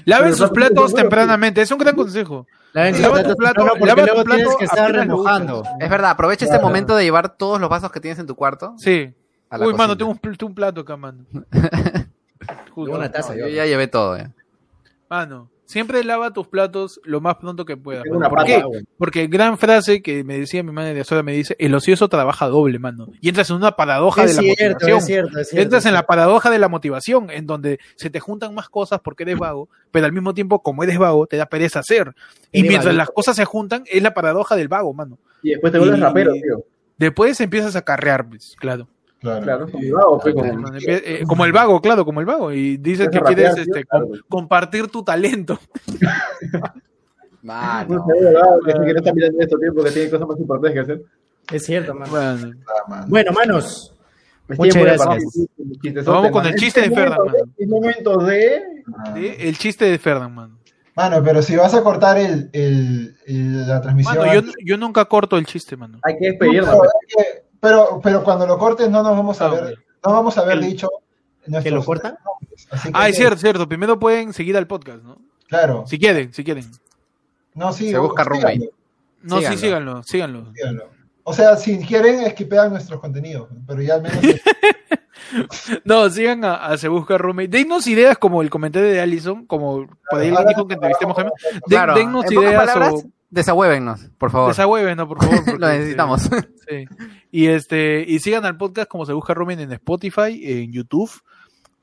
Laven
Pero
sus
no,
platos
pero-
tempranamente, es un gran consejo.
Lava
sus Lava tu platos plato, temprano, porque lava tu luego tienes plato que estar apenas lo remojando.
remojando.
Es verdad, aprovecha este momento de llevar todos los vasos que tienes en tu cuarto
Sí.
a la
Uy, mano,
cocina.
tengo un, pl- tengo un plato acá, mano. justo.
Una taza.
Yo ya llevé todo, eh. ya.
Mano, siempre lava tus platos lo más pronto que puedas.
Tengo una
mano. ¿Por
pata,
qué?
güey.
Porque gran frase que me decía mi madre de Azola me dice, el ocioso trabaja doble, mano. Y entras en una paradoja
Es
de la
cierto,
motivación.
es cierto, es cierto.
Entras en la paradoja de la motivación, en donde se te juntan más cosas porque eres vago, pero al mismo tiempo, como eres vago, te da pereza hacer. Y
Eres
mientras
vago.
las cosas se juntan, es la paradoja del vago, mano.
Y después te vuelves
Y-
rapero, tío.
Después empiezas a carrear, pues, claro.
Claro.
Claro, como vago, fue como-
Cuando empie- eh, como el vago, claro, como el vago. Y dices que
Empiezas a
quieres
rapear, tío,
este,
claro.
com- compartir tu talento.
Un saludo al vago que sé que no está mirando esto, tío, porque tiene cosas más importantes que hacer.
Es cierto, mano.
Mano.
Ah, man.
Bueno, manos.
Es
Muchas
tiempo de
gracias.
partir, chistezote,
Vamos con
man.
el chiste
Es
de Ferdan,
momento
man.
Es momento de...
Ah.
Sí, El chiste de Ferdan, mano.
Mano, pero si vas a cortar el, el- el- la transmisión.
Mano, yo, yo nunca corto el chiste, mano.
Hay que
No,
despedirnos.
pero, es que- pero, pero cuando lo cortes no nos vamos a
Ah,
ver,
ok.
no vamos a haber
¿El-
dicho
¿Que lo cortan?
Ah, es cierto, cierto. Primero pueden seguir al podcast, ¿no?
Claro.
Si quieren, si quieren.
No, sí,
Se busca
sí,
roommate.
sí,
No, sí, síganlo,
Síganlo.
síganlo.
díganlo. O sea, si quieren, esquipean nuestros contenidos. Pero ya al menos.
No, sigan a, a Se Busca Roommate. Dennos ideas como el comentario de Allison, como por ahí
Ahora-
dijo que entrevistemos a Gemma. Den-
Claro,
dennos
en pocas
ideas
palabras,
o
Desahuévennos, por favor.
desahueven, ¿no? Por favor. porque,
Lo necesitamos.
este, sí. Y, este, y sigan al podcast como Se Busca Roommate en Spotify, en YouTube,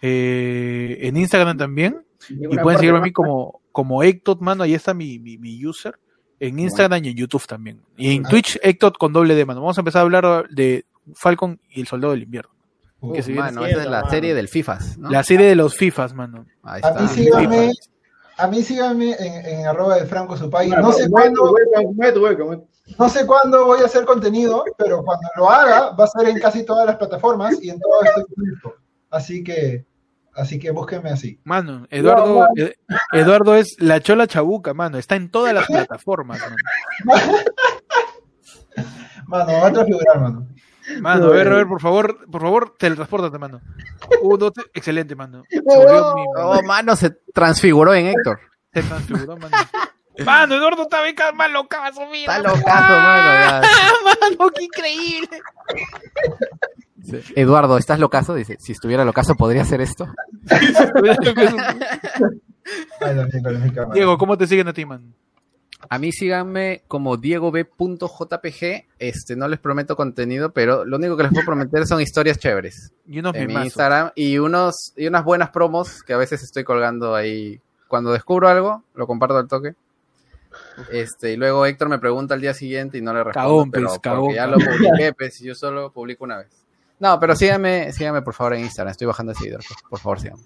eh, en Instagram también. Y pueden seguirme a mí como, como Ectot, mano. Ahí está mi, mi, mi user. En Instagram y en YouTube también. Y en
Ah.
Twitch, Ectot con doble D, mano. Vamos a empezar a hablar de Falcon y el Soldado del Invierno.
Uh,
Que se viene-
Mano, esa es la
mano.
serie del FIFAs, ¿no?
La serie de los FIFAs, mano.
Ahí
a
está.
mí síganme. A mí síganme en, en arroba de Franco Supay. No sé cuándo, no sé cuándo voy a hacer contenido, pero cuando lo haga, va a ser en casi todas las plataformas y en todo este incluido. Así que, así que búsquenme así.
Mano, Eduardo, Ed- Eduardo es la chola chabuca, mano. Está en todas las plataformas, mano.
Mano, va a transfigurar, mano.
Mano, a ver, Robert, por favor, por favor, teletransportate, mano. Uh, no, te- excelente, mano. Se volvió mi-
Oh, mano, se transfiguró en Héctor.
se transfiguró, mano. Mano, Eduardo está bien ca- más locazo, mira.
Está locazo, mano.
mano, qué increíble.
ya. Eduardo, ¿estás locazo? Dice, si estuviera locazo, ¿podría hacer esto?
Ay, la mierda, la mierda, mano.
Diego, ¿cómo te siguen a ti, man?
A mí síganme como diegob.jpg. Este, no les prometo contenido, pero lo único que les puedo prometer son historias chéveres
Y unos
en mi
mimazos.
Instagram y, unos, y unas buenas promos que a veces estoy colgando ahí. Cuando descubro algo, lo comparto al toque. Este, y luego Héctor me pregunta al día siguiente y no le respondo.
Cagón,
pero
pues,
porque
cagón,
ya lo
cagón.
publiqué, pues, yo solo publico una vez. No, pero síganme, síganme por favor en Instagram. Estoy bajando de seguidores. Por, por favor, síganme.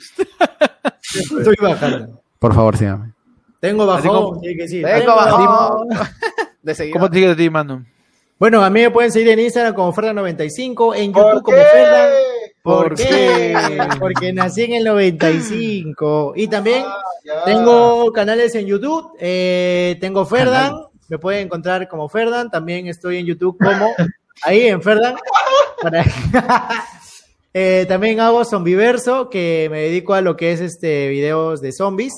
Estoy bajando.
Por favor, síganme.
Tengo bajón,
como-
tiene que decir.
Tengo
Ah,
bajón. De seguidores.
¿Cómo te siguen a ti, mano?
Bueno, a mí me pueden seguir en Instagram como Ferdan95, en
¿Por
YouTube como
qué?
Ferdan. ¿Por
¿Por
qué? Porque nací en el 95. Y también
Ah, Ya.
tengo canales en YouTube. eh, tengo Ferdan. Me pueden encontrar como Ferdan. También estoy en YouTube como ahí en Ferdan. Para- Eh, también hago Zombiverso, que me dedico a lo que es este videos de zombies.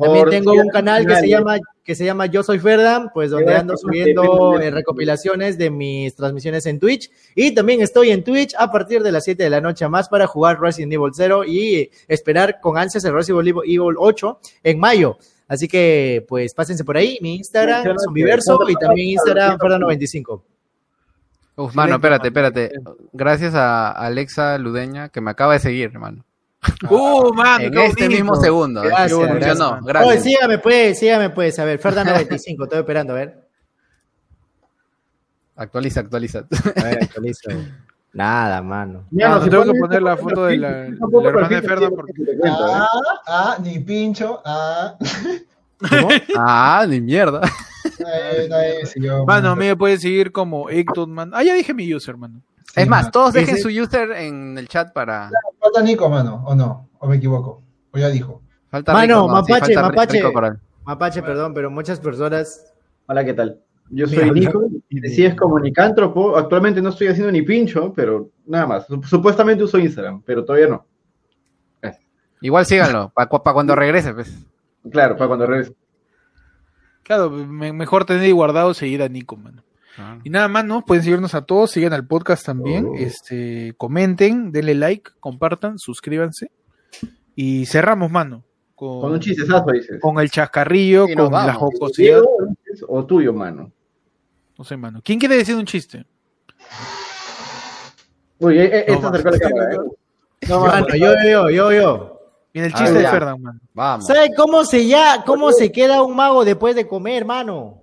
También tengo un canal que
¿eh?
se llama que se llama Yo Soy Ferdan, pues donde
Yo
ando
soy Ferdan.
subiendo eh, recopilaciones de mis transmisiones en Twitch y también estoy en Twitch a partir de las 7 de la noche a más para jugar Resident Evil 0 y esperar con ansias el Resident Evil 8 en mayo. Así que pues pásense por ahí, mi Instagram
Menciona que
Zombiverso
cuando
y también
pasa la
Instagram
fiesta-
Ferdan95.
Uf, mano, espérate, espérate. Gracias a Alexa Ludeña que me acaba de seguir, hermano.
Uh, mano,
Ah, en
qué
este
bonito.
mismo segundo. ¿eh?
Gracias,
Funcionó,
gracias,
gracias.
Oye, sígame pues, sígame pues, a ver, Ferdan95, estoy esperando, a ver.
Actualiza, actualiza.
A ver, actualizo. Nada, mano.
Mano, te Ah, tengo que poner la foto de la, la hermana de Ferdan porque
Ah, ah, ni pincho. Ah,
ah, ni mierda.
Ay, ay, sí, yo,
Mano, a mí me pueden seguir como Ecton, man. Ah, ya dije mi user, mano.
Sí,
es más,
mano.
todos dejen
Dice-
su user en el chat para.
Falta Nico, mano, o no, o me equivoco. O ya dijo.
Falta
Mano,
rico, no, sí,
mapache,
falta ri-
mapache.
rico coral.
Mapache, perdón, pero muchas personas
Hola, ¿qué tal? Yo soy
Mira,
Nico, y si es como Nicántropo, actualmente no estoy haciendo ni pincho, pero nada más. Sup- Supuestamente uso Instagram, pero todavía no.
Igual síganlo, para cuando regrese, pues.
Claro, para cuando regrese.
Claro, me- mejor tener guardado seguir a Nico, mano.
Ah.
Y nada más, ¿no? Pueden seguirnos a todos, sigan al podcast también, este, comenten, denle like, compartan, suscríbanse. Y cerramos, mano. Con,
Con un chistezazo, dices.
con el chascarrillo,
Y nos
con la
vamos.
jocosidad.
Diego, ¿es- O tuyo, mano.
No sé, mano. ¿Quién quiere decir un chiste?
Uy, eh, eh,
No,
está
mano.
cerca de la cámara, ¿eh?
No, mano, yo, yo, yo, yo.
Viene el
Ah,
chiste de
ya.
Ferdan, mano.
Vamos.
¿Sabe cómo se ya, cómo se queda un mago después de comer, mano?